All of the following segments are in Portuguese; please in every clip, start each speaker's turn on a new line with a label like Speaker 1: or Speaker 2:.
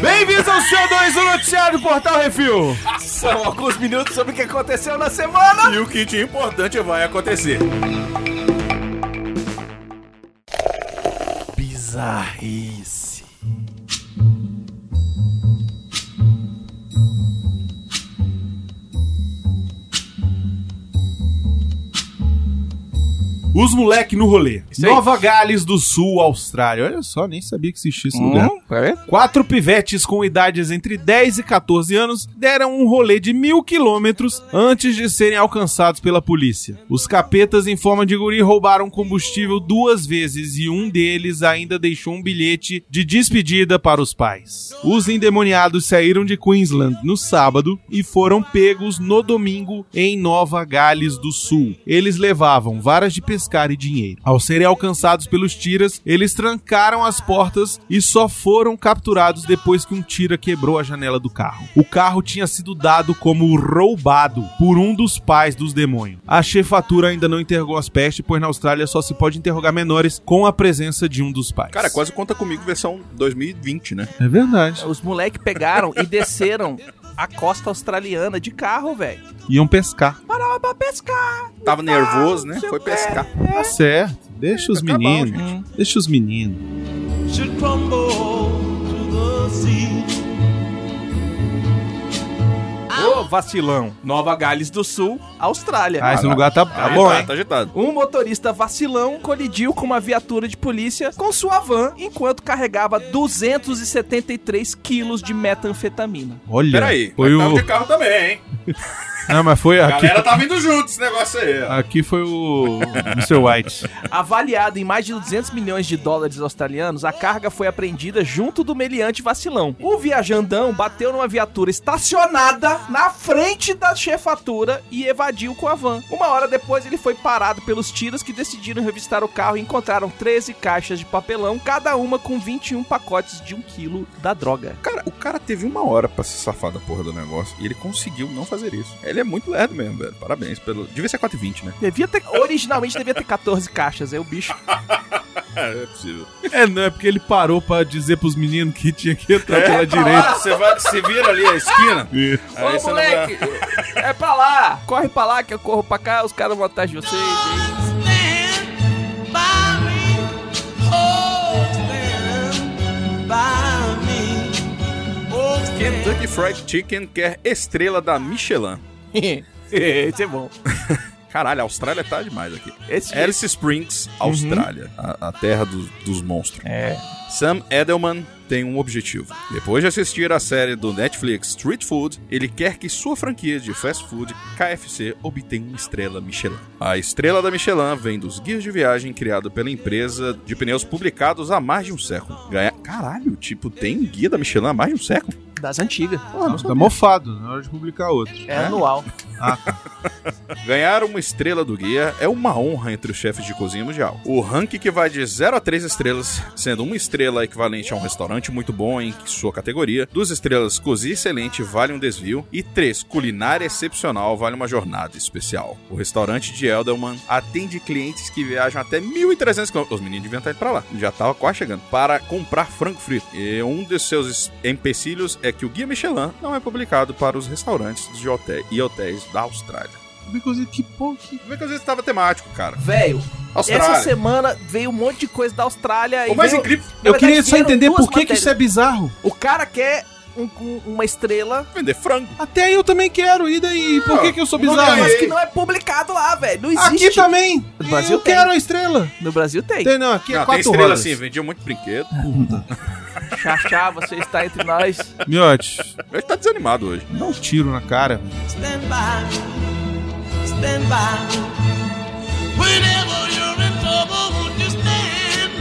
Speaker 1: Bem-vindos ao CO2, o noticiário do Portal Refil.
Speaker 2: São alguns minutos sobre o que aconteceu na semana.
Speaker 3: E o que de importante vai acontecer.
Speaker 1: Bizarrice. Os moleque no rolê.
Speaker 2: Isso aí.
Speaker 1: Nova Gales do Sul, Austrália. Olha só, nem sabia que existia
Speaker 2: Né?
Speaker 1: esse
Speaker 3: Hum.
Speaker 1: lugar. Quatro pivetes com idades entre 10 e 14 anos deram um rolê de mil quilômetros antes de serem alcançados pela polícia. Os capetas em forma de guri roubaram combustível duas vezes e um deles ainda deixou um bilhete de despedida para os pais. Os endemoniados saíram de Queensland no sábado e foram pegos no domingo em Nova Gales do Sul. Eles levavam varas de pescar e dinheiro. Ao serem alcançados pelos tiras, eles trancaram as portas e só foram capturados depois que um tira quebrou a janela do carro. O carro tinha sido dado como roubado por um dos pais dos demônios. A chefatura ainda não interrogou as pestes, pois na Austrália só se pode interrogar menores com a presença de um dos pais.
Speaker 3: Cara, quase conta comigo versão 2020, né?
Speaker 1: É verdade.
Speaker 2: Os moleques pegaram e desceram a costa australiana de carro, velho.
Speaker 1: Iam pescar.
Speaker 2: Parava pra pescar.
Speaker 3: Tava nervoso, né? Foi pescar.
Speaker 1: Tá certo. Deixa os
Speaker 3: Tá bom,
Speaker 1: meninos. Deixa os meninos.
Speaker 4: should crumble to the sea.
Speaker 2: Ô, vacilão. Nova Gales do Sul, Austrália.
Speaker 1: Ah, esse lugar tá, tá bom, hein?
Speaker 3: Tá agitado.
Speaker 2: Um motorista vacilão colidiu com uma viatura de polícia com sua van enquanto carregava 273 quilos de metanfetamina.
Speaker 1: Olha.
Speaker 3: Peraí, tá,
Speaker 1: Foi
Speaker 3: mas
Speaker 1: o...
Speaker 3: tava de carro também, hein?
Speaker 1: Não, mas foi
Speaker 3: A
Speaker 1: aqui.
Speaker 3: galera tava indo junto esse negócio aí, ó.
Speaker 1: Aqui foi o Mr. White.
Speaker 2: Avaliado em mais de 200 milhões de dólares australianos, a carga foi apreendida junto do meliante vacilão. O viajandão bateu numa viatura estacionada na frente da chefatura e evadiu com a van. Uma hora depois, ele foi parado pelos tiros que decidiram revistar o carro e encontraram 13 caixas de papelão, cada uma com 21 pacotes de 1 quilo da droga.
Speaker 3: Cara, o cara teve uma hora pra se safar da porra do negócio e ele conseguiu não fazer isso. Ele é muito lerdo mesmo, velho. Parabéns pelo. Devia ser 4,20, né?
Speaker 2: Devia ter. Originalmente devia ter 14 caixas, é o bicho.
Speaker 3: É, é possível.
Speaker 1: É, não, é porque ele parou pra dizer pros meninos que tinha que entrar É pela direita.
Speaker 3: Ah, você vai, você vira ali a esquina.
Speaker 2: Ô,
Speaker 3: Aí
Speaker 1: é
Speaker 3: você não vai-
Speaker 2: moleque! É pra lá! Corre pra lá que eu corro pra cá, os caras vão atrás de vocês.
Speaker 4: Stand by me, oh stand by me, oh stand
Speaker 3: Kentucky Fried Chicken quer estrela da Michelin.
Speaker 2: Esse é bom.
Speaker 3: Caralho, a Austrália tá demais aqui.
Speaker 2: Esse
Speaker 1: É.
Speaker 2: é jeito.
Speaker 3: Alice Springs, Austrália, a, a terra dos, dos monstros. É. Sam Edelman tem um objetivo. Depois de assistir a série do Netflix Street Food, ele quer que sua franquia de fast food, KFC, obtenha uma estrela Michelin. A estrela da Michelin vem dos guias de viagem criado pela empresa de pneus publicados há mais de um século. Ganha... Caralho, tipo, tem guia da Michelin há mais de um século?
Speaker 2: Das antigas.
Speaker 1: tá mofado, na hora de publicar outro.
Speaker 2: É, anual.
Speaker 3: Ganhar uma estrela do guia é uma honra entre os chefes de cozinha mundial. O ranking que vai de 0 a 3 estrelas, sendo uma estrela equivalente a um restaurante muito bom em sua categoria, duas estrelas cozinha excelente vale um desvio e três culinária excepcional vale uma jornada especial. O restaurante de Elderman atende clientes que viajam até 1.300 km. Os meninos deviam estar indo pra lá, já tava quase chegando, para comprar frango frito. E um dos seus empecilhos é que o guia Michelin não é publicado para os restaurantes de hotel e hotéis da Austrália.
Speaker 1: Inclusive, que porra que...
Speaker 3: Como é que às vezes tava temático, cara?
Speaker 2: Velho,
Speaker 3: Austrália.
Speaker 2: essa semana veio um monte de coisa da Austrália.
Speaker 3: O
Speaker 2: e
Speaker 3: mais
Speaker 2: veio-
Speaker 3: incrível
Speaker 2: na
Speaker 1: Eu
Speaker 2: verdade,
Speaker 1: queria só
Speaker 2: vieram
Speaker 1: entender
Speaker 2: duas
Speaker 1: por que, que isso é
Speaker 2: matérias.
Speaker 1: bizarro.
Speaker 2: O cara quer um- um- uma estrela,
Speaker 3: é vender frango.
Speaker 1: Até aí eu também quero, e daí? Por que, que eu sou bizarro?
Speaker 2: mas que não é publicado lá, velho. Não existe.
Speaker 1: Aqui também.
Speaker 2: No Brasil
Speaker 1: eu
Speaker 2: tem.
Speaker 1: quero a estrela.
Speaker 2: No Brasil tem.
Speaker 1: Tem não, aqui é
Speaker 3: não, tem
Speaker 1: quatro
Speaker 3: estrela
Speaker 1: horas.
Speaker 3: assim, vendia muito brinquedo.
Speaker 2: Xaxá, você está entre nós.
Speaker 1: Miote,
Speaker 3: Ele tá desanimado hoje.
Speaker 1: dá um tiro na cara.
Speaker 4: stand by me, stand by me. Whenever you're in trouble, won't you stand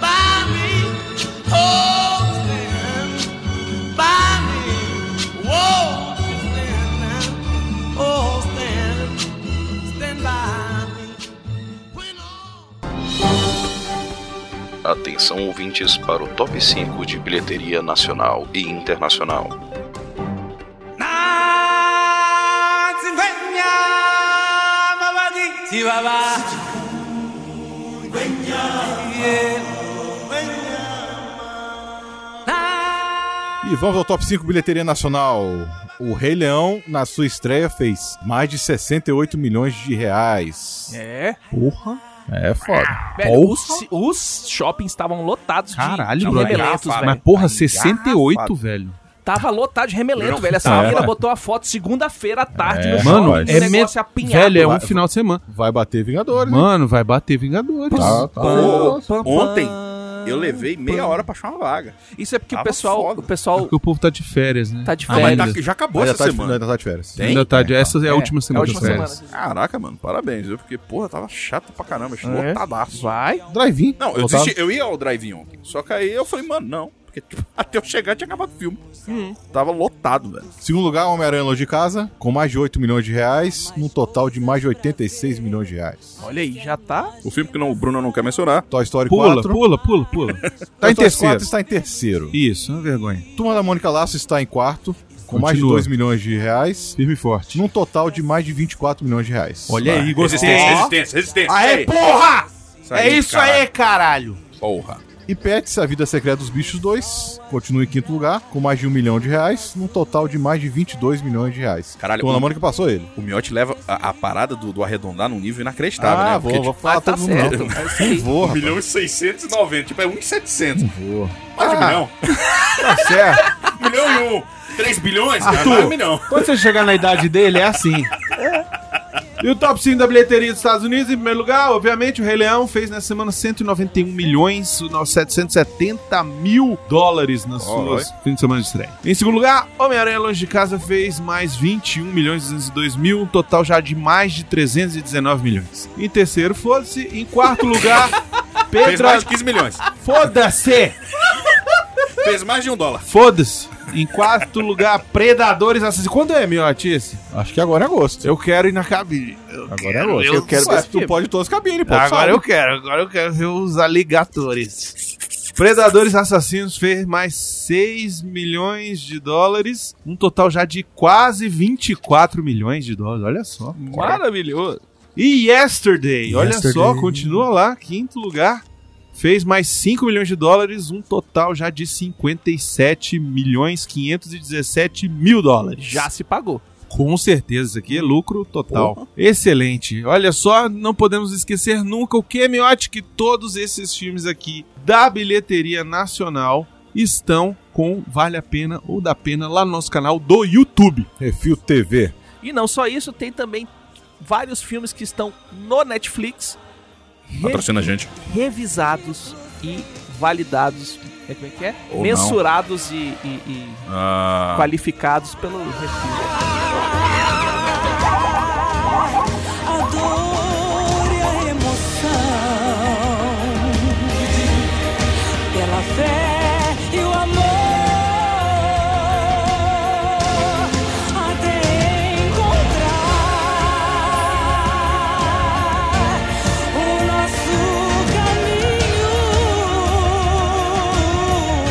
Speaker 4: by me? Oh, stand by me. Whoa, won't you stand now? Oh, stand, stand by me. When all
Speaker 5: Atenção ouvintes para o top 5 de bilheteria nacional e internacional.
Speaker 4: When
Speaker 1: E vamos ao top 5 bilheteria nacional. O Rei Leão, na sua estreia, fez mais de 68 milhões de reais.
Speaker 2: É. Ah,
Speaker 1: Porra. É foda.
Speaker 2: Velho, os, os shoppings estavam lotados de,
Speaker 1: Caralho,
Speaker 2: de
Speaker 1: brother. né?
Speaker 2: remeletos,
Speaker 1: Mas,
Speaker 2: é um velho.
Speaker 1: porra, 68, velho.
Speaker 2: Tava lotado de remelento, velho. Essa
Speaker 1: É.
Speaker 2: menina botou a foto segunda-feira à tarde
Speaker 1: Mano,
Speaker 2: no shopping,
Speaker 1: é
Speaker 2: o negócio apinhado.
Speaker 6: Velho, é um
Speaker 1: Vai-
Speaker 6: final de semana.
Speaker 1: Vai bater Vingadores. hein?
Speaker 6: Mano, vai bater Vingadores.
Speaker 1: Tá, tá.
Speaker 3: Pô, ontem eu levei meia hora pra achar uma vaga.
Speaker 2: Isso é porque o
Speaker 3: Tava
Speaker 2: pessoal,
Speaker 3: foda.
Speaker 2: o pessoal
Speaker 6: Porque o povo tá de férias, né?
Speaker 2: tá de
Speaker 6: Ah,
Speaker 3: Não, mas
Speaker 2: férias.
Speaker 6: ainda.
Speaker 3: tá- já acabou
Speaker 1: Ainda tá
Speaker 3: essa
Speaker 1: de-
Speaker 3: semana.
Speaker 1: ainda tá de férias.
Speaker 3: Tem?
Speaker 6: Ainda tá de- essa é a última
Speaker 2: é
Speaker 6: semana
Speaker 2: a
Speaker 6: de
Speaker 2: última
Speaker 6: férias.
Speaker 2: semana.
Speaker 3: Caraca, mano, parabéns, viu? Porque, porra, tava chato pra caramba,
Speaker 2: É.
Speaker 3: lotadaço.
Speaker 2: Vai.
Speaker 1: Drive-in.
Speaker 3: Não, eu,
Speaker 1: Lotado.
Speaker 3: desisti, eu ia ao drive-in ontem. Só que aí eu falei, mano, não. Porque tipo, até eu chegar tinha acabado o filme. Tava lotado, velho.
Speaker 1: Segundo lugar, Homem-Aranha Longe de Casa, com mais de 8 milhões de reais, num total de mais de 86 milhões de reais.
Speaker 2: Olha aí, já tá.
Speaker 3: O filme que não, o Bruno não quer mencionar.
Speaker 1: Toy Story
Speaker 6: Pula,
Speaker 1: 4.
Speaker 6: pula, pula, pula.
Speaker 1: Toy
Speaker 6: tá em
Speaker 1: Story
Speaker 6: terceiro.
Speaker 1: 4 está em terceiro.
Speaker 6: Isso, é uma vergonha.
Speaker 1: Turma da Mônica Laço está em quarto, com mais de
Speaker 6: Continua.
Speaker 1: 2 milhões de reais,
Speaker 6: Firme e forte.
Speaker 1: num total de mais de 24 milhões de reais.
Speaker 6: Olha aí, gostei.
Speaker 3: Resistência, resistência, resistência. Aê,
Speaker 1: porra!
Speaker 3: É isso aí,
Speaker 1: caralho!
Speaker 3: Porra.
Speaker 1: E Pets, A Vida Secreta dos Bichos 2, continua em quinto lugar, com mais de 1 milhão de reais, num total de mais de 22 milhões de reais.
Speaker 3: Caralho,
Speaker 6: Então,
Speaker 1: Turma da
Speaker 3: um-
Speaker 1: Mônica passou ele.
Speaker 3: O Miotti leva a, a parada do, do arredondar num nível inacreditável, né? Porque, tipo,
Speaker 2: Ah, tá certo.
Speaker 1: não.
Speaker 2: É isso aí.
Speaker 1: Vou,
Speaker 3: 1
Speaker 1: rapaz,
Speaker 3: milhão e 690, tipo, é 1 e 700.
Speaker 1: vou.
Speaker 3: Mais de um
Speaker 1: Ah.
Speaker 3: milhão.
Speaker 1: Tá certo.
Speaker 3: 1 milhão e 1. 3 bilhões? cara,
Speaker 1: Arthur.
Speaker 3: mais de um milhão.
Speaker 1: Quando você chegar na idade dele, é assim. E o top 5 da bilheteria dos Estados Unidos, em primeiro lugar, obviamente, o Rei Leão fez nessa semana 191 milhões, 770 mil dólares nas
Speaker 3: Olha.
Speaker 1: suas fim de semana de estreia. Em segundo lugar, Homem-Aranha Longe de Casa fez mais 21 milhões 202 mil, um total já de mais de 319 milhões. Em terceiro, foda-se. Em quarto lugar,
Speaker 3: Fez
Speaker 1: Pedro...
Speaker 3: mais de 15 milhões.
Speaker 1: Foda-se!
Speaker 3: Fez mais de um dólar.
Speaker 1: Foda-se! Em quarto lugar, Predadores Assassinos. Quando é, Miotti, esse?
Speaker 6: Acho que agora é agosto.
Speaker 1: Eu quero ir na cabine.
Speaker 6: Agora é agosto.
Speaker 1: Eu quero ver se tu
Speaker 6: pode todas as cabines,
Speaker 1: Agora eu quero, agora eu quero ver os aligatores. Predadores Assassinos fez mais 6 milhões de dólares, um total já de quase 24 milhões de dólares, olha só.
Speaker 2: Maravilhoso.
Speaker 1: E Yesterday, olha
Speaker 6: Yesterday.
Speaker 1: só, continua lá, quinto lugar, fez mais 5 milhões de dólares, um total já de 57 milhões 517 mil dólares.
Speaker 2: Já se pagou.
Speaker 1: Com certeza, isso aqui é lucro total. Excelente. Olha só, não podemos esquecer nunca o que, Miotti, que todos esses filmes aqui da bilheteria nacional estão com Vale a Pena ou Da Pena lá no nosso canal do YouTube.
Speaker 6: Refil TV.
Speaker 2: E não só isso, tem também vários filmes que estão no Netflix re-
Speaker 3: Patrocina a gente.
Speaker 2: revisados e validados. É como é que é?
Speaker 3: Ou
Speaker 2: Mensurados e, e- e
Speaker 3: Ah,
Speaker 2: qualificados pelo refil.
Speaker 7: a dor e a emoção, pela fé e o amor, até encontrar o nosso caminho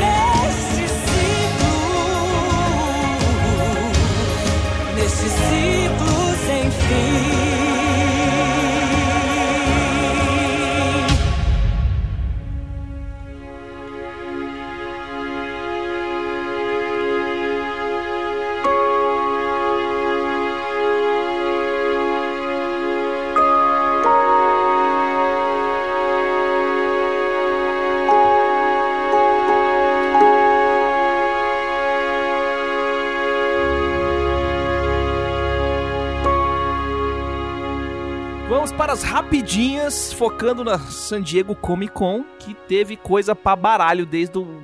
Speaker 7: neste ciclo neste ciclo sem fim.
Speaker 2: Vamos para as rapidinhas, focando na San Diego Comic Con, que teve coisa pra baralho desde o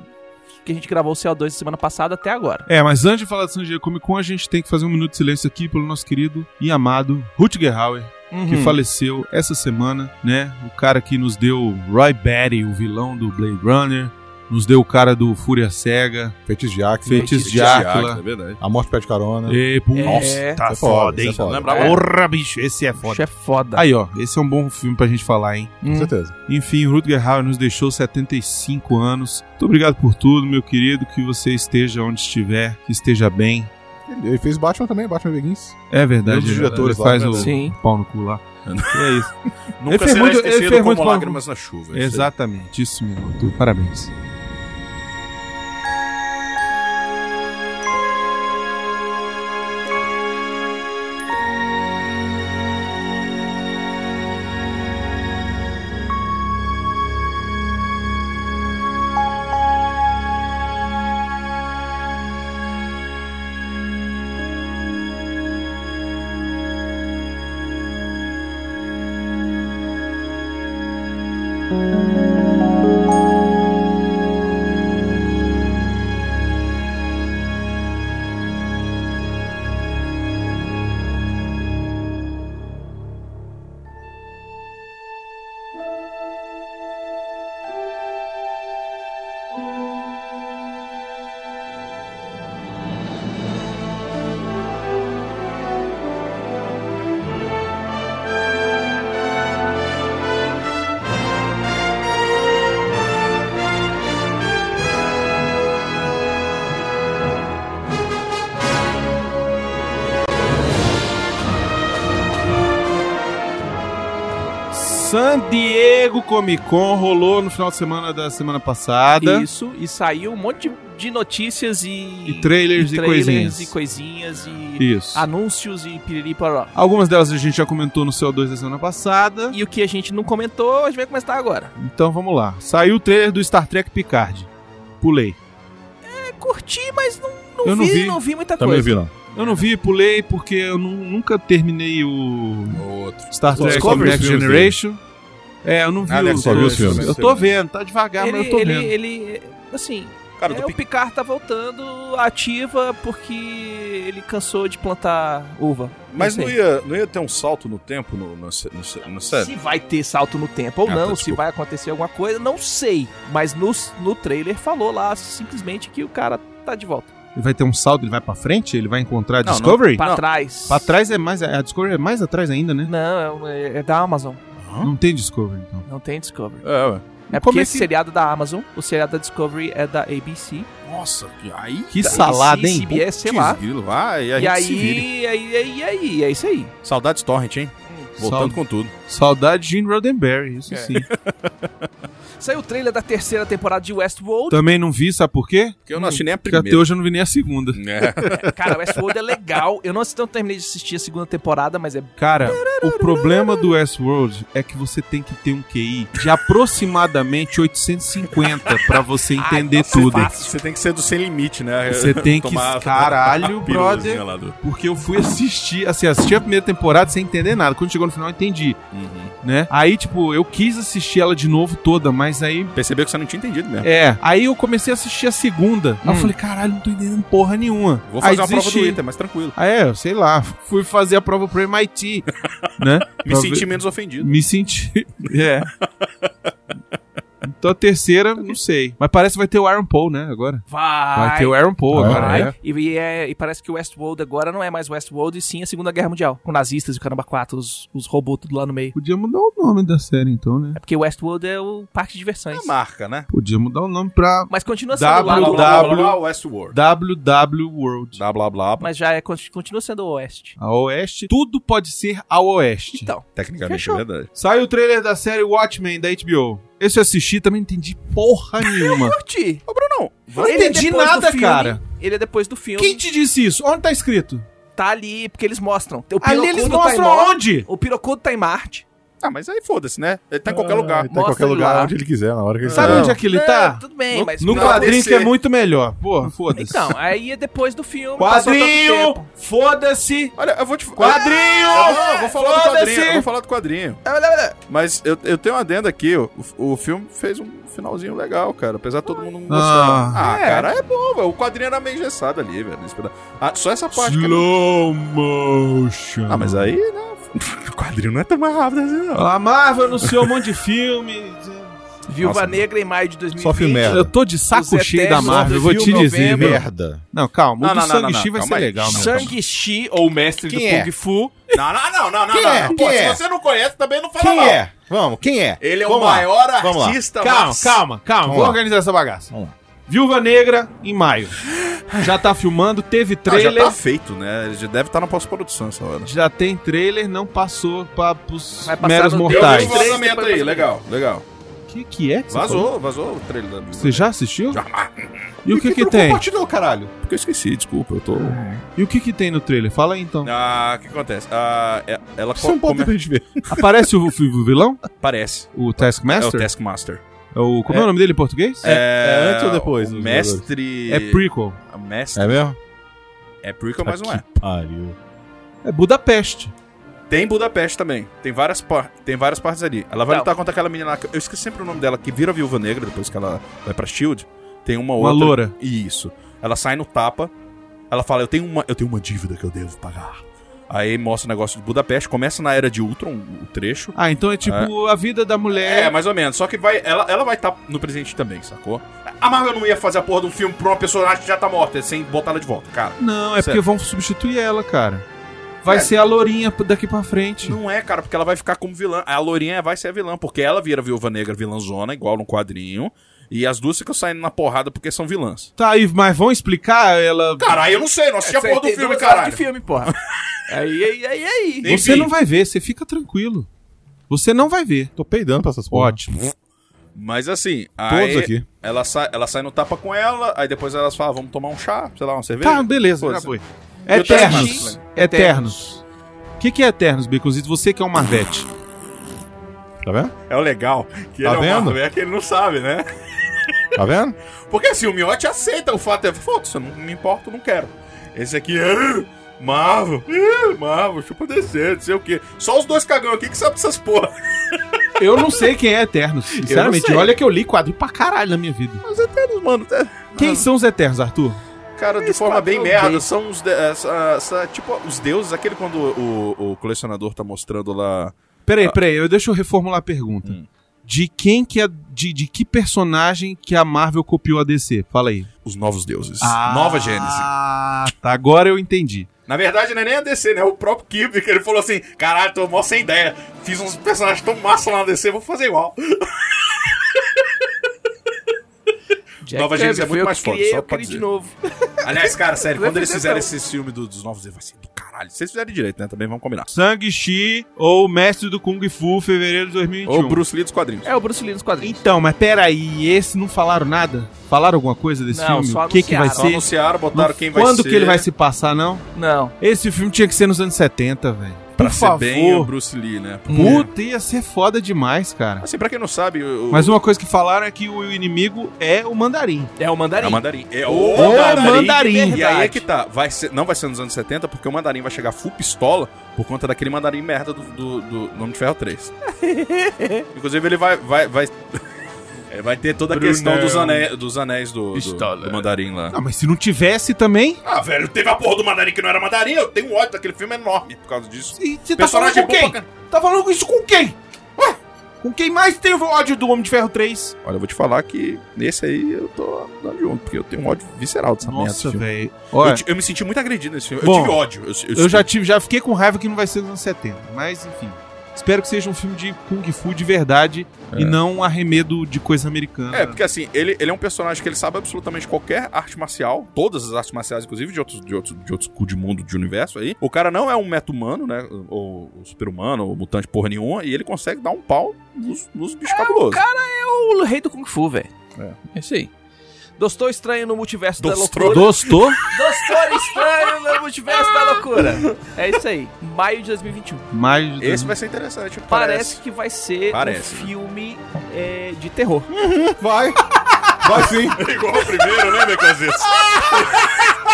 Speaker 2: que a gente gravou o CO2 semana passada até agora.
Speaker 1: É, mas antes de falar de San Diego Comic Con, a gente tem que fazer um minuto de silêncio aqui pelo nosso querido e amado Rutger Hauer, que
Speaker 6: Hum.
Speaker 1: faleceu essa semana, né? O cara que nos deu Roy Batty, o vilão do Blade Runner, nos deu o cara do Fúria Cega,
Speaker 6: Feitiço de Acre.
Speaker 1: Feitiço de Áquila.
Speaker 3: é verdade.
Speaker 6: A Morte Pé de Carona.
Speaker 1: E, pô,
Speaker 2: É.
Speaker 1: Nossa, tá
Speaker 6: Isso é foda,
Speaker 1: foda, hein?
Speaker 6: isso é foda.
Speaker 1: Lembra-
Speaker 2: É.
Speaker 1: Porra, bicho, esse é
Speaker 2: Foda.
Speaker 1: foda.
Speaker 2: Isso é foda.
Speaker 1: Aí, tá ó, esse é um bom filme pra gente falar, hein?
Speaker 6: Com certeza.
Speaker 1: Enfim, Rutger Hauer nos deixou 75 anos. Muito obrigado por tudo, meu querido. Que você esteja onde estiver, que esteja bem.
Speaker 6: Ele, ele fez Batman também, Batman Begins.
Speaker 1: É verdade,
Speaker 6: Um dos
Speaker 1: é verdade.
Speaker 6: diretores
Speaker 1: Ele faz
Speaker 6: lá,
Speaker 1: o
Speaker 6: né?
Speaker 2: Sim.
Speaker 1: pau no cu lá. É isso. Ele
Speaker 3: Nunca
Speaker 1: fez
Speaker 3: será
Speaker 1: muito- ele
Speaker 3: esquecido
Speaker 1: fez
Speaker 3: como
Speaker 1: muito-
Speaker 3: lágrimas na chuva. isso aí.
Speaker 1: Exatamente, isso mesmo, Arthur. Parabéns. San Diego Comic Con rolou no final de semana da semana passada.
Speaker 2: Uhum. Isso, e saiu um monte de- de notícias e.
Speaker 1: E trailers e coisinhas.
Speaker 2: e coisinhas Ah. e
Speaker 1: Isso.
Speaker 2: anúncios e piriri paró.
Speaker 1: Algumas delas a gente já comentou no CO2 da semana passada.
Speaker 2: E o que a gente não comentou, a gente vai comentar agora.
Speaker 1: Então vamos lá. Saiu o trailer do Star Trek Picard. Pulei.
Speaker 2: É, curti, mas não, não
Speaker 1: Eu não
Speaker 2: vi,
Speaker 1: vi.
Speaker 2: não vi muita
Speaker 6: Também
Speaker 2: coisa.
Speaker 6: vi, não.
Speaker 1: Eu não vi, pulei, porque eu nu- nunca terminei o
Speaker 3: é Outro.
Speaker 1: Star
Speaker 6: Só-
Speaker 1: Trek
Speaker 6: só vi os
Speaker 1: Next
Speaker 6: filmes Ah,
Speaker 1: Generation. É, eu não vi
Speaker 3: Aliás,
Speaker 1: os
Speaker 6: só vi
Speaker 1: dois.
Speaker 6: os filmes.
Speaker 1: Eu tô vendo, tá devagar, mas eu
Speaker 2: Ele,
Speaker 1: tô
Speaker 2: ele,
Speaker 1: vendo.
Speaker 2: ele, assim,
Speaker 3: Cara,
Speaker 2: é,
Speaker 3: eu
Speaker 2: o
Speaker 3: tô pic...
Speaker 2: Picard tá voltando ativa porque ele cansou de plantar uva.
Speaker 3: Mas
Speaker 2: Isso
Speaker 3: não
Speaker 2: aí.
Speaker 3: ia, não ia ter um salto no tempo no, no, se- no, se- no sério?
Speaker 2: Se vai ter salto no tempo ou
Speaker 3: Ah,
Speaker 2: não, se
Speaker 3: tá, desculpa.
Speaker 2: vai acontecer alguma coisa, não sei. Mas no, no trailer falou lá simplesmente que o cara tá de volta.
Speaker 1: Ele vai ter um salto, ele vai pra frente? Ele vai encontrar a
Speaker 3: Não, não.
Speaker 1: Discovery?
Speaker 2: Pra
Speaker 3: Não.
Speaker 2: trás.
Speaker 1: Pra trás é mais. A Discovery é mais atrás ainda, né?
Speaker 2: Não, é um- é, é da Amazon.
Speaker 1: Não tem Discovery, então.
Speaker 2: Não tem Discovery.
Speaker 3: É, ué.
Speaker 2: É
Speaker 1: Como
Speaker 2: porque
Speaker 1: é
Speaker 2: esse
Speaker 1: que-
Speaker 2: seriado da Amazon, o seriado da Discovery é da ABC.
Speaker 3: Nossa, que aí.
Speaker 1: Que
Speaker 2: Da
Speaker 1: salada,
Speaker 2: ABC,
Speaker 1: hein?
Speaker 2: CBS, sei lá.
Speaker 3: Desgrilo, Vai, e a
Speaker 2: E
Speaker 3: gente se
Speaker 2: aí,
Speaker 3: vire.
Speaker 2: aí, aí, aí, é isso aí.
Speaker 3: Saudades Torrent, hein? Voltando
Speaker 1: Saud-
Speaker 3: com tudo.
Speaker 1: Saudade de Gene Roddenberry, isso
Speaker 2: É.
Speaker 1: sim.
Speaker 2: Saiu o trailer da terceira temporada de Westworld.
Speaker 1: Também não vi, sabe por quê?
Speaker 3: Porque eu não achei nem a
Speaker 1: Porque até
Speaker 3: primeira.
Speaker 1: Hum, hoje eu não vi nem a segunda.
Speaker 3: É.
Speaker 2: Cara, Westworld é legal. Eu não, assisti- não terminei de assistir a segunda temporada, mas é
Speaker 1: Cara, o problema do Westworld é que você tem que ter um QI de aproximadamente 850 pra você
Speaker 2: Ai,
Speaker 1: entender
Speaker 2: nossa, é
Speaker 1: tudo.
Speaker 2: fácil.
Speaker 3: é Você tem que ser do sem limite, né?
Speaker 1: Você tem que-
Speaker 3: Tomar-
Speaker 1: caralho,
Speaker 3: a pílulazinha
Speaker 1: brother.
Speaker 3: lá do-
Speaker 1: Porque eu fui assistir, assim, assisti a primeira temporada sem entender nada. Quando chegou no final, eu entendi,
Speaker 3: Uhum.
Speaker 1: né? Aí, tipo, eu quis assistir ela de novo toda, mas aí.
Speaker 3: Percebeu que você não tinha entendido mesmo.
Speaker 1: É, aí eu comecei a assistir a segunda. Aí eu falei, caralho, não tô entendendo porra nenhuma.
Speaker 3: Hum. Vou fazer
Speaker 1: É. aí
Speaker 3: uma prova do
Speaker 1: desisti.
Speaker 3: Inter, mas tranquilo.
Speaker 1: Ah, é, sei lá, fui fazer a prova pro MIT, né?
Speaker 3: Me
Speaker 1: Pra
Speaker 3: senti
Speaker 1: ver-
Speaker 3: menos ofendido.
Speaker 1: Me senti. É. Então a terceira, não sei. Mas parece que vai ter o Aaron Paul, né? Agora.
Speaker 2: Vai,
Speaker 1: Vai ter o Aaron Paul
Speaker 6: Vai.
Speaker 1: agora.
Speaker 2: Vai.
Speaker 1: É.
Speaker 2: E, e é- e parece que o Westworld agora não é mais Westworld e sim a Segunda Guerra Mundial. Com nazistas e o caramba 4, os, os robôs tudo lá no meio.
Speaker 1: Podia mudar o nome da série, então, né?
Speaker 2: É porque Westworld é o parque de diversões.
Speaker 3: É marca, né?
Speaker 1: Podia mudar o nome pra
Speaker 2: Mas continua sendo lá
Speaker 1: Ah, W,
Speaker 2: do
Speaker 1: W.
Speaker 2: lado.
Speaker 3: Westworld.
Speaker 1: WW World.
Speaker 3: Blá, blá, blá.
Speaker 2: Mas já é, conti- continua sendo o Oeste.
Speaker 1: A Oeste. Tudo pode ser a Oeste.
Speaker 2: Então,
Speaker 3: Tecnicamente
Speaker 2: Fechou.
Speaker 3: é verdade.
Speaker 1: Saiu o trailer da série Watchmen da HBO. Esse eu assisti, também não entendi porra nenhuma.
Speaker 2: curti.
Speaker 3: Ô, Bruno,
Speaker 1: não entendi
Speaker 2: depois do
Speaker 1: nada,
Speaker 2: filme,
Speaker 1: cara.
Speaker 2: Ele é depois do filme.
Speaker 1: Quem te disse isso? Onde tá escrito?
Speaker 2: Tá ali, porque eles mostram. O
Speaker 1: Ali eles
Speaker 2: Pirocudo tá em
Speaker 1: mostram
Speaker 2: Marte,
Speaker 1: onde?
Speaker 2: O Pirocudo tá em Marte.
Speaker 3: Ah, mas aí foda-se, né? Ele tá em qualquer
Speaker 6: Ah,
Speaker 3: lugar.
Speaker 6: Ele tá em
Speaker 2: Mostra
Speaker 6: qualquer
Speaker 2: ele
Speaker 6: lugar
Speaker 2: lá.
Speaker 6: onde ele quiser, na hora que ele
Speaker 1: Sabe
Speaker 6: quiser.
Speaker 1: onde é que ele
Speaker 2: Não,
Speaker 1: tá?
Speaker 2: Tudo bem,
Speaker 1: no
Speaker 2: mas...
Speaker 1: no
Speaker 3: não,
Speaker 1: quadrinho
Speaker 3: esse-
Speaker 1: que é muito melhor. Porra, foda-se.
Speaker 2: Então, aí é depois do filme. passou tanto tempo. É,
Speaker 1: Quadrinho! Foda-se!
Speaker 3: Olha, eu vou te... Eu vou, eu
Speaker 1: Quadrinho!
Speaker 3: vou falar do quadrinho, eu vou
Speaker 1: Foda-se!
Speaker 3: falar do quadrinho.
Speaker 2: Olha, olha, olha.
Speaker 3: Mas eu, eu tenho uma adenda aqui, o, o filme fez um finalzinho legal, cara. Apesar de todo mundo não
Speaker 1: Ah.
Speaker 3: gostar. Ah, cara, é bom, velho. O quadrinho era meio engessado ali, velho. Espera- Ah, só essa parte. cara.
Speaker 1: Slow motion.
Speaker 3: Ah, mas aí, né? O quadrinho não é tão mais rápido assim, não.
Speaker 1: A Marvel anunciou um monte de filme.
Speaker 2: Viúva
Speaker 3: Nossa,
Speaker 2: Negra em maio de 2020.
Speaker 6: Só filme merda.
Speaker 1: Eu tô de saco
Speaker 2: É. Os
Speaker 1: cheio da
Speaker 2: Eternos
Speaker 1: Marvel, eu vou te
Speaker 2: novembro.
Speaker 1: dizer, viu?
Speaker 6: Merda.
Speaker 1: Não, calma, o
Speaker 3: Não,
Speaker 1: do
Speaker 3: não, não,
Speaker 1: Sangue
Speaker 3: não,
Speaker 1: Chi vai
Speaker 3: calma
Speaker 1: ser
Speaker 3: aí.
Speaker 1: legal, meu.
Speaker 2: Shang-Chi, ou Mestre do
Speaker 6: Quem é?
Speaker 2: Kung Fu.
Speaker 3: Não, não, não, não, não,
Speaker 6: Quem
Speaker 3: não,
Speaker 6: é?
Speaker 3: não.
Speaker 6: Quem é?
Speaker 3: não conhece, também não fala
Speaker 6: Quem é? Vamos, quem é?
Speaker 3: Ele é
Speaker 6: Vamos
Speaker 3: o
Speaker 6: lá.
Speaker 3: maior
Speaker 6: Vamos lá.
Speaker 3: artista
Speaker 1: Calma,
Speaker 3: mas-
Speaker 1: calma, calma.
Speaker 6: Vamos
Speaker 1: Vou
Speaker 6: lá.
Speaker 1: organizar essa bagaça.
Speaker 6: Vamos lá.
Speaker 1: Viúva Negra em maio. Já tá filmando, teve
Speaker 3: Ah, já
Speaker 1: trailer.
Speaker 3: tá feito, né? Ele já deve estar na pós-produção essa hora.
Speaker 1: já, tem trailer, não passou pra, pros
Speaker 2: Vai passar
Speaker 1: meros
Speaker 2: no-
Speaker 6: Tá.
Speaker 1: mortais.
Speaker 2: Eu vi o trailer. Três, depois-
Speaker 3: um legal, legal.
Speaker 1: O que, que é que você falou?
Speaker 3: Vazou, vazou o trailer da
Speaker 1: Você já assistiu?
Speaker 3: Já.
Speaker 1: E o que que
Speaker 6: tu não
Speaker 1: tem?
Speaker 6: compartilhou, caralho?
Speaker 3: Porque eu esqueci, desculpa, eu tô.
Speaker 1: E o que que tem no trailer? Fala aí então.
Speaker 3: Ah, o que acontece? Ah, é- ela
Speaker 6: Isso é um
Speaker 3: co-
Speaker 6: ponto
Speaker 3: come...
Speaker 6: pra gente ver.
Speaker 1: Aparece o, o vilão?
Speaker 3: Parece.
Speaker 1: O
Speaker 3: É o
Speaker 1: Taskmaster?
Speaker 3: Taskmaster.
Speaker 1: É o- como é. o nome dele em português?
Speaker 6: é antes ou depois
Speaker 3: o
Speaker 6: dos
Speaker 3: Mestre.
Speaker 1: É prequel.
Speaker 3: Mestre.
Speaker 6: É mesmo?
Speaker 3: É prequel, mas não é.
Speaker 6: Pariu.
Speaker 1: É Budapeste.
Speaker 3: Tem Budapeste também. Tem várias, par- tem várias partes ali. Ela vai
Speaker 2: Não.
Speaker 3: lutar contra aquela menina lá. que- Eu esqueci sempre o nome dela, que vira viúva negra depois que ela vai pra Shield. Tem uma outra.
Speaker 1: loura.
Speaker 3: Isso. Ela sai no tapa. Ela fala: eu tenho, uma, eu tenho uma dívida que eu devo pagar. Aí mostra o negócio de Budapeste. Começa na era de Ultron, o trecho.
Speaker 1: Ah, então é tipo a vida da mulher.
Speaker 3: É, mais ou menos. Só que vai, ela, ela vai estar no presente também, sacou? A Marvel não ia fazer a porra de um filme pra uma personagem que já tá morta, sem botar ela de volta, cara.
Speaker 1: Não, é
Speaker 3: Certo.
Speaker 1: porque vão substituir ela, cara. Vai
Speaker 3: É.
Speaker 1: ser a lourinha daqui pra frente.
Speaker 3: Não é, cara, porque ela vai ficar como vilã. A Lourinha vai ser a vilã, porque ela vira viúva negra vilãzona, igual no quadrinho. E as duas ficam saindo na porrada porque são vilãs.
Speaker 1: Tá, e, mas vão explicar ela.
Speaker 3: Caralho, eu não sei, não assisti a
Speaker 2: Você
Speaker 3: porra do
Speaker 2: tem
Speaker 3: filme,
Speaker 2: duas horas
Speaker 3: caralho.
Speaker 2: de filme, porra. aí, aí, aí, aí.
Speaker 1: Você
Speaker 3: enfim.
Speaker 1: não vai ver, você fica tranquilo. Você não vai ver.
Speaker 6: Tô peidando pra essas porra.
Speaker 1: Ótimo.
Speaker 3: Mas assim,
Speaker 6: Todos
Speaker 3: aí
Speaker 6: aqui.
Speaker 3: Ela, sai, ela sai no tapa com ela, aí depois elas falam, vamos tomar um chá, sei lá, uma cerveja.
Speaker 1: Tá, beleza,
Speaker 3: Coisa.
Speaker 1: já foi. É
Speaker 3: Eu tô
Speaker 1: Eternos.
Speaker 3: errado.
Speaker 1: Eternos. O que, que é Eternos, Biconzito? Você que é um Marvete.
Speaker 6: Tá vendo?
Speaker 3: É o legal que ele
Speaker 6: Tá
Speaker 3: é
Speaker 6: vendo?
Speaker 3: um Marvel, é que ele não sabe, né?
Speaker 6: Tá vendo?
Speaker 3: Porque assim, o Miotti aceita o fato, é, foda-se, eu não me importo, eu não quero. Esse aqui, "Ah, Marvel, ah, Marvel, chupa descer, não sei o quê. Só os dois cagão aqui que sabem dessas porra.
Speaker 1: Eu não sei quem é Eternos, sinceramente.
Speaker 3: sei.
Speaker 1: Olha que eu li quadro pra caralho na minha vida.
Speaker 3: Os Eternos, mano, tá-
Speaker 1: Quem são os Eternos, Arthur?
Speaker 3: cara, de
Speaker 2: Eles
Speaker 3: forma bem
Speaker 2: quatro
Speaker 3: merda,
Speaker 2: gays.
Speaker 3: são os de- essa- essa- tipo os deuses, aquele quando o, o colecionador tá mostrando lá.
Speaker 1: Peraí, peraí, eu deixa eu reformular a pergunta.
Speaker 3: Hum.
Speaker 1: De quem que é. De, de que personagem que a Marvel copiou a DC? Fala aí.
Speaker 3: Os novos deuses. Nova Gênese.
Speaker 1: Ah, tá. Agora eu entendi.
Speaker 3: Na verdade, não é nem a DC, né? O próprio Kirby, que ele falou assim: caralho, tô mó sem ideia. Fiz uns personagens tão massa lá na DC, vou fazer igual.
Speaker 2: Jack
Speaker 3: Nova Gênesis é
Speaker 2: Kirby, foi
Speaker 3: muito
Speaker 2: eu
Speaker 3: mais
Speaker 2: que
Speaker 3: foda,
Speaker 2: criei,
Speaker 3: só
Speaker 2: eu
Speaker 3: pra
Speaker 2: criei de
Speaker 3: dizer.
Speaker 2: novo.
Speaker 3: Aliás, cara, sério, quando eles
Speaker 2: Vai fazer
Speaker 3: fizeram
Speaker 2: tão.
Speaker 3: esse filme do- dos novos, eu vai ser do caralho. Se vocês fizerem direito, né? Também vamos combinar.
Speaker 1: Shang-Chi ou Mestre do Kung Fu, fevereiro de 2021.
Speaker 3: Ou Bruce Lee dos quadrinhos.
Speaker 2: É o Bruce Lee nos quadrinhos.
Speaker 1: Então, mas peraí, esse não falaram nada? Falaram alguma coisa desse
Speaker 2: Não,
Speaker 1: filme?
Speaker 2: só
Speaker 1: O que, que vai
Speaker 2: anunciaram.
Speaker 3: Só
Speaker 1: ser?
Speaker 3: anunciaram, botaram quem vai
Speaker 1: Quando
Speaker 3: ser.
Speaker 1: que ele vai se passar, não?
Speaker 2: Não.
Speaker 1: Esse filme tinha que ser nos anos 70, velho.
Speaker 3: Pra
Speaker 1: Por
Speaker 3: ser
Speaker 1: favor. Hum.
Speaker 3: bem o Bruce Lee, né?
Speaker 1: Puta, ia ser foda demais, cara.
Speaker 3: Assim, pra quem não sabe, o, o-
Speaker 1: Mas uma coisa que falaram é que o inimigo é o mandarim.
Speaker 2: É o
Speaker 3: é o
Speaker 2: Mandarim.
Speaker 3: Mandarim. É o,
Speaker 1: O mandarim.
Speaker 3: E aí é que tá. Vai ser, não vai ser nos anos 70, porque o Mandarim vai chegar full pistola por conta daquele Mandarim merda do, do, do Nome de Ferro 3. Inclusive, ele vai... vai, vai... ele vai ter toda a questão dos anéis, dos anéis do, do, do Mandarim lá.
Speaker 1: Ah, mas se não tivesse também.
Speaker 3: Ah, velho, teve a porra do Mandarim que não era Mandarim. Eu tenho um ódio daquele filme enorme por causa disso.
Speaker 1: E você tá falando
Speaker 3: Personagem
Speaker 1: com
Speaker 3: bom
Speaker 1: quem?
Speaker 3: pra caralho.
Speaker 1: Tá falando isso com quem? Ué, com quem mais tem o ódio do Homem de Ferro 3?
Speaker 3: Olha, eu vou te falar que nesse aí eu tô dando de ontem, porque eu tenho um ódio visceral dessa merda. desse
Speaker 1: Nossa,
Speaker 3: filme.
Speaker 1: velho.
Speaker 3: Eu,
Speaker 1: Olha,
Speaker 3: ti- eu me senti muito agredido nesse filme.
Speaker 1: Bom,
Speaker 3: eu tive ódio. Eu,
Speaker 1: eu já tive, já fiquei com raiva que não vai ser nos anos 70, mas enfim. Espero que seja um filme de Kung Fu de verdade e não um arremedo de coisa americana.
Speaker 3: É, porque assim, ele, ele é um personagem que ele sabe absolutamente qualquer arte marcial, todas as artes marciais, inclusive de outros, de outros, de outros cu de mundo, de universo aí. O cara não é um meta-humano, né? Ou, ou super-humano, ou mutante porra nenhuma, e ele consegue dar um pau nos, nos bichos cabulosos.
Speaker 2: É o rei do Kung Fu, velho. É. isso aí. Dostou estranho no multiverso da
Speaker 3: Dostou.
Speaker 2: loucura.
Speaker 1: Gostou?
Speaker 2: Dostou estranho no multiverso da loucura. É isso aí. Maio de 2021.
Speaker 1: Maio de
Speaker 3: Esse vai ser interessante,
Speaker 2: Parece,
Speaker 3: parece.
Speaker 2: que vai ser
Speaker 3: Parece. né? Um
Speaker 2: um filme é, de terror.
Speaker 6: Vai. Vai sim.
Speaker 3: Igual o primeiro, né, Becazito?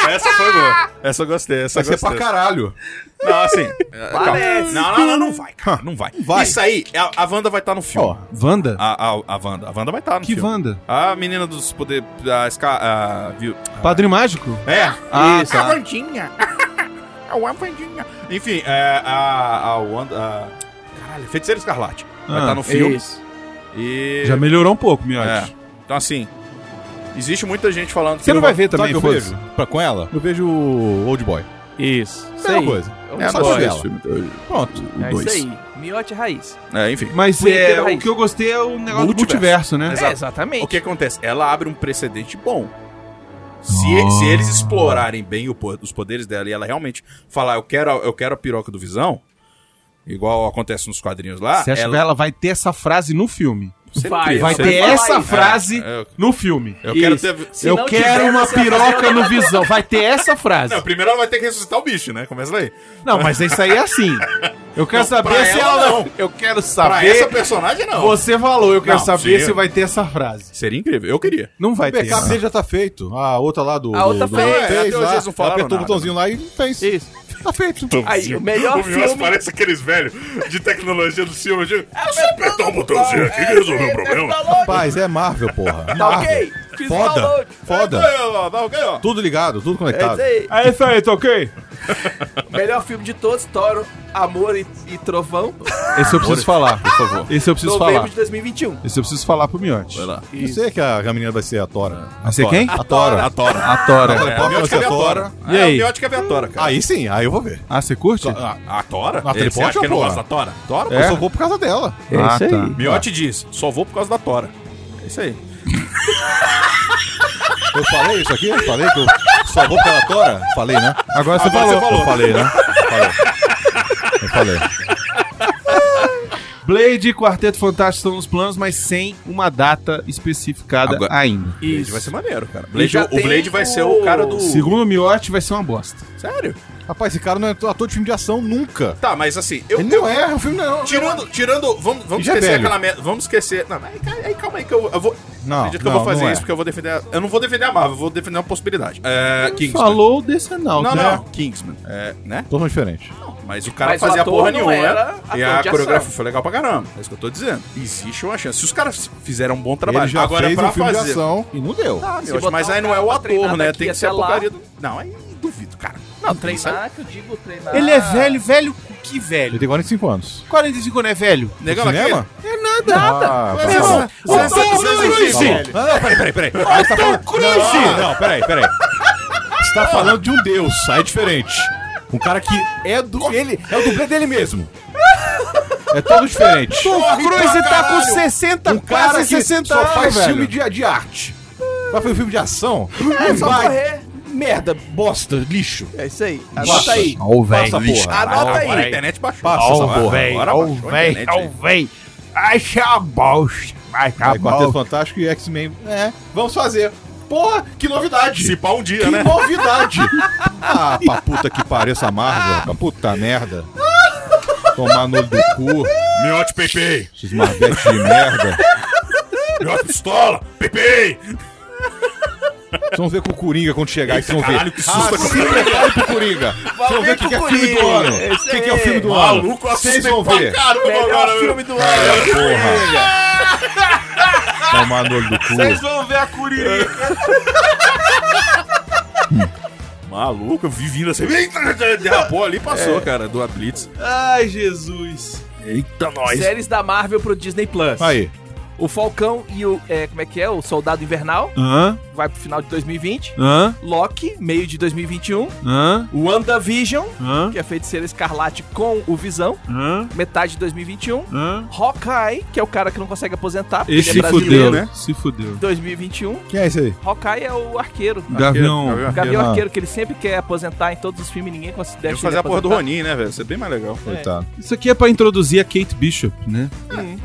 Speaker 3: Essa foi boa. Essa eu gostei, essa
Speaker 6: Vai
Speaker 3: eu
Speaker 6: ser
Speaker 3: gostei.
Speaker 6: pra caralho.
Speaker 3: Não, assim. é, calma.
Speaker 2: Parece.
Speaker 3: Não, não, não, não vai, cara. Não vai.
Speaker 6: Vai.
Speaker 3: Isso aí, a, a Wanda vai estar no filme.
Speaker 6: Ó.
Speaker 1: Wanda?
Speaker 3: A, a, a Wanda. A Wanda vai estar no
Speaker 1: que
Speaker 3: filme.
Speaker 1: Wanda?
Speaker 3: A menina dos poder. A Scar. A, viu?
Speaker 1: Padre Mágico?
Speaker 3: É,
Speaker 1: Ah,
Speaker 3: isso.
Speaker 1: tá.
Speaker 3: A Wandinha. a Wandinha. Enfim, é, a, a Wanda. a- Caralho, Feiticeiro Escarlate. Vai
Speaker 1: Ah,
Speaker 3: estar no filme.
Speaker 2: Isso.
Speaker 3: E.
Speaker 1: Já melhorou um pouco, Miotti.
Speaker 3: é. Então, assim. Existe muita gente falando
Speaker 1: Você não vai ver
Speaker 6: Sabe
Speaker 1: também,
Speaker 6: o que eu
Speaker 1: foda-se.
Speaker 6: vejo? Pra, com ela? Eu vejo o Old Boy.
Speaker 2: Isso. Isso
Speaker 6: Mesma
Speaker 2: aí.
Speaker 6: coisa.
Speaker 2: Eu
Speaker 3: É,
Speaker 2: só
Speaker 3: não
Speaker 6: gosto
Speaker 3: vai ver
Speaker 6: dela.
Speaker 3: esse filme. Eu-
Speaker 6: Pronto.
Speaker 2: É
Speaker 3: Um dois.
Speaker 2: isso aí. Miote é raiz.
Speaker 3: É, enfim.
Speaker 1: Mas
Speaker 2: Punheteiro
Speaker 1: é, o
Speaker 2: raiz.
Speaker 1: que eu gostei é o negócio
Speaker 3: Multiverso.
Speaker 1: do multiverso, né?
Speaker 2: É, exatamente.
Speaker 3: O que acontece? Ela abre um precedente bom. Se, se eles explorarem bem o po- os poderes dela e ela realmente falar, eu quero, a- eu quero a piroca do Visão, igual acontece nos quadrinhos lá,
Speaker 1: Você acha que
Speaker 3: ela,
Speaker 1: ela vai ter essa frase no filme?
Speaker 3: Você
Speaker 2: Vai,
Speaker 3: tem,
Speaker 1: Vai
Speaker 3: você
Speaker 2: sei.
Speaker 1: ter
Speaker 3: tem.
Speaker 1: essa
Speaker 2: Vai.
Speaker 1: frase
Speaker 3: É, eu-
Speaker 1: no filme.
Speaker 3: Eu quero
Speaker 2: Isso.
Speaker 3: ter...
Speaker 2: Se
Speaker 1: eu
Speaker 2: não
Speaker 1: quero
Speaker 2: tiver,
Speaker 1: uma
Speaker 2: você vai
Speaker 1: piroca
Speaker 2: fazer
Speaker 1: no visão. Vai ter essa frase.
Speaker 3: é Não, primeiro ela vai ter que ressuscitar o bicho, né? Começa daí.
Speaker 1: Não, mas isso aí é assim. Eu quero
Speaker 3: Não, pra
Speaker 1: saber se
Speaker 3: ela
Speaker 1: ela.
Speaker 3: não.
Speaker 1: Eu quero
Speaker 3: Pra essa
Speaker 1: saber.
Speaker 3: personagem, não.
Speaker 1: Tá Você falou, eu quero
Speaker 3: Não,
Speaker 1: saber
Speaker 3: sim.
Speaker 1: se vai ter essa frase.
Speaker 3: Seria incrível, eu queria.
Speaker 1: Não vai
Speaker 6: O
Speaker 1: ter.
Speaker 6: backup dele já tá feito. A outra lá do.
Speaker 2: A outra
Speaker 6: do, do,
Speaker 2: fez.
Speaker 6: fez
Speaker 3: É, até hoje
Speaker 6: lá.
Speaker 3: eles não falaram
Speaker 6: Ela apertou o
Speaker 3: nada.
Speaker 6: botãozinho lá e fez.
Speaker 2: Isso.
Speaker 6: Tá feito.
Speaker 2: Aí, o melhor
Speaker 8: O Mimas
Speaker 2: filme- É
Speaker 8: parece aqueles velhos de tecnologia do filme. Eu
Speaker 3: tipo,
Speaker 8: você
Speaker 3: Tá
Speaker 8: apertar um botãozinho aqui que resolveu o problema.
Speaker 6: Rapaz, é Marvel, porra.
Speaker 2: Tá
Speaker 6: Marvel.
Speaker 2: ok? Fiz
Speaker 6: Foda.
Speaker 2: download.
Speaker 6: Foda.
Speaker 8: Tá ok, ó.
Speaker 6: Tudo ligado, tudo
Speaker 2: É isso
Speaker 6: conectado.
Speaker 2: aí.
Speaker 1: É isso aí, tá ok?
Speaker 2: Melhor filme de todos, Toro, Amor e, e Trovão,
Speaker 1: Esse eu preciso falar, por favor. Esse eu preciso
Speaker 2: novembro
Speaker 1: falar.
Speaker 2: de 2021.
Speaker 1: Esse eu preciso falar pro Miotti.
Speaker 3: Vai lá.
Speaker 6: Eu sei que a, a menina vai ser a Tora.
Speaker 1: Vai ser quem?
Speaker 6: A Tora.
Speaker 3: A Tora.
Speaker 1: A Tora.
Speaker 6: Ela
Speaker 3: É,
Speaker 6: pode
Speaker 3: a Miotti quer
Speaker 6: ser
Speaker 3: ver a Tora.
Speaker 1: E
Speaker 3: É,
Speaker 1: aí?
Speaker 3: A Miotti quer ver a Tora, cara.
Speaker 6: Aí sim, aí eu vou ver.
Speaker 1: Ah, você curte?
Speaker 3: A, a Tora?
Speaker 6: Ah, ele
Speaker 3: Ele
Speaker 6: pode, É?
Speaker 3: acha que eu não
Speaker 6: porra.
Speaker 3: gosto da Tora? Tora,
Speaker 6: Eu
Speaker 3: pô,
Speaker 6: só vou por causa dela.
Speaker 2: É
Speaker 1: Ah,
Speaker 2: isso aí.
Speaker 1: tá.
Speaker 3: Miotti diz, só vou por causa da Tora. É isso aí.
Speaker 6: Eu falei isso aqui? Eu falei que eu só vou pela Tora? Falei, né?
Speaker 1: Agora você falou.
Speaker 3: Agora você falou.
Speaker 6: Eu falei, né? Falei. Eu falei.
Speaker 1: Blade e Quarteto Fantástico estão nos planos, mas sem uma data especificada
Speaker 3: Agora-
Speaker 1: ainda.
Speaker 3: Blade vai ser maneiro, cara. Blade,
Speaker 2: já
Speaker 3: o Blade
Speaker 2: tem
Speaker 3: vai
Speaker 2: o-
Speaker 3: ser o cara do...
Speaker 1: Segundo o Miotti, vai ser uma bosta.
Speaker 3: Sério?
Speaker 6: Rapaz, esse cara não é ator de filme de ação nunca.
Speaker 3: Tá, mas assim, eu...
Speaker 6: Ele não é, o filme não é.
Speaker 3: Tirando, tirando, vamos, vamos
Speaker 6: Já é
Speaker 3: esquecer
Speaker 6: velho.
Speaker 3: aquela merda. Vamos esquecer. Não, mas aí, aí calma aí que eu, eu vou.
Speaker 6: Não,
Speaker 3: acredito que
Speaker 6: não,
Speaker 3: eu vou fazer
Speaker 6: não é.
Speaker 3: isso, porque eu vou defender. a- eu não vou defender a Marvel, eu vou defender uma possibilidade. É. Kingsman.
Speaker 1: Falou desse
Speaker 3: Não,
Speaker 1: anal,
Speaker 3: não,
Speaker 1: né?
Speaker 3: Kingsman. É, né?
Speaker 6: Totalmente diferente.
Speaker 3: Mas o cara
Speaker 2: Mas o
Speaker 3: fazia
Speaker 2: ator
Speaker 3: porra
Speaker 2: não
Speaker 3: nenhuma.
Speaker 2: era
Speaker 3: E
Speaker 2: ator
Speaker 3: a
Speaker 2: de
Speaker 3: coreografia
Speaker 2: ação.
Speaker 3: foi legal pra caramba. É isso que eu tô dizendo. Existe uma chance. Se os caras fizeram um bom trabalho,
Speaker 6: Ele já
Speaker 3: agora
Speaker 6: fez
Speaker 3: pra
Speaker 6: um filme de
Speaker 3: fazer.
Speaker 6: ação e não deu.
Speaker 3: Ah,
Speaker 2: Se
Speaker 3: meu,
Speaker 2: botar
Speaker 3: mas
Speaker 2: um
Speaker 3: aí não é
Speaker 2: cara
Speaker 3: o
Speaker 2: pra
Speaker 3: ator,
Speaker 2: treinar
Speaker 3: né?
Speaker 2: daqui
Speaker 3: Tem que ser a
Speaker 2: até lá. é
Speaker 3: porcaria do. Não, aí duvido, cara. Não, treinar.
Speaker 2: que eu digo treinar.
Speaker 1: Ele é velho, velho, que velho?
Speaker 6: Ele tem 45 anos.
Speaker 1: 45 não é velho?
Speaker 3: Negão
Speaker 6: No
Speaker 3: aqui.
Speaker 6: cinema?
Speaker 1: É nada.
Speaker 6: Ah,
Speaker 3: Mas,
Speaker 6: tá bom.
Speaker 3: irmão, você- você- você- você-
Speaker 1: Cruz!
Speaker 3: você-
Speaker 6: Tá bom. Ah, não, peraí, peraí, peraí. Você tá falando... Não, não, peraí, peraí. Você tá falando de um deus, aí é diferente. Um cara que é do... Ele é o dublê dele mesmo. É todo diferente.
Speaker 1: O Cruz
Speaker 3: pra
Speaker 1: tá com
Speaker 3: caralho.
Speaker 1: 60,
Speaker 6: Um cara
Speaker 1: quase
Speaker 6: que
Speaker 1: 60
Speaker 6: só
Speaker 1: anos,
Speaker 6: faz
Speaker 1: velho.
Speaker 6: filme de, de arte. Vai fazer um filme de ação?
Speaker 2: É, só
Speaker 6: vai.
Speaker 2: correr.
Speaker 6: Merda, bosta, lixo.
Speaker 2: É isso aí. Anota aí.
Speaker 1: Ó o velho.
Speaker 6: Passa, porra.
Speaker 2: Anota
Speaker 3: Agora a
Speaker 2: aí.
Speaker 3: internet baixou.
Speaker 6: Passa essa porra.
Speaker 3: Agora baixou a internet, velho.
Speaker 1: véi. Acha a bosta. Vai,
Speaker 6: Aí, É Quarteto Fantástico e X-Men. É, vamos fazer. Porra, que novidade.
Speaker 3: Se pá um dia,
Speaker 6: que
Speaker 3: né?
Speaker 6: novidade. ah, pra puta que pareça Marvel. Pra puta merda. Tomar no olho do cu.
Speaker 8: Miote Pepe.
Speaker 6: Esses marvetes de merda.
Speaker 8: Miote Pistola. Pepe.
Speaker 6: Vocês vão ver com o Coringa quando chegar. aí Vocês vão ver.
Speaker 8: Caralho, que susto.
Speaker 6: Ah, se prepare pro Coringa. Vocês vão ver o que, que é filme do ano. O que, que é o filme do ano.
Speaker 8: Maluco,
Speaker 6: Vocês
Speaker 8: assustei
Speaker 6: vão
Speaker 8: pra
Speaker 6: ver. É,
Speaker 8: Caramba,
Speaker 2: Melhor
Speaker 8: agora,
Speaker 2: filme do ano.
Speaker 6: Cara, porra. Tomar no olho do cu.
Speaker 1: vão ver a curirica.
Speaker 3: Maluco, eu vi vindo assim. Eita, derrapou ali e passou, cara, do Blitz.
Speaker 1: Ai, Jesus.
Speaker 3: Eita, nós.
Speaker 2: Séries da Marvel pro Disney Plus.
Speaker 6: Aí.
Speaker 2: O Falcão e o. é, como é que é? O Soldado Invernal.
Speaker 1: Hã?
Speaker 2: Vai pro final de 2020.
Speaker 1: Hã?
Speaker 2: Loki, meio de 2021.
Speaker 1: Hã?
Speaker 2: WandaVision,
Speaker 1: Hã?
Speaker 2: que é feiticeira escarlate com o Visão.
Speaker 1: Hã?
Speaker 2: Metade de 2021.
Speaker 1: Hã?
Speaker 2: Hawkeye, que é o cara que não consegue aposentar. porque
Speaker 1: Esse
Speaker 2: ele é
Speaker 1: se
Speaker 2: brasileiro.
Speaker 1: fudeu,
Speaker 3: né?
Speaker 1: Se fudeu.
Speaker 2: 2021.
Speaker 6: Quem é esse aí?
Speaker 2: Hawkeye é o arqueiro.
Speaker 1: Gavião.
Speaker 3: Gavião.
Speaker 2: O Gavião
Speaker 6: Arqueiro.
Speaker 2: Arqueiro, que ele sempre quer aposentar em todos os filmes, ninguém consegue.
Speaker 3: Deve
Speaker 2: deixa
Speaker 3: fazer
Speaker 2: ele
Speaker 3: a porra do
Speaker 2: aposentar.
Speaker 3: Ronin, né, velho? Isso é bem mais legal.
Speaker 6: Coitado.
Speaker 1: Isso aqui é pra introduzir a Kate Bishop, né?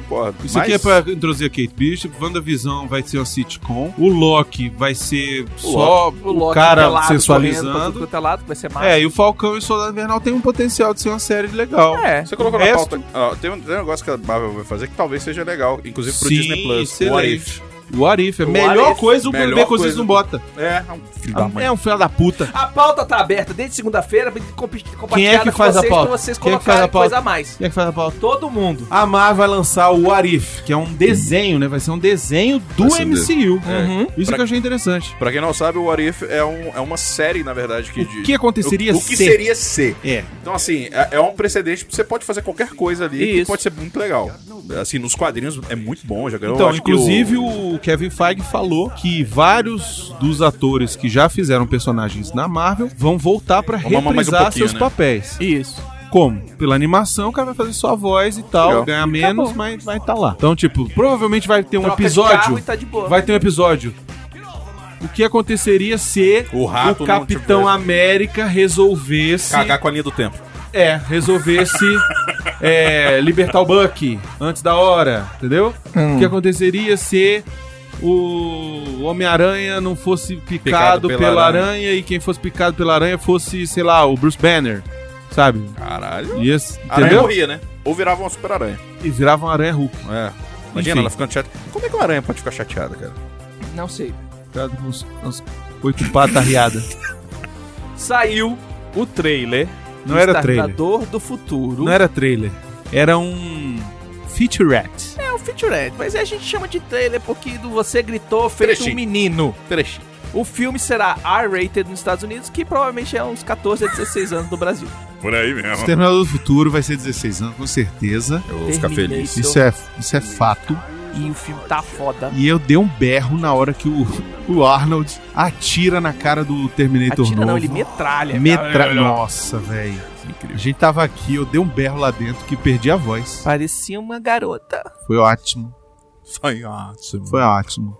Speaker 3: Porra,
Speaker 1: Isso aqui é pra introduzir a Kate Bishop. WandaVision vai ser uma sitcom. O Loki vai ser só
Speaker 2: Loki,
Speaker 1: o,
Speaker 2: Loki
Speaker 1: cara
Speaker 2: pelado, correndo pra
Speaker 1: sensualizando.
Speaker 2: tudo quanto é lado, que vai ser massa.
Speaker 1: É, e o Falcão e o Soldado Invernal tem um potencial de ser uma série legal.
Speaker 2: É.
Speaker 3: Você colocou
Speaker 1: O
Speaker 3: na
Speaker 1: resto-
Speaker 3: pauta. ó, tem, um, tem um negócio que a Marvel vai fazer que talvez seja legal, inclusive pro
Speaker 1: Sim,
Speaker 3: Disney Plus.
Speaker 1: excelente.
Speaker 3: What If.
Speaker 1: O Arif é a
Speaker 2: O
Speaker 1: melhor
Speaker 2: Arif.
Speaker 1: coisa o
Speaker 3: Melhor
Speaker 1: bebê que vocês
Speaker 3: coisa.
Speaker 1: não bota.
Speaker 3: É, é um filho da mãe.
Speaker 1: É um filho da puta.
Speaker 2: A pauta tá aberta desde segunda-feira, comp- compartilhada
Speaker 1: Quem é que
Speaker 2: com
Speaker 1: faz a
Speaker 2: vocês,
Speaker 1: pauta?
Speaker 2: pra vocês
Speaker 1: Quem é que
Speaker 2: colocarem
Speaker 1: faz a pauta?
Speaker 2: coisa a mais.
Speaker 1: E é que faz a pauta?
Speaker 2: Todo mundo.
Speaker 1: A Marvel vai lançar o Arif, que é um desenho, né? Vai ser um desenho do
Speaker 3: ser um
Speaker 1: MCU.
Speaker 2: Uhum.
Speaker 1: Isso
Speaker 3: Pra-
Speaker 1: que eu achei interessante.
Speaker 3: Pra quem não sabe, o What If é, um, é uma série, na verdade, que...
Speaker 1: O que aconteceria
Speaker 3: o, o que
Speaker 1: se-
Speaker 3: seria ser.
Speaker 1: É.
Speaker 3: Então, assim, é, é um precedente. Você pode fazer qualquer coisa ali que
Speaker 2: Isso.
Speaker 3: pode ser muito legal. Assim, nos quadrinhos é muito bom. Já ganhou,
Speaker 1: Então,
Speaker 3: acho que
Speaker 1: inclusive o... Kevin Feige falou que vários dos atores que já fizeram personagens na Marvel vão voltar pra
Speaker 3: Vamos mamar mais um
Speaker 1: reprisar
Speaker 3: pouquinho,
Speaker 1: seus
Speaker 3: né?
Speaker 1: papéis.
Speaker 2: Isso.
Speaker 1: Como? Pela animação, o cara vai fazer sua voz e tal,
Speaker 3: Legal.
Speaker 1: ganhar menos, mas vai estar lá. Então, tipo, provavelmente vai ter um
Speaker 2: Troca de carro e
Speaker 1: episódio.
Speaker 2: tá de boa.
Speaker 1: Vai ter um episódio. O que aconteceria se
Speaker 3: O rato não
Speaker 1: Capitão
Speaker 3: tivesse-
Speaker 1: América resolvesse.
Speaker 3: Cagar com a linha do tempo.
Speaker 1: É, resolvesse é, libertar o Buck antes da hora, entendeu? O
Speaker 2: Hum.
Speaker 1: que aconteceria se o Homem-Aranha não fosse picado,
Speaker 3: Picado
Speaker 1: pela,
Speaker 3: pela
Speaker 1: aranha. e quem fosse picado pela aranha fosse, sei lá, o Bruce Banner, sabe?
Speaker 3: Caralho.
Speaker 1: Ia, s-
Speaker 3: Aranha
Speaker 1: entendeu?
Speaker 3: morria, né? Ou virava uma super-aranha.
Speaker 1: E virava uma aranha Hulk.
Speaker 3: É. Imagina
Speaker 1: Enfim.
Speaker 3: ela ficando chata. Como é que uma aranha pode ficar chateada, cara?
Speaker 2: Não sei.
Speaker 1: Ficado com uns, uns oito patas arriadas.
Speaker 2: Saiu o trailer
Speaker 1: Não era trailer.
Speaker 2: Exterminador do futuro.
Speaker 1: Não era trailer. Era um featurette.
Speaker 2: É um featurette, mas a gente chama de trailer porque do você gritou feito um
Speaker 3: Trechinho.
Speaker 2: menino.
Speaker 3: Trechinho.
Speaker 2: O filme será R-rated nos Estados Unidos, que provavelmente é uns 14 a 16 anos no Brasil.
Speaker 8: Por aí mesmo.
Speaker 6: Exterminador do Futuro vai ser 16 anos, com certeza.
Speaker 3: Eu vou ficar
Speaker 2: Terminei.
Speaker 3: feliz.
Speaker 6: Isso é, isso é fato.
Speaker 2: E o filme tá foda.
Speaker 6: E eu dei um berro na hora que o, o Arnold atira na cara do Terminator
Speaker 2: Atira
Speaker 6: novo.
Speaker 2: não, ele metralha.
Speaker 6: Metra... Nossa, velho. A gente tava aqui, eu dei um berro lá dentro que perdi a voz.
Speaker 2: Parecia uma garota.
Speaker 6: Foi ótimo,
Speaker 3: Foi ótimo.
Speaker 6: foi ótimo.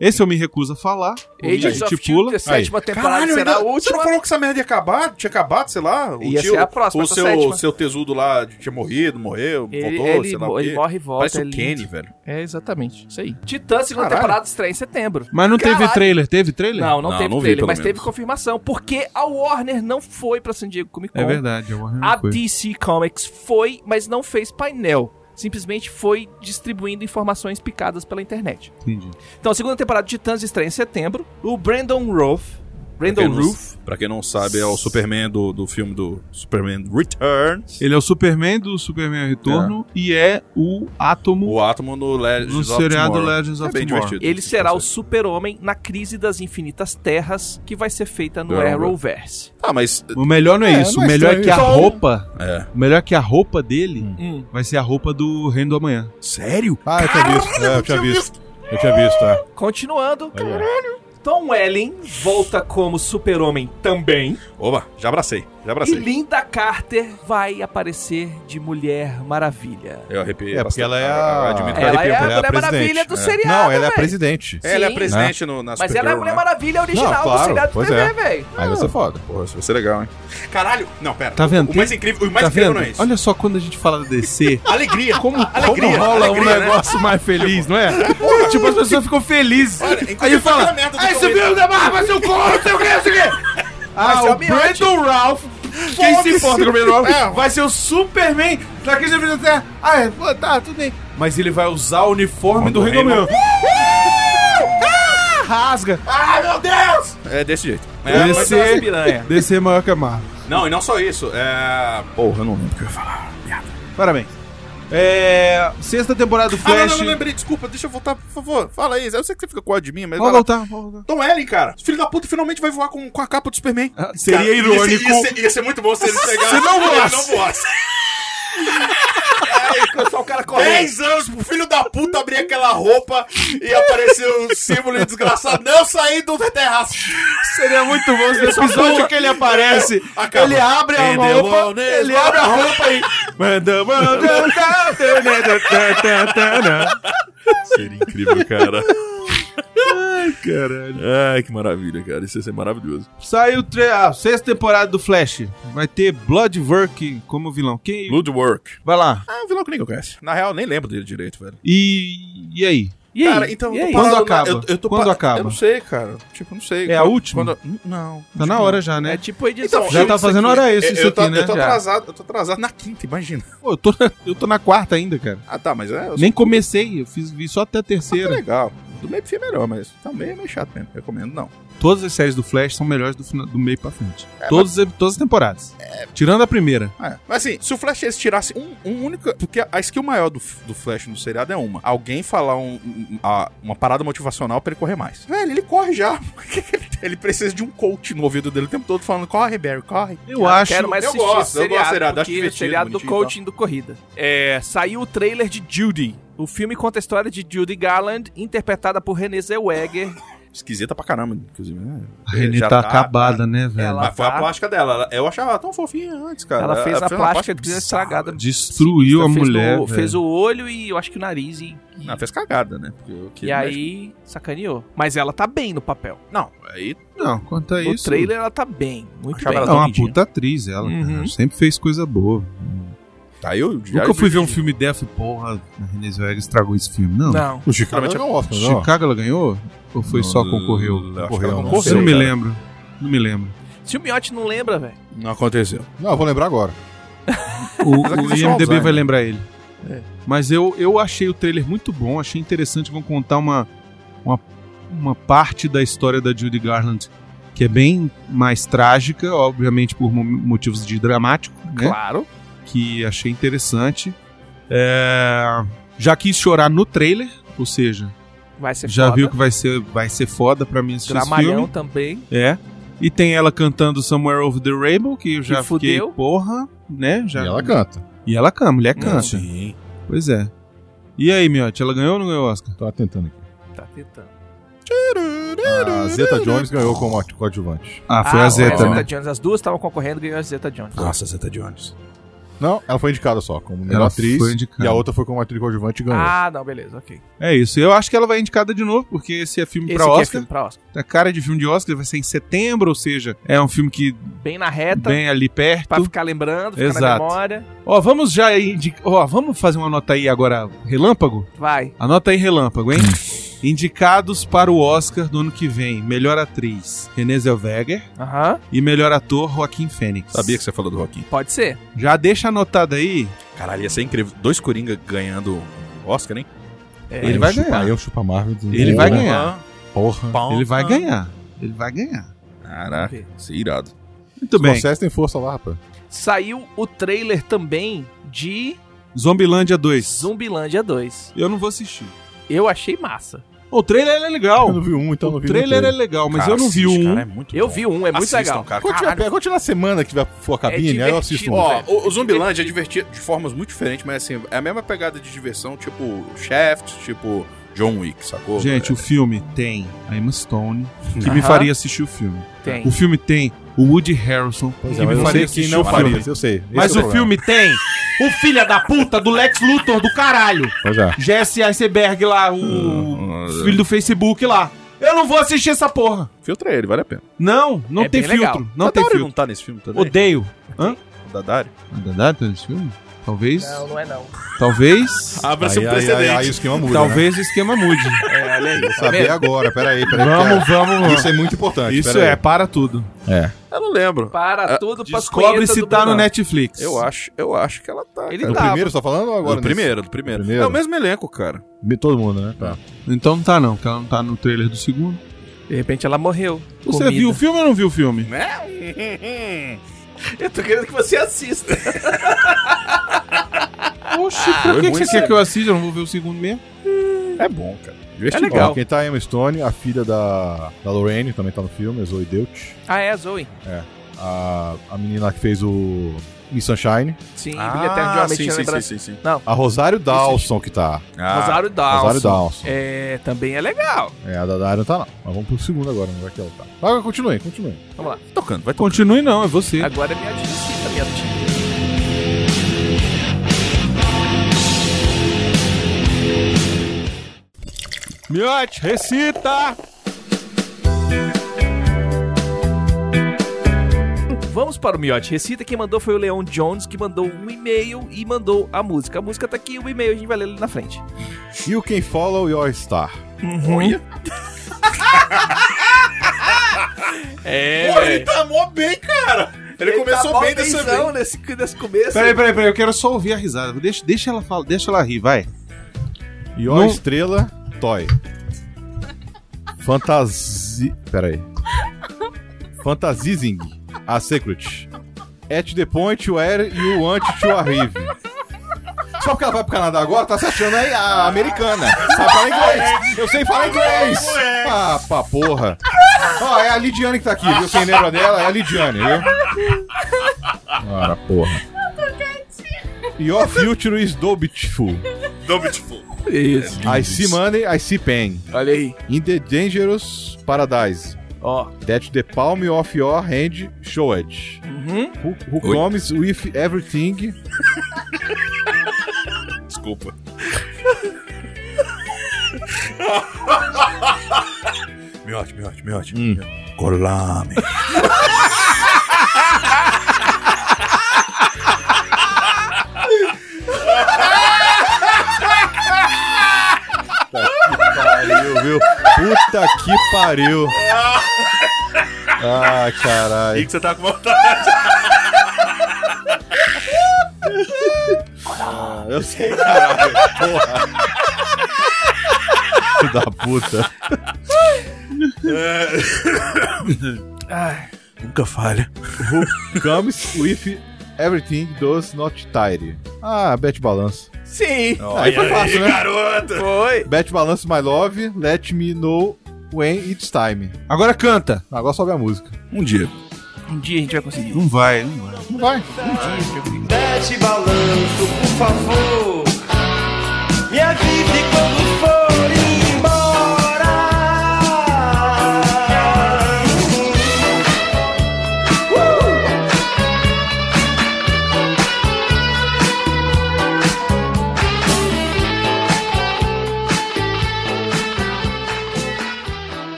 Speaker 6: Esse eu me recuso a falar. a gente pula. Aí.
Speaker 2: sétima temporada será a
Speaker 3: Você não
Speaker 2: última.
Speaker 3: falou que essa merda ia acabar? Tinha acabado, sei lá? O
Speaker 2: Ia ser a próxima,
Speaker 3: O
Speaker 2: essa
Speaker 3: seu,
Speaker 2: sétima.
Speaker 3: seu tesudo lá tinha morrido, morreu,
Speaker 2: Ele,
Speaker 3: voltou,
Speaker 2: ele
Speaker 3: sei lá
Speaker 2: mo-
Speaker 3: o quê.
Speaker 2: ele morre e volta.
Speaker 3: Parece
Speaker 2: é
Speaker 3: o
Speaker 2: lindo.
Speaker 3: Kenny, velho.
Speaker 2: É, exatamente. Isso aí. Titã, segunda
Speaker 3: Caralho.
Speaker 2: temporada, estreia em setembro.
Speaker 1: Mas não teve
Speaker 2: Caralho.
Speaker 1: trailer, teve trailer?
Speaker 2: Não, não,
Speaker 3: Não,
Speaker 2: teve
Speaker 3: não vi,
Speaker 2: trailer,
Speaker 3: pelo
Speaker 2: mas
Speaker 3: menos.
Speaker 2: teve confirmação. Porque a Warner não foi pra San Diego Comic Con.
Speaker 1: É verdade, eu
Speaker 2: A
Speaker 1: não foi.
Speaker 2: DC Comics foi, mas não fez painel. Simplesmente foi distribuindo informações picadas pela internet.
Speaker 1: Entendi.
Speaker 2: Então, a segunda temporada de Titãs estreia em setembro. O Brandon Routh. Brandon
Speaker 3: Pra quem não-
Speaker 2: Routh.
Speaker 3: Pra quem não sabe, é o Superman do, do filme do Superman Returns.
Speaker 1: Ele é o Superman do Superman Retorno e é o Átomo
Speaker 3: O Átomo no Legends
Speaker 1: no
Speaker 3: of
Speaker 1: seriado
Speaker 3: Tomorrow.
Speaker 1: Legends of
Speaker 3: é bem
Speaker 1: Tomorrow.
Speaker 3: divertido.
Speaker 2: Ele
Speaker 3: esse
Speaker 2: será o
Speaker 3: conceito.
Speaker 2: super-homem na crise das infinitas terras que vai ser feita no
Speaker 3: Do Arrowverse.
Speaker 2: Arrowverse.
Speaker 3: Ah, mas...
Speaker 1: O melhor não é,
Speaker 6: É,
Speaker 1: isso,
Speaker 6: não
Speaker 1: o
Speaker 6: é
Speaker 1: melhor é
Speaker 6: estranho
Speaker 1: que a
Speaker 6: isso.
Speaker 1: roupa,
Speaker 3: É.
Speaker 1: o melhor é que a roupa dele
Speaker 2: Hum.
Speaker 1: vai ser a roupa do Reino do Amanhã.
Speaker 3: Sério?
Speaker 6: Ah, eu tinha visto. É, eu tinha visto. Eu tinha visto, é.
Speaker 2: Continuando. Tom Welling volta como super-homem também.
Speaker 3: Oba, já abracei.
Speaker 2: E
Speaker 3: Já abracei.
Speaker 2: Linda Carter vai aparecer de Mulher Maravilha.
Speaker 3: Eu arrepiei
Speaker 6: É, porque
Speaker 3: bastante.
Speaker 6: ela é
Speaker 3: Ah,
Speaker 6: a-
Speaker 3: eu Admito que
Speaker 2: Ela é
Speaker 3: eu
Speaker 2: a
Speaker 3: arrepio.
Speaker 6: ela é a
Speaker 2: Mulher Maravilha
Speaker 6: presidente.
Speaker 2: do seriado,
Speaker 6: Não, ela é a
Speaker 2: velho.
Speaker 6: presidente.
Speaker 3: Ela é
Speaker 2: Sim.
Speaker 3: a presidente no, na
Speaker 2: Mas ela é a
Speaker 3: Supergirl,
Speaker 2: Mulher
Speaker 3: né?
Speaker 2: Maravilha original
Speaker 6: Não, claro,
Speaker 2: do seriado
Speaker 6: pois
Speaker 2: TV,
Speaker 6: é.
Speaker 2: velho.
Speaker 6: Aí vai ser foda.
Speaker 3: Porra, isso vai ser legal, hein? Caralho! Não, pera.
Speaker 1: Tá vendo?
Speaker 3: O mais incrível, o mais
Speaker 1: Tá
Speaker 3: incrível
Speaker 1: vendo?
Speaker 3: não é isso.
Speaker 1: Olha só quando a gente fala da DC,
Speaker 3: Alegria! Como,
Speaker 1: como
Speaker 3: alegria,
Speaker 1: rola
Speaker 3: alegria,
Speaker 1: um
Speaker 3: né?
Speaker 1: negócio mais feliz, não é? tipo, as pessoas ficam felizes. Aí
Speaker 3: inclusive foi
Speaker 1: fala,
Speaker 3: aquela merda do
Speaker 1: aí você
Speaker 3: Tom
Speaker 1: viu o Demar, vai ser o coro, não sei o que, não sei o que. Ah,
Speaker 2: ser
Speaker 1: o
Speaker 2: o Miotti.
Speaker 1: Brandon Ralph, quem se importa com o Brandon
Speaker 3: É,
Speaker 1: Ralph, vai ser o Superman daquele da Terra. Ah, é, pô, tá, tudo bem. Mas ele vai usar o uniforme do
Speaker 3: do
Speaker 1: Reino
Speaker 3: Reino.
Speaker 1: Unido. Ah, Rasga.
Speaker 3: É desse jeito. É, mas-
Speaker 1: Descer, descer é maior que a Marvel.
Speaker 3: Não, e não só isso. É. Porra, eu não lembro o que eu ia falar.
Speaker 1: Parabéns. É, sexta temporada do
Speaker 3: Ah, não,
Speaker 1: Flash.
Speaker 3: não, não lembrei, desculpa, deixa eu voltar, por favor. Fala aí, eu sei que você fica com ódio de mim, mas.
Speaker 1: Vamos
Speaker 3: vai lá.
Speaker 1: voltar, vamos voltar.
Speaker 3: Tom Ellen, cara, filho da puta finalmente vai voar com, com a capa do Superman.
Speaker 1: Ah, seria
Speaker 3: Cara, ia ser-
Speaker 1: irônico.
Speaker 3: Ia ser, ia ser muito bom se ele pegasse.
Speaker 1: Se não voasse.
Speaker 3: Ele não voasse.
Speaker 2: Só o cara correndo.
Speaker 3: 10 anos pro filho da puta abrir aquela roupa e aparecer o símbolo desgraçado. Não saí do terraço.
Speaker 1: Seria muito bom se no episódio que ele aparece,
Speaker 3: Acaba.
Speaker 1: ele abre a
Speaker 3: And the
Speaker 1: roupa,
Speaker 3: wellness-
Speaker 1: ele abre a roupa e... Manda, manda, tá, tá, né, tá, tá, tá, tá, né.
Speaker 8: Seria incrível, cara.
Speaker 1: Caralho.
Speaker 8: Ai, que maravilha, cara. Isso ia ser maravilhoso.
Speaker 1: Saiu tre- a sexta temporada do Flash. Vai ter Bloodwork como vilão. Quem?
Speaker 3: Bloodwork.
Speaker 1: Vai lá.
Speaker 3: Ah, vilão que ninguém conhece. Na real, nem lembro dele direito, velho.
Speaker 1: E, e aí? Tá
Speaker 2: E aí?
Speaker 3: Cara, então
Speaker 2: E
Speaker 3: eu tô
Speaker 2: aí?
Speaker 1: Quando
Speaker 3: parado na-
Speaker 1: acaba?
Speaker 3: eu- eu tô
Speaker 1: Quando
Speaker 3: pa-
Speaker 1: acaba?
Speaker 3: Eu não sei, cara. Tipo, não sei.
Speaker 1: É a
Speaker 3: Quando-
Speaker 1: última?
Speaker 3: quando- Não. Então,
Speaker 1: Tá na hora já,
Speaker 2: É
Speaker 1: né?
Speaker 2: tipo edição.
Speaker 1: já tá fazendo hora extra isso
Speaker 3: eu, tô,
Speaker 1: aqui, né?
Speaker 3: eu tô
Speaker 1: Já.
Speaker 3: atrasado, eu tô atrasado na quinta, imagina.
Speaker 1: Pô, eu tô, eu tô na quarta ainda, cara.
Speaker 3: Ah, tá, mas é. eu
Speaker 1: Nem comecei, eu fiz, vi só até a
Speaker 3: sei que é
Speaker 1: terceira.
Speaker 3: legal. Do meio pro fim é melhor, mas tá meio, meio chato mesmo. Recomendo, não.
Speaker 1: Todas as séries do Flash são melhores do, fina- do meio pra frente. Todas, as- todas as temporadas. Tirando a primeira.
Speaker 3: É, Mas assim, se o Flash eles tirasse um, um único. Porque a skill maior do, do Flash no seriado é uma. Alguém falar um- um- a- uma parada motivacional pra ele correr mais. Velho, ele corre já. ele precisa de um coach no ouvido dele o tempo todo falando: corre, Barry, corre.
Speaker 1: Eu acho.
Speaker 2: Quero mais
Speaker 3: eu
Speaker 2: assistir
Speaker 3: gosto,
Speaker 2: esse
Speaker 3: eu gosto
Speaker 2: seriado,
Speaker 3: do seriado, acho
Speaker 2: porque o
Speaker 3: divertido,
Speaker 2: seriado do
Speaker 3: bonitinho e tal.
Speaker 2: coaching do corrida. É, saiu o trailer de Judy. O filme conta a história de Judy Garland, interpretada por Renée Zellweger.
Speaker 3: Esquisita pra caramba, inclusive. Né?
Speaker 1: A Renê
Speaker 3: Já
Speaker 1: tá, acabada, né,
Speaker 2: Ela-
Speaker 1: velho?
Speaker 3: Mas foi a
Speaker 2: tá.
Speaker 3: plástica dela. Ela- Eu achava ela tão fofinha antes, cara.
Speaker 2: ela fez a plástica que
Speaker 3: bizarra.
Speaker 2: fez estragada.
Speaker 1: Destruiu a
Speaker 2: Fez
Speaker 1: mulher.
Speaker 2: O,
Speaker 1: velho.
Speaker 2: fez o olho e eu acho que o nariz. E, e-
Speaker 3: Não, fez cagada, né? Porque o que
Speaker 2: e aí, sacaneou. Mas ela tá bem no papel.
Speaker 3: Não, aí
Speaker 1: Não, quanto a
Speaker 2: No
Speaker 1: É isso.
Speaker 2: trailer ela tá bem. Muito
Speaker 3: Achava
Speaker 2: bem.
Speaker 3: ela
Speaker 1: É uma
Speaker 2: Lindinha.
Speaker 1: puta atriz, ela.
Speaker 2: Uhum.
Speaker 1: cara. Sempre fez coisa boa.
Speaker 3: Tá, eu já.
Speaker 1: Nunca fui ver um filme dessa e, porra, a Renée Zellweger estragou esse filme. Não.
Speaker 2: Não.
Speaker 6: O Chicago
Speaker 3: Claramente
Speaker 6: ganhou o Oscar, não?
Speaker 1: Chicago ela ganhou? Ou foi só concorreu?
Speaker 3: Acho que ela
Speaker 6: Concorreu,
Speaker 3: concorreu,
Speaker 1: Eu não me
Speaker 3: cara.
Speaker 1: lembro. Não me lembro.
Speaker 2: Se o Miotti não lembra, velho.
Speaker 3: Não aconteceu.
Speaker 6: Não, eu vou lembrar agora.
Speaker 1: O,
Speaker 3: Mas é que
Speaker 1: o
Speaker 3: existe um
Speaker 1: IMDB vai
Speaker 3: Alzheimer.
Speaker 1: lembrar ele.
Speaker 3: É.
Speaker 1: Mas eu, eu achei o trailer muito bom, achei interessante. Vão contar uma, uma, uma parte da história da Judy Garland que é bem mais trágica, obviamente por mo- motivos de dramático, né?
Speaker 2: Claro.
Speaker 1: que achei interessante. É, Já quis chorar no trailer, ou seja,
Speaker 2: Vai ser
Speaker 1: já
Speaker 2: foda.
Speaker 1: viu que vai ser, vai ser foda pra mim assistir esse
Speaker 2: Dramalhão
Speaker 1: filme.
Speaker 2: também.
Speaker 1: É. E tem ela cantando Somewhere Over the Rainbow, que eu já
Speaker 2: Que fudeu.
Speaker 1: fiquei, porra, né? Já...
Speaker 6: E ela canta.
Speaker 1: E ela canta, a mulher
Speaker 2: Não,
Speaker 1: canta.
Speaker 6: Sim.
Speaker 1: Pois é. E aí, Miotti, ela ganhou ou não ganhou o Oscar?
Speaker 6: Tava tentando aqui.
Speaker 2: Tá tentando.
Speaker 6: A Zeta Jones ganhou como co- coadjuvante.
Speaker 1: Ah, foi a Zeta, né? Ah,
Speaker 2: Jones. As duas estavam concorrendo e ganhou a Zeta Jones.
Speaker 3: Nossa, tá Zeta Jones.
Speaker 6: Não, ela foi indicada só, como melhor
Speaker 1: Ela
Speaker 6: atriz.
Speaker 1: foi indicada.
Speaker 6: E a outra foi como atriz coadjuvante e ganhou.
Speaker 2: Ah, não, beleza, ok.
Speaker 1: É isso. Eu acho que ela vai indicada de novo, porque esse é filme
Speaker 2: Esse
Speaker 1: pra
Speaker 2: aqui é
Speaker 1: Oscar.
Speaker 2: filme pra Oscar.
Speaker 1: A cara de filme de Oscar vai ser em setembro, ou seja, é um filme que
Speaker 2: Bem na reta,
Speaker 1: bem ali perto.
Speaker 2: pra ficar lembrando, ficar na
Speaker 1: Exato.
Speaker 2: memória.
Speaker 1: Ó, vamos já indicar. Ó, vamos fazer uma nota aí agora, relâmpago?
Speaker 2: Vai.
Speaker 1: Anota aí, relâmpago, hein? Indicados para o Oscar do ano que vem: melhor atriz Renée Zellweger
Speaker 2: Aham.
Speaker 1: e melhor ator Joaquim Fênix.
Speaker 3: Sabia que você falou do Roquinho.
Speaker 2: Pode ser.
Speaker 1: Já deixa anotado aí.
Speaker 3: Caralho, ia ser incrível. Dois Coringa ganhando um Oscar, hein?
Speaker 2: É,
Speaker 1: ele
Speaker 6: eu
Speaker 1: vai
Speaker 6: chupa-
Speaker 1: ganhar.
Speaker 6: Aí eu chupa Marvel.
Speaker 1: Ele vai ganhar.
Speaker 6: Porra.
Speaker 1: Ele vai ganhar. Ele vai ganhar.
Speaker 3: Caraca, isso é irado.
Speaker 1: Muito bem.
Speaker 6: Vocês têm força lá, rapaz.
Speaker 2: Saiu o trailer também de
Speaker 1: Zombilândia 2.
Speaker 2: Zumbilândia 2.
Speaker 1: Eu não vou assistir.
Speaker 2: Eu achei massa.
Speaker 1: O trailer é
Speaker 6: Eu não
Speaker 1: legal.
Speaker 6: vi um, então eu não
Speaker 1: O
Speaker 6: vi
Speaker 1: trailer é
Speaker 6: nenhum.
Speaker 1: legal, mas
Speaker 3: Cara,
Speaker 1: eu não vi
Speaker 3: assiste,
Speaker 1: um.
Speaker 3: cara, é muito
Speaker 2: Eu
Speaker 3: bom.
Speaker 2: vi um, é muito
Speaker 3: Assistam,
Speaker 2: legal.
Speaker 3: Cara,
Speaker 6: Quando tiver,
Speaker 3: caralho.
Speaker 6: quando tiver na semana que tiver for a cabine, aí eu assisto.
Speaker 2: divertido.
Speaker 6: um.
Speaker 3: Ó, o, o
Speaker 2: É
Speaker 3: Zumbilândia é divertido de formas muito diferentes, mas assim, é a mesma pegada de diversão, tipo Shaft, tipo John Wick, sacou? É,
Speaker 1: Gente, o filme tem a Emma Stone, que me
Speaker 2: Aham.
Speaker 1: faria assistir o filme.
Speaker 2: Tem.
Speaker 1: O filme tem o Woody Harrelson,
Speaker 6: Pois
Speaker 1: que
Speaker 6: é, mas
Speaker 1: me
Speaker 6: eu
Speaker 1: faria
Speaker 6: sei
Speaker 1: assistir
Speaker 6: quem não
Speaker 1: o
Speaker 6: faria.
Speaker 1: filme.
Speaker 6: isso Eu sei. Esse
Speaker 1: Mas
Speaker 6: é
Speaker 1: o
Speaker 6: problema.
Speaker 1: filme tem o filho da puta do Lex Luthor do caralho.
Speaker 6: Pois é.
Speaker 1: Jesse Eisenberg lá, o
Speaker 6: Ah,
Speaker 1: filho do Facebook lá. Eu não vou assistir essa porra.
Speaker 3: Filtra ele, vale a pena.
Speaker 1: Não, não
Speaker 2: É
Speaker 1: tem
Speaker 2: bem
Speaker 1: filtro.
Speaker 2: legal.
Speaker 1: Não
Speaker 3: A
Speaker 1: tem
Speaker 3: Dari
Speaker 1: filtro.
Speaker 3: não tá nesse filme também?
Speaker 1: Odeio. Hã?
Speaker 3: O da Dari?
Speaker 1: Verdade, tem esse filme? Talvez.
Speaker 2: Não, não é não.
Speaker 1: Talvez.
Speaker 6: Aí,
Speaker 3: um
Speaker 6: aí, aí, aí o esquema muda.
Speaker 1: talvez o esquema mude.
Speaker 2: É, olha aí.
Speaker 6: Né? Saber agora, peraí, peraí.
Speaker 1: Vamos, vamos,
Speaker 6: peraí.
Speaker 1: vamos.
Speaker 6: Isso é muito importante.
Speaker 1: Isso
Speaker 6: peraí.
Speaker 1: é, para tudo.
Speaker 3: Eu não lembro.
Speaker 2: Para
Speaker 3: Ah,
Speaker 2: tudo, pra
Speaker 1: Descobre
Speaker 2: punheta
Speaker 1: se
Speaker 2: Tipo do
Speaker 1: tá no
Speaker 2: Brunão.
Speaker 1: Netflix.
Speaker 3: Eu acho, eu acho que ela tá.
Speaker 2: Ele
Speaker 3: cara.
Speaker 6: Do
Speaker 2: tá.
Speaker 6: primeiro, você tá falando ou
Speaker 3: do
Speaker 6: agora? nesse?
Speaker 3: primeiro, do primeiro.
Speaker 6: Primeiro?
Speaker 3: É o mesmo elenco, cara.
Speaker 6: Todo mundo, né? Tá.
Speaker 1: Então não tá não, porque ela não tá no trailer do segundo.
Speaker 2: De repente ela morreu.
Speaker 1: Você
Speaker 2: Comida.
Speaker 1: viu o filme ou não viu o filme?
Speaker 3: É
Speaker 2: Eu tô querendo que você assista.
Speaker 1: Oxi, por
Speaker 3: foi
Speaker 1: que, que
Speaker 3: ruim,
Speaker 1: você quer
Speaker 3: sério.
Speaker 1: que eu assista? Eu não vou ver o segundo mesmo.
Speaker 3: É bom, cara.
Speaker 2: É
Speaker 3: Divertido.
Speaker 2: legal.
Speaker 6: Ó, quem tá é Emma Stone, a filha da, da Lorraine, também tá no filme, a Zoe Deutsch.
Speaker 2: Ah, é, Zoe.
Speaker 6: A, a menina que fez o Miss Sunshine.
Speaker 2: Sim,
Speaker 3: Ah,
Speaker 2: Brilho Eterno de uma
Speaker 3: sim,
Speaker 2: Mente
Speaker 3: sim, sim,
Speaker 2: Lembrança.
Speaker 3: sim, sim.
Speaker 6: A Rosário Dawson que tá.
Speaker 3: Ah,
Speaker 2: Rosário Dawson.
Speaker 6: Rosário Dawson.
Speaker 2: É, também é legal.
Speaker 6: É, a da Dara não tá não. Mas vamos pro segundo agora, não vai que ela tá. Agora continue, continue.
Speaker 2: Vamos lá.
Speaker 3: tá tocando, vai tocando.
Speaker 1: Continue não, é você.
Speaker 2: Agora é minha tia, minha tia.
Speaker 1: Miote, recita!
Speaker 2: Vamos para o Miote Recita. Quem mandou foi o Leon Jones, que mandou um e-mail e mandou a música. A música tá aqui, o e-mail a gente vai ler ali na frente.
Speaker 6: You can follow your star.
Speaker 2: Ruim. é.
Speaker 3: Pô, ele tá mó bem, cara. Ele, começou bem dessa vez.
Speaker 2: tá nesse, nesse começo.
Speaker 1: Peraí, peraí, peraí, eu quero só ouvir a risada. Deixa, deixa ela falar, deixa ela rir, vai.
Speaker 6: Your
Speaker 1: Não-
Speaker 6: estrela, toy. Fantasia. Pera aí. Fantasizing, a secret. At the point where you want to arrive. Só porque ela vai pro Canadá agora, tá se achando aí a americana. Sabe falar inglês. Eu sei falar inglês. Ah, pra porra. Ó, é a Lidiane que tá aqui, viu? Quem lembra dela é a Lidiane, viu? Ora, porra. Your future is beautiful.
Speaker 8: Doubtful.
Speaker 2: Isso.
Speaker 6: I see money, I see pain.
Speaker 2: Olha aí.
Speaker 6: In the dangerous paradise
Speaker 2: Ó.
Speaker 6: that the palm of your hand showed.
Speaker 2: Uhum.
Speaker 6: Who, who
Speaker 3: Oi.
Speaker 6: comes with everything
Speaker 3: Desculpa. miote, miote, miote.
Speaker 6: Hum.
Speaker 3: Colame.
Speaker 6: pariu, viu? Puta que pariu. Ah,
Speaker 8: E
Speaker 6: caralho.
Speaker 8: que você tá com vontade.
Speaker 6: Ah, Eu sei, caralho. Porra. Filho da puta.
Speaker 8: É.
Speaker 3: Nunca falha.
Speaker 6: Who comes with everything does not tire. Ah, Bet Balance.
Speaker 2: Sim.
Speaker 6: aí foi fácil, né?
Speaker 3: garota!
Speaker 2: Foi.
Speaker 6: Bet Balance, my love, let me know when it's time.
Speaker 1: Agora canta.
Speaker 6: Agora sobe a música.
Speaker 3: Um dia.
Speaker 2: Um dia a gente vai conseguir.
Speaker 1: Não vai, não vai.
Speaker 6: Não vai.
Speaker 9: Bete balanço, por favor. Me avise quando for embora.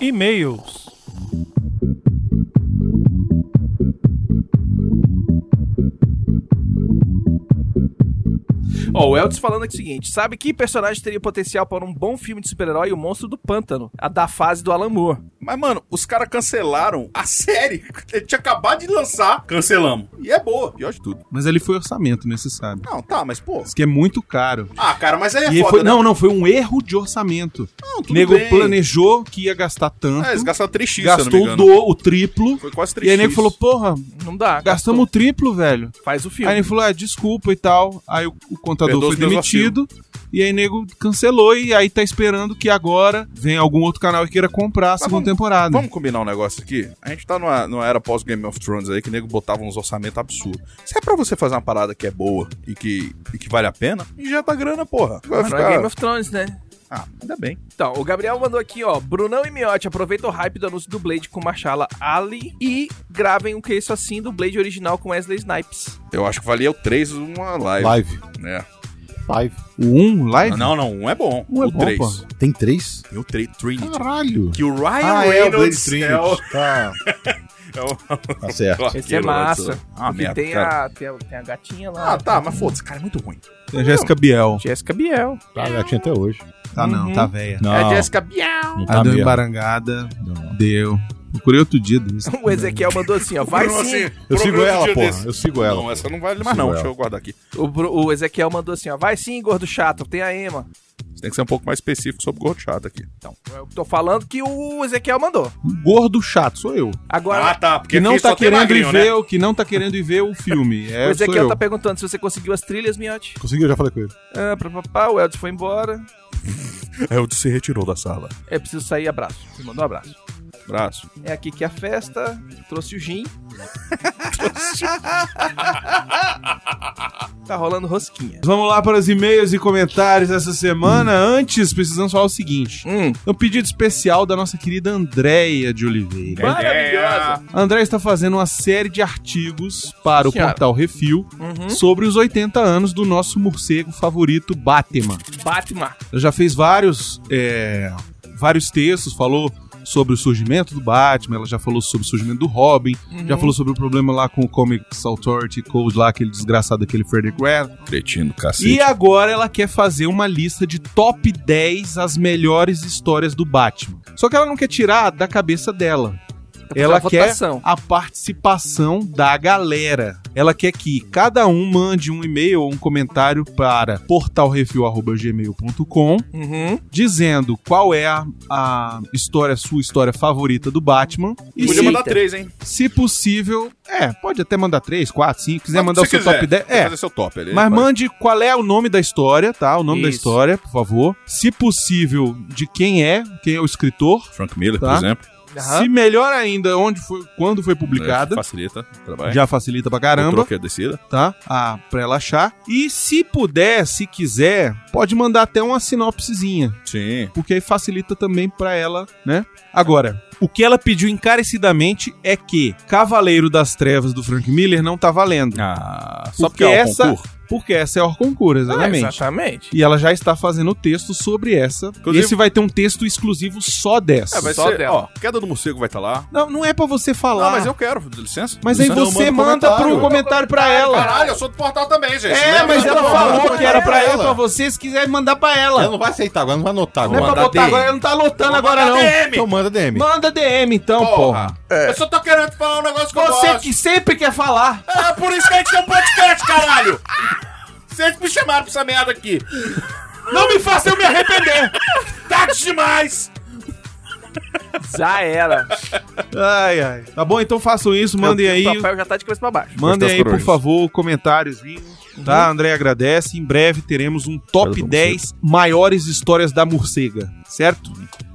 Speaker 1: E-mails.
Speaker 2: Ó, o Eltis falando aqui o seguinte: sabe que personagem teria potencial para um bom filme de super-herói? O Monstro do Pântano, a da fase do Alan Moore.
Speaker 3: Mas, mano, os caras cancelaram a série. Ele tinha acabado de lançar. Cancelamos. E é boa. Pior de tudo.
Speaker 1: Mas ali foi orçamento né, necessário.
Speaker 3: Não, tá, mas pô.
Speaker 1: Isso que é muito caro.
Speaker 3: Ah, cara, mas aí é
Speaker 1: e
Speaker 3: foda,
Speaker 1: foi,
Speaker 3: né?
Speaker 1: Não, não, foi um erro de orçamento.
Speaker 3: Não,
Speaker 1: O nego
Speaker 3: bem.
Speaker 1: planejou que ia gastar tanto.
Speaker 3: É, eles gastaram 3x, se eu não me
Speaker 1: gastou o,
Speaker 3: engano.
Speaker 1: do, o triplo.
Speaker 3: Foi quase 3x.
Speaker 1: E aí o nego falou, porra,
Speaker 2: Não dá.
Speaker 1: gastamos o triplo, velho.
Speaker 2: gastou. Faz o
Speaker 1: Aí
Speaker 2: filme.
Speaker 1: ele falou, ah, desculpa e tal. Aí o, o contador
Speaker 3: Perdoa
Speaker 1: foi
Speaker 3: os meus
Speaker 1: demitido. E aí o nego cancelou e aí tá esperando que agora venha algum outro canal que queira comprar a segunda
Speaker 3: vamos-
Speaker 1: temporada.
Speaker 3: Vamos combinar um negócio aqui? A gente tá numa, numa era pós-Game of Thrones aí que o nego botava uns orçamentos absurdos. Se é pra você fazer uma parada que é boa e que, e que vale a pena, injeta grana, porra. Vai
Speaker 2: Mas não
Speaker 3: ficar-
Speaker 2: é Game of Thrones, né?
Speaker 3: Ah, ainda bem.
Speaker 2: Então, o Gabriel mandou aqui, ó. Brunão e Miotti, aproveita o hype do anúncio do Blade com Marshall Ali e gravem um que isso assim do Blade original com Wesley Snipes.
Speaker 3: Eu acho que valia o 3 uma live.
Speaker 6: Live.
Speaker 3: né?
Speaker 6: Live.
Speaker 1: O 1 um, live?
Speaker 3: Não, não, um é bom.
Speaker 1: Um é
Speaker 3: o
Speaker 1: bom,
Speaker 3: 3.
Speaker 1: pô.
Speaker 6: Tem três?
Speaker 3: E o 3, Trinity.
Speaker 6: Caralho.
Speaker 3: Que o Ryan
Speaker 6: Ah, é o Blade
Speaker 3: Reynolds
Speaker 6: Trinity.
Speaker 3: é o...
Speaker 6: Tá,
Speaker 3: É o...
Speaker 6: tá certo.
Speaker 2: Esse é massa.
Speaker 3: Ah,
Speaker 2: Porque
Speaker 3: merda,
Speaker 2: tem,
Speaker 3: cara.
Speaker 2: a, tem, a, tem a gatinha lá.
Speaker 3: Ah, tá, mas foda-se, cara, é muito ruim.
Speaker 1: É a Jéssica Biel.
Speaker 2: Jéssica Biel.
Speaker 6: Tá gatinho até hoje.
Speaker 1: Tá não, tá velha.
Speaker 6: Não,
Speaker 3: Ah.
Speaker 2: É Jéssica Biel.
Speaker 6: não
Speaker 1: Tá
Speaker 6: tá
Speaker 1: deu
Speaker 6: mesmo.
Speaker 1: embarangada. Deu. Procurei outro dia, Denise.
Speaker 2: O Ezequiel
Speaker 3: Hum.
Speaker 2: mandou assim, ó. Vai
Speaker 8: Bruno,
Speaker 2: sim.
Speaker 8: assim,
Speaker 6: Eu sigo
Speaker 8: programa de
Speaker 6: ela,
Speaker 8: dia
Speaker 6: porra.
Speaker 8: desse.
Speaker 6: Eu sigo ela.
Speaker 3: Não, essa não vale mais não,
Speaker 6: Sim,
Speaker 3: deixa eu guardar aqui.
Speaker 2: O, Bru- o Ezequiel mandou assim, ó. Vai sim, gordo chato. Tem a Ema.
Speaker 3: Você tem que ser um pouco mais específico sobre o Gordo Chato aqui. Então.
Speaker 2: Eu tô falando que o Ezequiel mandou.
Speaker 1: Um gordo chato, sou eu.
Speaker 2: Agora,
Speaker 8: Ah, tá. Porque
Speaker 1: Que não
Speaker 8: aqui
Speaker 1: tá
Speaker 8: só tem
Speaker 1: querendo ir
Speaker 8: magrinho,
Speaker 3: né?
Speaker 8: né?
Speaker 1: ver, o que não tá querendo ir ver o filme.
Speaker 2: o
Speaker 1: É, sou
Speaker 2: Ezequiel
Speaker 1: eu.
Speaker 2: tá perguntando se você conseguiu as trilhas, Miotti.
Speaker 6: Conseguiu, eu já falei com ele.
Speaker 2: Ah, pra papá, o Eldis foi embora.
Speaker 3: É, o se retirou da sala.
Speaker 2: É preciso sair, abraço. Ele Mandou um abraço.
Speaker 3: Braço.
Speaker 2: É aqui que é a festa. Trouxe o gin. tá rolando rosquinha.
Speaker 1: Vamos lá para os e-mails e comentários dessa semana. Antes, precisamos falar o seguinte.
Speaker 2: Hum,
Speaker 1: É Um pedido especial da nossa querida Andréia de Oliveira.
Speaker 2: maravilhosa.
Speaker 1: A Andréia está fazendo uma série de artigos para o
Speaker 2: Senhora.
Speaker 1: portal Refil
Speaker 2: Uhum.
Speaker 1: sobre os 80 anos do nosso morcego favorito, Batman.
Speaker 2: Batman.
Speaker 1: Ela já fez vários, é, vários textos, falou sobre o surgimento do Batman, ela já falou sobre o surgimento do Robin, já falou sobre o problema lá com o Comics Authority Code lá, aquele desgraçado, aquele Frederick Grant.
Speaker 3: É. Cretino, cacete.
Speaker 1: E agora ela quer fazer uma lista de top 10 as melhores histórias do Batman. Só que ela não quer tirar da cabeça dela. Ela
Speaker 2: Fazer a
Speaker 1: quer
Speaker 2: votação.
Speaker 1: a participação da galera. Ela quer que cada um mande um e-mail ou um comentário para portalrefil.gmail.com
Speaker 2: Uhum.
Speaker 1: dizendo qual é a, a história, sua história favorita do Batman. E
Speaker 3: Podia
Speaker 1: se,
Speaker 3: mandar três, hein?
Speaker 1: se possível, é, pode até mandar 3, 4, 5, quiser
Speaker 3: Mas
Speaker 1: mandar o
Speaker 3: se
Speaker 1: seu
Speaker 3: quiser,
Speaker 1: top 10.
Speaker 3: Vai
Speaker 1: É,
Speaker 3: fazer seu top ali.
Speaker 1: mas
Speaker 3: Vai.
Speaker 1: mande qual é o nome da história, tá? O nome da
Speaker 2: Isso.
Speaker 1: história, por favor. Se possível, de quem é, quem é o escritor.
Speaker 3: Frank Miller,
Speaker 1: Tá.
Speaker 3: por exemplo. né,
Speaker 2: Aham.
Speaker 1: Se melhor ainda, onde foi, quando foi publicada.
Speaker 3: Né, Facilita o trabalho.
Speaker 1: Já facilita pra caramba,
Speaker 3: Troca a descida.
Speaker 1: tá? Ah, pra ela achar. E se puder, se quiser, pode mandar até uma sinopsezinha.
Speaker 3: Sim.
Speaker 1: porque aí facilita também pra ela, né? Agora, o que ela pediu encarecidamente é que Cavaleiro das Trevas do Frank Miller não tá valendo.
Speaker 3: Ah,
Speaker 1: só porque essa- Porque essa é a Orconcura, exatamente.
Speaker 2: Ah, exatamente.
Speaker 1: e ela já está fazendo o texto sobre essa.
Speaker 3: Inclusive-
Speaker 1: Esse vai ter um texto exclusivo só dessa.
Speaker 3: É, vai
Speaker 2: Só
Speaker 3: ser,
Speaker 2: dela.
Speaker 3: ó, Queda do Morcego vai estar lá.
Speaker 1: Não, não é pra você falar.
Speaker 3: Não, mas eu quero, dá licença.
Speaker 1: Mas aí
Speaker 3: Licença, eu
Speaker 1: você
Speaker 3: mando
Speaker 1: manda
Speaker 6: comentário.
Speaker 1: pro comentário pra ela.
Speaker 3: Caralho, eu sou do portal também, gente.
Speaker 1: É,
Speaker 3: Lembra?
Speaker 1: mas
Speaker 6: eu
Speaker 1: ela
Speaker 6: tô
Speaker 1: falou
Speaker 6: mandando
Speaker 1: que era
Speaker 6: pra
Speaker 1: pra ela,
Speaker 6: ela.
Speaker 1: pra você, se quiser mandar pra
Speaker 6: Ela
Speaker 1: ela.
Speaker 6: não vai aceitar agora, não vai anotar
Speaker 1: Não é
Speaker 6: agora.
Speaker 1: pra
Speaker 3: mandar
Speaker 1: botar
Speaker 3: DM.
Speaker 1: agora, ela não tá lotando agora não.
Speaker 6: Então manda DM.
Speaker 1: Manda DM então, porra.
Speaker 3: Porra. Eu só tô querendo falar um negócio que eu
Speaker 1: Você
Speaker 3: gosto.
Speaker 1: que sempre quer falar.
Speaker 3: É por isso que a gente tem um podcast, caralho. Vocês me chamaram pra essa merda aqui. Não me façam me arrepender. Tarde demais.
Speaker 2: Já era.
Speaker 1: Ai, ai. Tá bom, então façam isso, mandem
Speaker 2: O
Speaker 1: aí.
Speaker 2: papel já tá de cabeça pra baixo.
Speaker 1: Mandem
Speaker 3: das
Speaker 1: aí, por
Speaker 3: corujas.
Speaker 1: favor, comentáriozinho. Tá, André agradece. Em breve teremos um top 10 maiores histórias da morcega, certo?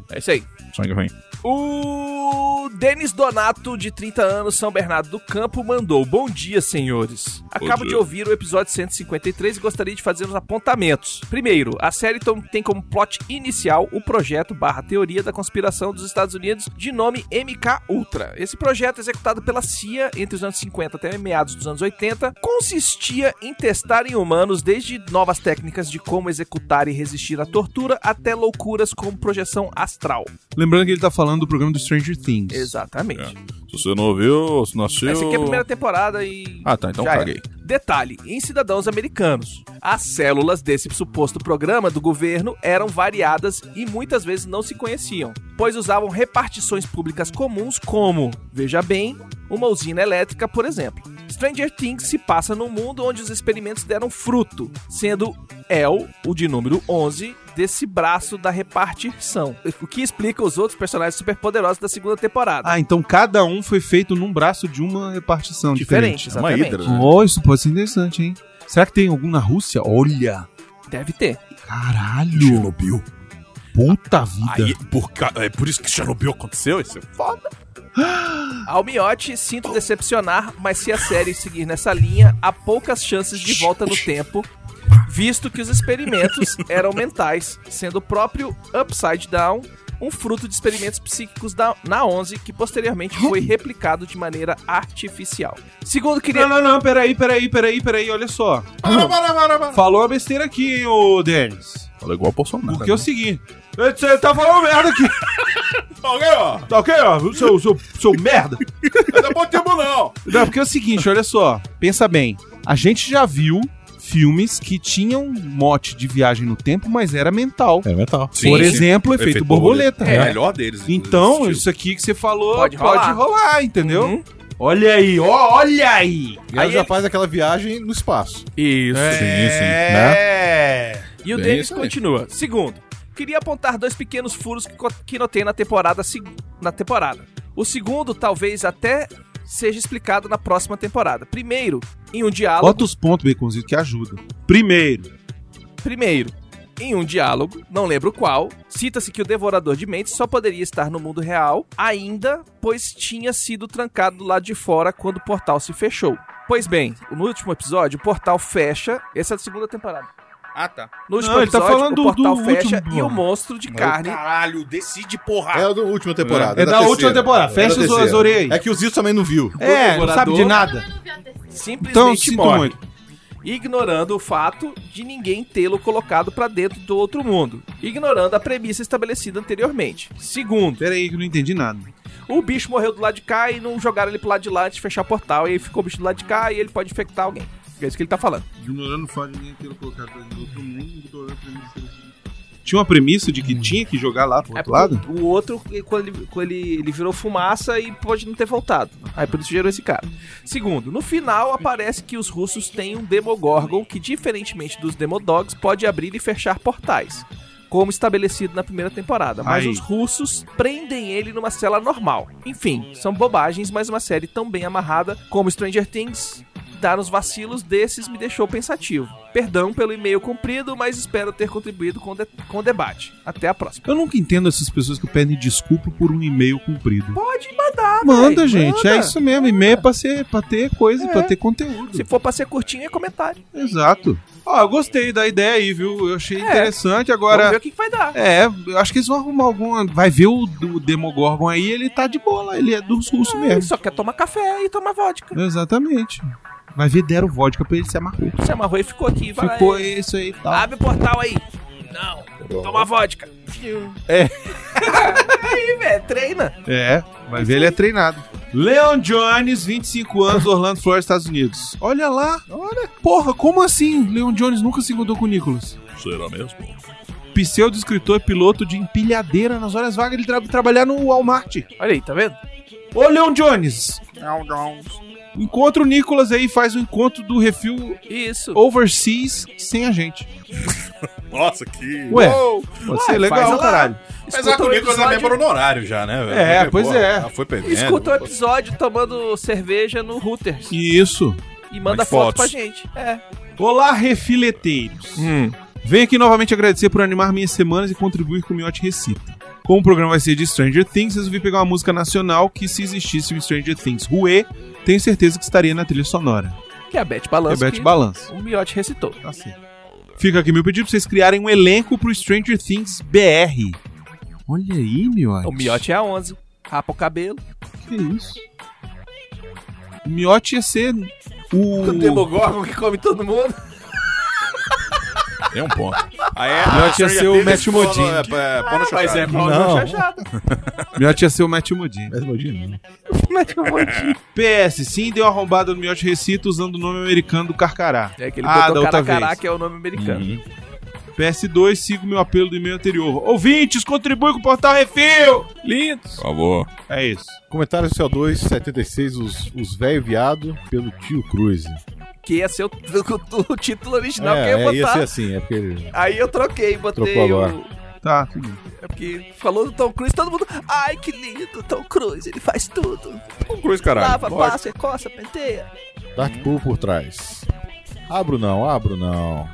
Speaker 2: É isso aí.
Speaker 3: Sangue ruim.
Speaker 2: O Denis Donato, de 30 anos, São Bernardo do Campo, mandou: Bom dia, senhores. Acabo
Speaker 3: dia.
Speaker 2: de ouvir o episódio 153 e gostaria de fazer uns apontamentos. Primeiro, a série tom- tem como plot inicial o projeto barra teoria da conspiração dos Estados Unidos de nome MK Ultra. Esse projeto, executado pela CIA entre os anos 50 até meados dos anos 80, consistia em testar em humanos desde novas técnicas de como executar e resistir à tortura até loucuras como projeção astral.
Speaker 1: Lembrando que ele tá falando do programa do Stranger Things.
Speaker 2: Exatamente.
Speaker 3: Se você não ouviu, se não assistiu...
Speaker 2: Essa aqui é a primeira temporada e.
Speaker 3: Ah, tá, então
Speaker 2: Já era.
Speaker 3: caguei.
Speaker 2: Detalhe: em cidadãos americanos, as células desse suposto programa do governo eram variadas e muitas vezes não se conheciam, pois usavam repartições públicas comuns, como, veja bem, uma usina elétrica, por exemplo. Stranger Things se passa num mundo onde os experimentos deram fruto, sendo El, o de número 11, desse braço da repartição, o que explica os outros personagens superpoderosos da segunda temporada.
Speaker 1: Ah, então cada um foi feito num braço de uma repartição diferente.
Speaker 2: Diferente,
Speaker 3: É uma
Speaker 2: exatamente.
Speaker 3: hidra, né?
Speaker 1: Oh, isso pode ser interessante, hein? Será que tem algum na Rússia? Olha!
Speaker 2: Deve ter.
Speaker 1: Caralho! Puta vida!
Speaker 3: Aí, por, ca- é por isso que Chernobyl aconteceu? Isso é foda.
Speaker 2: Almiote, sinto decepcionar, mas se a série seguir nessa linha, há poucas chances de volta no tempo, visto que os experimentos eram mentais, sendo o próprio Upside Down um fruto de experimentos psíquicos da, na 11, que posteriormente foi replicado de maneira artificial. Segundo, queria...
Speaker 1: Não, não, não, peraí, peraí, peraí, peraí, olha só. Falou uma besteira aqui, hein, ô Denis.
Speaker 3: Falou igual o Bolsonaro.
Speaker 1: Porque é o seguinte. Você tá falando merda aqui.
Speaker 3: né,
Speaker 8: Alguém, ó.
Speaker 1: Tá ok, ó? Seu, seu, seu merda.
Speaker 8: Não
Speaker 3: é
Speaker 8: dá bom tempo, não.
Speaker 1: Não, porque é o seguinte, olha só. Pensa bem. A gente já viu filmes que tinham mote de viagem no tempo, mas era mental.
Speaker 6: É metal.
Speaker 3: Sim,
Speaker 1: Por
Speaker 3: sim.
Speaker 1: exemplo, efeito, borboleta.
Speaker 3: É o
Speaker 1: É.
Speaker 3: melhor deles.
Speaker 1: Então,
Speaker 3: inclusive.
Speaker 1: isso aqui que você falou
Speaker 2: Pode
Speaker 1: pode
Speaker 2: rolar.
Speaker 1: rolar, entendeu?
Speaker 2: Uhum.
Speaker 1: Olha aí, ó, olha aí.
Speaker 6: E ela
Speaker 2: Aí
Speaker 6: já
Speaker 2: ele-
Speaker 6: faz aquela viagem no espaço.
Speaker 2: Isso.
Speaker 1: Né? É.
Speaker 2: E o
Speaker 3: Bem
Speaker 2: Davis
Speaker 3: isso aí.
Speaker 2: continua. Segundo, queria apontar dois pequenos furos que, co- que notei na temporada, seg- na temporada. O segundo, talvez até seja explicado na próxima temporada. Primeiro, em um diálogo.
Speaker 1: Bota os pontos, Baconzito, que ajuda. Primeiro.
Speaker 2: Primeiro, em um diálogo, não lembro qual, cita-se que o Devorador de Mentes só poderia estar no mundo real ainda, pois tinha sido trancado do lado de fora quando o portal se fechou. Pois bem, no último episódio, o portal fecha. Essa é a segunda temporada.
Speaker 3: Ah, tá.
Speaker 2: No último
Speaker 1: Não, ele tá
Speaker 2: episódio,
Speaker 1: falando do-
Speaker 2: o portal
Speaker 1: do
Speaker 2: fecha
Speaker 1: último,
Speaker 2: e o
Speaker 1: mano.
Speaker 2: monstro de carne
Speaker 3: Caralho, decide, porra.
Speaker 6: É a da última temporada.
Speaker 1: É da última temporada.
Speaker 6: É da
Speaker 1: Fecha as
Speaker 6: terceira.
Speaker 1: as orelhas.
Speaker 6: É que o Zito também não viu.
Speaker 1: É, não
Speaker 2: devorador.
Speaker 1: sabe de nada. Então,
Speaker 2: simplesmente
Speaker 1: sinto
Speaker 2: morre,
Speaker 1: muito.
Speaker 2: ignorando o fato de ninguém tê-lo colocado pra dentro do outro mundo, ignorando a premissa estabelecida anteriormente. Segundo,
Speaker 1: Pera aí que eu não entendi nada.
Speaker 2: o bicho morreu do lado de cá e não jogaram ele pro lado de lá antes de fechar o portal, e aí ficou o bicho do lado de cá e ele pode infectar alguém. É isso que ele tá falando.
Speaker 1: Ignorando o fato de ninguém ter colocado no outro mundo, ignorando a premissa. Tinha uma premissa de que tinha que jogar lá pro
Speaker 2: É
Speaker 1: outro
Speaker 2: porque
Speaker 1: lado?
Speaker 2: O outro, quando, ele, quando ele, ele virou fumaça e pode não ter voltado. Aí por isso gerou esse cara. Segundo, no final aparece que os russos têm um Demogorgon que, diferentemente dos Demodogs, pode abrir e fechar portais. Como estabelecido na primeira temporada. Mas
Speaker 1: Aí.
Speaker 2: os russos prendem ele numa cela normal. Enfim, são bobagens, mas uma série tão bem amarrada como Stranger Things. Dar uns vacilos desses me deixou pensativo. Perdão pelo e-mail comprido, mas espero ter contribuído com, o de- com o debate. Até a próxima.
Speaker 1: Eu nunca entendo essas pessoas que pedem desculpa por um e-mail comprido.
Speaker 2: Pode mandar,
Speaker 1: Manda,
Speaker 2: véi,
Speaker 1: gente.
Speaker 2: manda. É.
Speaker 1: É isso mesmo. E-mail é pra, ser, pra ter coisa, pra ter conteúdo.
Speaker 2: Se for pra ser curtinho, é comentário.
Speaker 1: Exato. Ó, eu gostei da ideia aí, viu? Eu achei
Speaker 2: É.
Speaker 1: interessante.
Speaker 2: Vamos ver
Speaker 1: Agora,
Speaker 2: o que, que vai dar.
Speaker 1: é, eu acho que eles vão arrumar alguma. Vai ver o, o Demogorgon aí, ele tá de bola. Ele é dos russos
Speaker 2: Ele
Speaker 1: mesmo.
Speaker 2: só quer tomar café e tomar vodka.
Speaker 1: Exatamente. Vai ver, deram vodka pra ele se amarrar.
Speaker 2: Se amarrou é e ficou aqui. Vai
Speaker 1: Ficou
Speaker 2: lá,
Speaker 1: isso aí tá. e tal.
Speaker 2: Abre o portal aí. Não, toma vodka.
Speaker 1: É.
Speaker 2: aí, velho, treina.
Speaker 1: É, vai ver, ele é treinado. Leon Jones, 25 anos, Orlando, Flores, Estados Unidos. Olha lá. Olha. Porra, como assim? Leon Jones nunca se encontrou com o Nicholas.
Speaker 8: Será mesmo?
Speaker 1: Pseudo-escritor e piloto de empilhadeira nas horas vagas ele tra trabalhar no Walmart.
Speaker 2: Olha aí, tá vendo?
Speaker 1: Ô, Leon Jones. Encontra o um Nicholas aí e faz o encontro do refil
Speaker 2: Isso.
Speaker 1: Overseas sem a gente.
Speaker 8: Nossa, que.
Speaker 1: Ué, pode ser legal,
Speaker 2: faz lá.
Speaker 1: um caralho.
Speaker 3: Apesar que
Speaker 2: o
Speaker 3: o Nicolas é
Speaker 2: episódio-
Speaker 3: membro honorário já, né, velho?
Speaker 1: É,
Speaker 3: Porque,
Speaker 1: pois é.
Speaker 3: já Foi perdendo.
Speaker 2: Escuta o episódio tomando cerveja no Hooters
Speaker 1: Isso.
Speaker 2: e manda
Speaker 3: Mande
Speaker 2: foto
Speaker 3: fotos.
Speaker 2: pra gente. É.
Speaker 1: Olá, refileteiros. Hum.
Speaker 2: Hum.
Speaker 1: Venho aqui novamente agradecer por animar minhas semanas e contribuir com o Miote Recita. Como o programa vai ser de Stranger Things, resolvi pegar uma música nacional que, se existisse o Stranger Things Ruê, tenho certeza que estaria na trilha sonora.
Speaker 2: Que é a Beth Balanço.
Speaker 1: Rebete
Speaker 2: que
Speaker 1: Balanço.
Speaker 2: O Miote recitou.
Speaker 1: Tá certo. Fica aqui meu pedido pra vocês criarem um elenco pro Stranger Things BR. Olha aí, Miote.
Speaker 2: O Miote é a 11. Rapa o cabelo.
Speaker 1: Que isso? O Miote ia ser o...
Speaker 2: Demogorgon que come todo mundo.
Speaker 3: Tem um ponto. Aí é,
Speaker 1: Melhor tinha ser o
Speaker 3: Stranger
Speaker 1: Matthew
Speaker 3: Things pô-
Speaker 1: Modine.
Speaker 3: é, é, pô no chocalho.
Speaker 2: Mas é pau
Speaker 6: Não.
Speaker 2: no chachado.
Speaker 1: Miote ia ser o Matt Modine.
Speaker 6: é
Speaker 1: PS, sim, deu uma arrombada no Miote Recita usando o nome americano do Carcará.
Speaker 2: É que ele
Speaker 1: Ah, da
Speaker 2: botou
Speaker 1: outra
Speaker 2: Caracará,
Speaker 1: vez.
Speaker 2: que é o nome americano.
Speaker 6: Uhum.
Speaker 1: PS2, sigo meu apelo do e-mail anterior. Ouvintes, contribui com o Portal Refil! Lindos!
Speaker 3: Por favor.
Speaker 1: É isso.
Speaker 6: Comentário do CO2, 76, os, os velho viado, pelo tio Cruz.
Speaker 2: Que ia ser o, o- o título original que
Speaker 6: é,
Speaker 2: eu
Speaker 6: é,
Speaker 2: ia
Speaker 6: ia ser
Speaker 2: botar.
Speaker 6: assim, é porque ele...
Speaker 2: Aí eu troquei, botei
Speaker 6: Trocou agora.
Speaker 2: o.
Speaker 1: Tá, tudo bem.
Speaker 2: É porque falou do Tom Cruise, todo mundo. Ai, que lindo, Tom Cruise, ele faz tudo.
Speaker 3: Tom Cruise, caralho.
Speaker 2: Lava,
Speaker 3: Lógico.
Speaker 2: passa, coça, penteia.
Speaker 6: Dark Pool por trás. Ah, Abro não, abro não.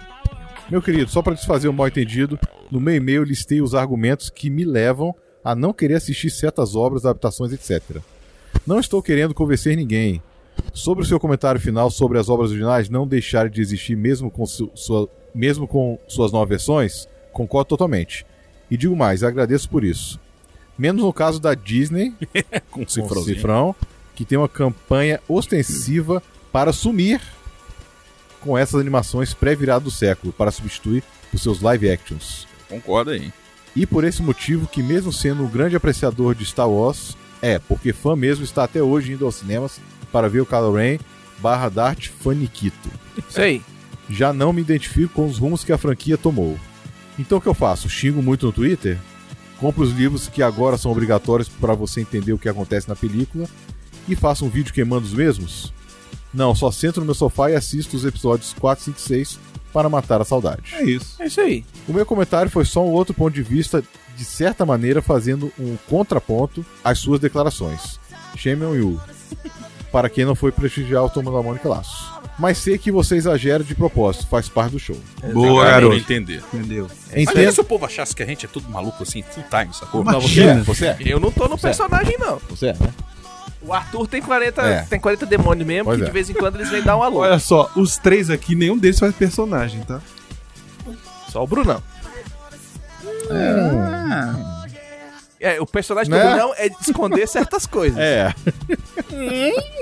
Speaker 6: Meu querido, só pra desfazer o mal entendido, no meu e-mail listei os argumentos que me levam a não querer assistir certas obras, adaptações, etc. Não estou querendo convencer ninguém. Sobre o seu comentário final sobre as obras originais não deixarem de existir mesmo com, su- sua- mesmo com suas novas versões, concordo totalmente. E digo mais, agradeço por isso. Menos no caso da Disney,
Speaker 3: Com um
Speaker 6: com o
Speaker 3: cifrãozinho.
Speaker 6: Cifrão, que tem uma campanha ostensiva para sumir com essas animações pré-virada do século, para substituir os seus live actions.
Speaker 3: Concorda aí.
Speaker 6: E por esse motivo que, mesmo sendo um grande apreciador de Star Wars, é, porque fã mesmo está até hoje indo aos cinemas para ver o Kylo Ren barra Darth Faniquito.
Speaker 2: Isso aí.
Speaker 6: Já não me identifico com os rumos que a franquia tomou. Então o que eu faço? Xingo muito no Twitter? Compro os livros que agora são obrigatórios para você entender o que acontece na película e faço um vídeo queimando os mesmos? Não, só sento no meu sofá e assisto os episódios 4, 5 e 6 para matar a saudade.
Speaker 1: É isso.
Speaker 2: É isso aí.
Speaker 6: O meu comentário foi só um outro ponto de vista, de certa maneira fazendo um contraponto às suas declarações. Shame on you. Para quem não foi prestigiar o Tomando da Mônica Laço. Mas sei que você exagera de propósito, faz parte do show.
Speaker 1: Boa,
Speaker 3: Pra
Speaker 1: garoto.
Speaker 3: entender.
Speaker 1: Entendeu?
Speaker 3: Mas
Speaker 6: Entendo.
Speaker 3: aí se o povo achasse que a gente é tudo maluco assim, full time, sacou?
Speaker 1: Mas-
Speaker 6: Não, você é,
Speaker 1: Imagina.
Speaker 6: você é,
Speaker 2: Eu não tô no personagem, não.
Speaker 6: você é, né?
Speaker 2: O Arthur tem 40,
Speaker 6: É.
Speaker 2: tem 40 demônios mesmo,
Speaker 6: Pois
Speaker 2: que
Speaker 6: é.
Speaker 2: de vez em quando eles vêm dar um uma louca.
Speaker 1: Olha só, os três aqui, nenhum deles faz personagem, tá?
Speaker 2: Só o Brunão. É, o personagem
Speaker 6: Né?
Speaker 2: do Brunão é esconder certas coisas.
Speaker 6: É.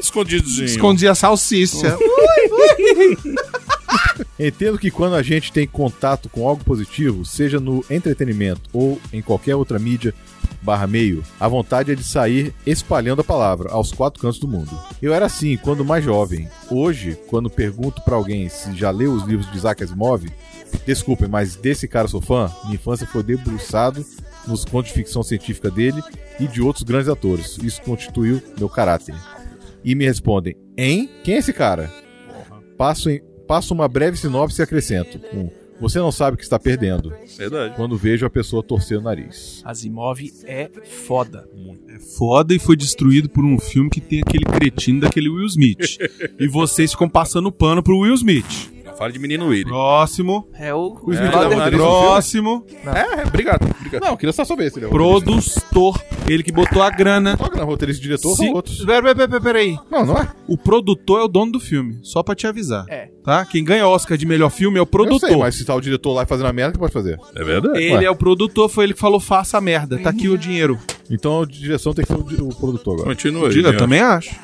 Speaker 3: Escondidozinho.
Speaker 1: Escondi a salsicha.
Speaker 6: Entendo que quando a gente tem contato com algo positivo, seja no entretenimento ou em qualquer outra mídia barra meio, a vontade é de sair espalhando a palavra aos quatro cantos do mundo. Eu era assim quando mais jovem. Hoje, quando pergunto pra alguém se já leu os livros de Isaac Asimov, desculpem, mas desse cara sou fã, minha infância foi debruçado nos contos de ficção científica dele e de outros grandes atores. Isso constituiu meu caráter. E me respondem, hein? Quem é esse cara? Passo em Passo uma breve sinopse e acrescento. Um, você não sabe o que está perdendo
Speaker 3: Verdade.
Speaker 6: quando vejo a pessoa torcer o nariz.
Speaker 2: Asimov é foda.
Speaker 1: É foda e foi destruído por um filme que tem aquele cretino daquele Will Smith. e vocês ficam passando pano pro Will Smith.
Speaker 3: Não fala de menino Willy.
Speaker 1: Próximo.
Speaker 2: É o
Speaker 1: Will
Speaker 3: É,
Speaker 1: Smith
Speaker 3: dá um
Speaker 2: brother
Speaker 3: nariz no
Speaker 1: próximo.
Speaker 3: É, é, obrigado. obrigado.
Speaker 6: Não, eu queria só saber se ele é
Speaker 1: Produtor. Ele que botou a grana.
Speaker 6: Só que não, roteirista e diretor
Speaker 1: Se-
Speaker 6: são outros.
Speaker 1: Pera, pera, pera, pera aí.
Speaker 6: Não, não é?
Speaker 1: O produtor é o dono do filme, só pra te avisar.
Speaker 2: É.
Speaker 1: Tá? Quem ganha Oscar de melhor filme é o
Speaker 6: Eu
Speaker 1: produtor.
Speaker 6: sei, mas se tá o diretor lá fazendo a merda, o que pode fazer?
Speaker 3: É verdade.
Speaker 1: Ele
Speaker 6: Ué.
Speaker 1: é o produtor, foi ele que falou faça a merda, tá aqui o dinheiro.
Speaker 6: Então a direção tem que ser o, di- o produtor agora.
Speaker 3: Continua aí. né?
Speaker 1: Diga, eu
Speaker 3: ó.
Speaker 1: também acho.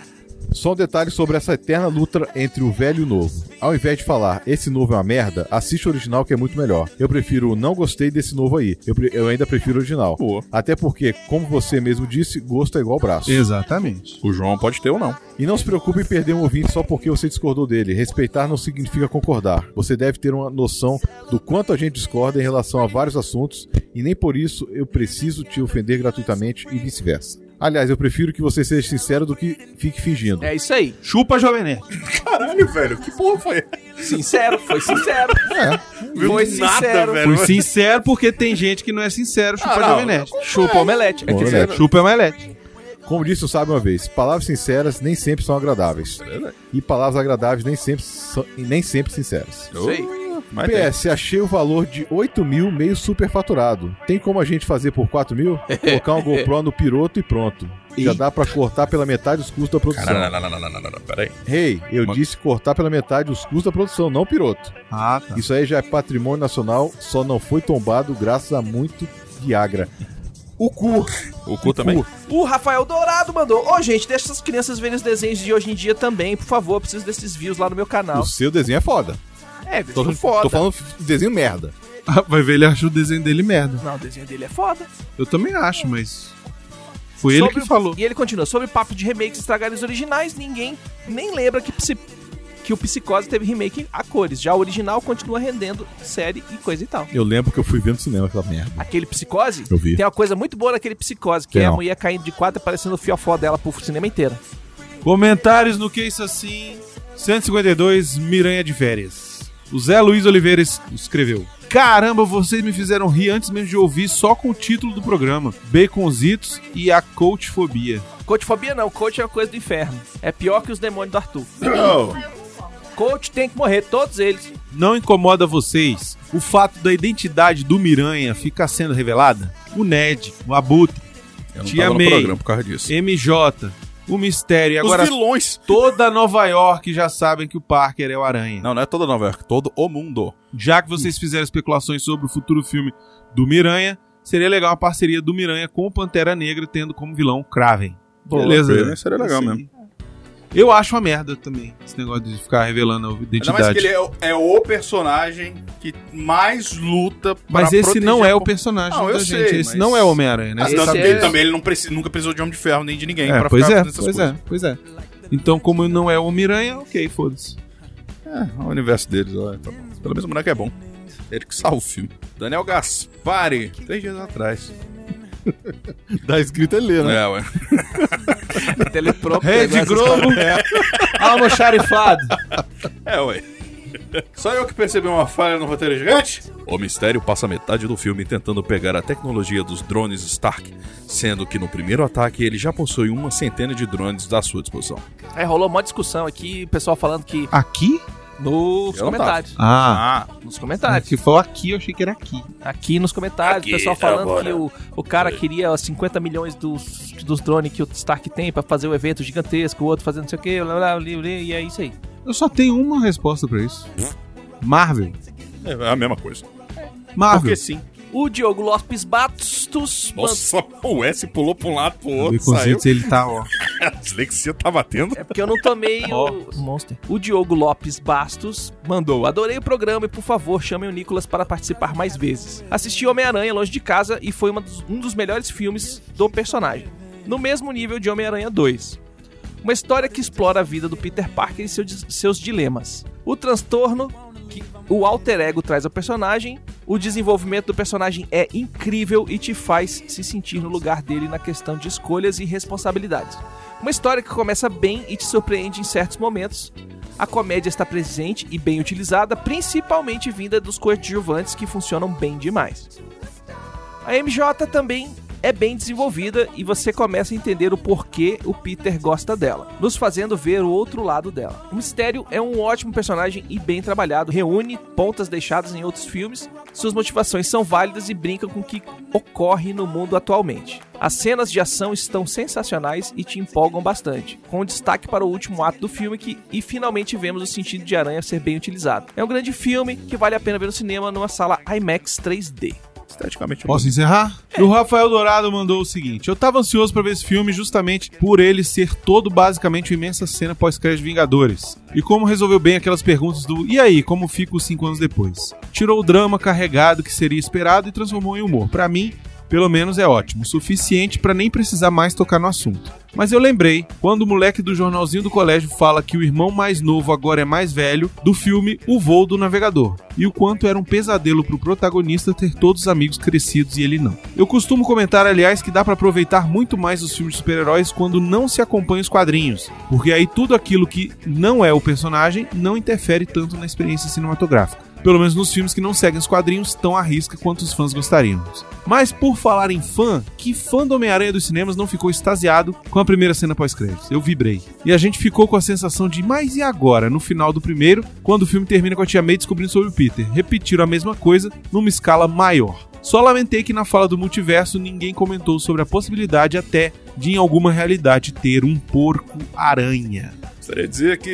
Speaker 6: Só um detalhe sobre essa eterna luta entre o velho e o novo. Ao invés de falar, esse novo é uma merda, assiste o original que é muito melhor. Eu prefiro o não gostei desse novo aí. Eu, pre- eu ainda prefiro o original.
Speaker 3: Boa.
Speaker 6: Até porque, como você mesmo disse, gosto é igual braço.
Speaker 1: Exatamente.
Speaker 3: O João pode ter ou não.
Speaker 6: E não se preocupe em perder um ouvinte só porque você discordou dele. Respeitar não significa concordar. Você deve ter uma noção do quanto a gente discorda em relação a vários assuntos e nem por isso eu preciso te ofender gratuitamente e vice-versa. Aliás, eu prefiro que você seja sincero do que fique fingindo.
Speaker 2: É isso aí.
Speaker 1: Chupa, Jovem Nerd.
Speaker 8: Caralho, velho, que porra foi?
Speaker 2: Sincero, foi sincero.
Speaker 6: É,
Speaker 2: Foi sincero.
Speaker 1: Fui sincero porque tem gente que não é sincero chupando
Speaker 3: não.
Speaker 1: omelete.
Speaker 2: Chupa omelete. É que
Speaker 6: Omelete.
Speaker 2: você-
Speaker 1: Chupa omelete.
Speaker 6: Como disse o sábio uma vez, palavras sinceras nem sempre são
Speaker 2: É
Speaker 6: agradáveis. E palavras agradáveis nem sempre, são, e nem sempre sinceras.
Speaker 2: Sei.
Speaker 3: Mas é. tem.
Speaker 6: PS, achei o valor de 8 mil meio superfaturado. Tem como a gente fazer por 4 mil? Colocar um GoPro no piloto e pronto. Já dá pra cortar pela metade os custos da produção.
Speaker 3: Caralho, não, não, não, não, não, não, não, peraí.
Speaker 6: Ei, eu
Speaker 3: Uma-
Speaker 6: disse cortar pela metade os custos da produção, não piroto.
Speaker 1: Ah, tá.
Speaker 6: Isso aí já é patrimônio nacional, só não foi tombado graças a muito Viagra. O cu.
Speaker 3: O cu também.
Speaker 2: O Rafael Dourado mandou. Ô, gente, deixa essas crianças verem os desenhos de hoje em dia também, por favor. Eu preciso desses views lá no meu
Speaker 6: O
Speaker 2: canal.
Speaker 6: seu desenho é foda.
Speaker 2: É,
Speaker 6: Tô,
Speaker 2: desenho foda.
Speaker 6: tô falando desenho merda.
Speaker 1: Ah, Vai ver, ele acha o desenho dele merda.
Speaker 2: Não, o desenho dele é foda.
Speaker 1: Eu também acho, mas. Foi ele
Speaker 2: Sobre-
Speaker 1: que falou.
Speaker 2: E ele continua. Sobre o papo de remakes estragarem os originais, ninguém nem lembra que, psi- que o Psicose teve remake a cores. Já o original continua rendendo série e coisa e tal.
Speaker 6: Eu lembro que eu fui vendo cinema aquela merda.
Speaker 2: Aquele Psicose,
Speaker 6: Eu vi.
Speaker 2: tem uma coisa muito boa naquele Psicose, que
Speaker 6: Tem
Speaker 2: é a
Speaker 6: não.
Speaker 2: mulher caindo de quatro e parecendo o fiofó dela pro cinema inteiro.
Speaker 1: Comentários no que isso assim. 152 Miranha de férias. O Zé Luiz Oliveira es- escreveu: Caramba, vocês me fizeram rir antes mesmo de ouvir só com o título do programa: Baconzitos e a coachfobia.
Speaker 2: Coachfobia não, coach é uma coisa do inferno. É pior que os demônios do Arthur. Coach tem que morrer, todos eles.
Speaker 1: Não incomoda vocês o fato da identidade do Miranha ficar sendo revelada? O Ned, o Abutre,
Speaker 3: Eu não
Speaker 1: Tia
Speaker 3: tava no
Speaker 1: May.
Speaker 3: programa por causa disso.
Speaker 1: MJ, o Mistério e agora
Speaker 3: Os vilões.
Speaker 1: toda Nova York já sabem que o Parker é o Aranha.
Speaker 3: Não, não é toda Nova York, todo o mundo.
Speaker 1: Já que vocês fizeram especulações sobre o futuro filme do Miranha, seria legal uma parceria do Miranha com o Pantera Negra, tendo como vilão o Kraven. Beleza?
Speaker 3: Kraven seria legal
Speaker 1: Isso aí. Eu acho uma merda também, esse negócio de ficar revelando a
Speaker 3: Ainda mais
Speaker 1: identidade.
Speaker 3: que ele é, o- é o personagem que mais luta pra
Speaker 1: Mas esse não
Speaker 3: proteger
Speaker 1: é
Speaker 3: a
Speaker 1: o
Speaker 3: po-
Speaker 1: personagem
Speaker 3: Não,
Speaker 1: da
Speaker 3: eu sei,
Speaker 1: gente. esse
Speaker 3: mas-
Speaker 1: não é o Homem-Aranha, né?
Speaker 3: Ah,
Speaker 1: Você
Speaker 3: tanto
Speaker 1: sabe
Speaker 3: que
Speaker 2: é-
Speaker 3: ele também ele não preci- nunca precisou de Homem de Ferro nem de ninguém
Speaker 1: É,
Speaker 3: pra
Speaker 1: pois
Speaker 3: ficar
Speaker 1: é,
Speaker 3: fazendo essas
Speaker 1: pois é, pois é. Então, como não é o Homem-Aranha, ok, foda-se.
Speaker 3: coisas. É, o universo deles, ó, tá bom. Pelo menos o boneco é bom. Ele que salva o filme. Daniel Gaspari, três dias atrás.
Speaker 6: Da escrita ali, né?
Speaker 3: É, ué.
Speaker 2: Telepróprio.
Speaker 1: Rede Globo, alma charifado.
Speaker 3: É, ué. Só eu que percebi uma falha no roteiro gigante? O mistério passa metade do filme tentando pegar a tecnologia dos drones Stark, sendo que no primeiro ataque ele já possui uma centena de drones à sua disposição.
Speaker 2: Aí É, rolou uma discussão aqui, o pessoal falando que
Speaker 1: Aqui?
Speaker 2: nos
Speaker 3: Eu não
Speaker 2: comentários.
Speaker 1: Ah,
Speaker 3: Ah,
Speaker 2: Nos comentários.
Speaker 1: se for aqui, eu achei que era aqui.
Speaker 2: Aqui nos comentários, o pessoal falando que o, o cara queria os 50 milhões dos, dos drones que o Stark tem pra fazer o evento gigantesco, o outro fazendo não sei o que, blá, blá, blá, blá, e é isso aí.
Speaker 1: Eu só tenho uma resposta pra isso. Marvel.
Speaker 3: é a mesma coisa.
Speaker 1: Marvel.
Speaker 3: sim.
Speaker 2: O Diogo Lopes Bastos
Speaker 3: Nossa, o S pulou pra um lado pro
Speaker 1: O
Speaker 3: outro, saiu.
Speaker 1: Baconzitos, ele tá, ó.
Speaker 3: A dislexia tá batendo.
Speaker 2: É porque eu não tomei o Monster. O Diogo Lopes Bastos mandou: Adorei o programa e, por favor, chamem o Nicolas para participar mais vezes. Assisti Homem-Aranha longe de casa e foi uma dos- um dos melhores filmes do personagem, no mesmo nível de Homem-Aranha 2. Uma história que explora a vida do Peter Parker e seu dis- seus dilemas. O transtorno que o alter ego traz ao personagem, o desenvolvimento do personagem é incrível e te faz se sentir no lugar dele na questão de escolhas e responsabilidades. Uma história que começa bem e te surpreende em certos momentos. A comédia está presente e bem utilizada, principalmente vinda dos coadjuvantes que funcionam bem demais. A MJ também é bem desenvolvida e você começa a entender o porquê o Peter gosta dela, nos fazendo ver o outro lado dela. O Mistério é um ótimo personagem e bem trabalhado, reúne pontas deixadas em outros filmes, suas motivações são válidas e brinca com o que ocorre no mundo atualmente. As cenas de ação estão sensacionais e te empolgam bastante, com destaque para o último ato do filme que, e finalmente vemos o sentido de aranha ser bem utilizado. É um grande filme que vale a pena ver no cinema numa sala IMAX 3D.
Speaker 3: Esteticamente
Speaker 1: Posso encerrar? E O Rafael Dourado mandou o seguinte: Eu tava ansioso pra ver esse filme justamente por ele ser todo basicamente uma imensa cena pós-crédito de Vingadores. E como resolveu bem aquelas perguntas do e aí, como fico os cinco anos depois? Tirou o drama carregado que seria esperado e transformou em humor. Pra mim, pelo menos é ótimo, o suficiente pra nem precisar mais tocar no assunto. Mas eu lembrei, quando o moleque do jornalzinho do colégio fala que o irmão mais novo agora é mais velho, do filme O Voo do Navegador, e o quanto era um pesadelo pro protagonista ter todos os amigos crescidos e ele não. Eu costumo comentar, aliás, que dá pra aproveitar muito mais os filmes de super-heróis quando não se acompanha os quadrinhos, porque aí tudo aquilo que não é o personagem não interfere tanto na experiência cinematográfica. pelo menos nos filmes que não seguem os quadrinhos tão à risca quanto os fãs gostariam. Mas por falar em fã, que fã do Homem-Aranha dos cinemas não ficou extasiado com a primeira cena pós-créditos? Eu vibrei. E a gente ficou com a sensação de, mas e agora? No final do primeiro, quando o filme termina com a Tia May descobrindo sobre o Peter. Repetiram a mesma coisa numa escala maior. Só lamentei que na fala do multiverso ninguém comentou sobre a possibilidade até de em alguma realidade ter um porco-aranha.
Speaker 3: Gostaria de dizer que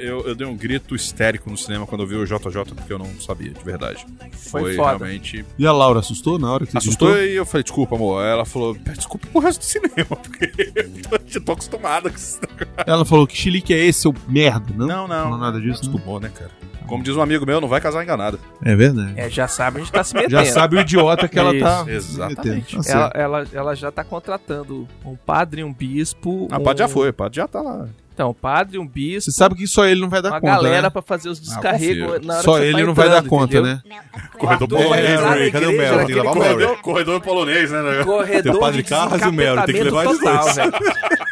Speaker 3: eu, eu dei um grito histérico no cinema quando eu vi o JJ, porque eu não sabia, de verdade.
Speaker 2: Foi foda.
Speaker 3: realmente.
Speaker 1: E a Laura assustou na hora que você
Speaker 3: Assustou
Speaker 1: gritou?
Speaker 3: e eu falei, desculpa, amor. Aí Ela falou, "Pede desculpa pro resto do cinema, porque eu tô- tô acostumada com isso.
Speaker 1: Ela falou que chilique é esse, seu merda, não?
Speaker 3: Não, não.
Speaker 1: Não, nada disso, não.
Speaker 3: Acostumou, né, cara? Como diz um amigo meu, não vai casar enganado.
Speaker 1: É verdade.
Speaker 2: É, já sabe, a gente tá se metendo.
Speaker 1: Já sabe o idiota que ela tá.
Speaker 3: Isso, exatamente.
Speaker 1: metendo. Tá certo.
Speaker 2: Ela, ela, ela já tá contratando um padre, um bispo.
Speaker 3: Ah,
Speaker 2: um...
Speaker 3: o Padre já foi, o Padre já tá lá.
Speaker 2: Então, padre, um bispo,
Speaker 1: Você sabe que só ele não vai dar
Speaker 2: uma
Speaker 1: conta.
Speaker 2: galera
Speaker 1: né?
Speaker 2: pra fazer os descarregos
Speaker 3: confio.
Speaker 2: na hora
Speaker 1: Só
Speaker 2: que você
Speaker 1: ele
Speaker 2: tá
Speaker 1: não vai dar
Speaker 2: entrando,
Speaker 1: conta,
Speaker 2: entendeu?
Speaker 1: né?
Speaker 8: Corredor
Speaker 2: Arthur vai
Speaker 8: polonês,
Speaker 2: entrar na
Speaker 8: né?
Speaker 6: Cadê o
Speaker 2: igreja,
Speaker 6: Mel? Tem que
Speaker 2: naquele
Speaker 6: levar o Mel.
Speaker 2: corredor-
Speaker 8: Corredor, corredor polonês, né? né?
Speaker 6: Tem
Speaker 2: Corredor
Speaker 6: o padre
Speaker 2: de
Speaker 6: Carlos e o Mel, tem que levar os
Speaker 2: desencapetamento
Speaker 6: dois.
Speaker 2: total, velho.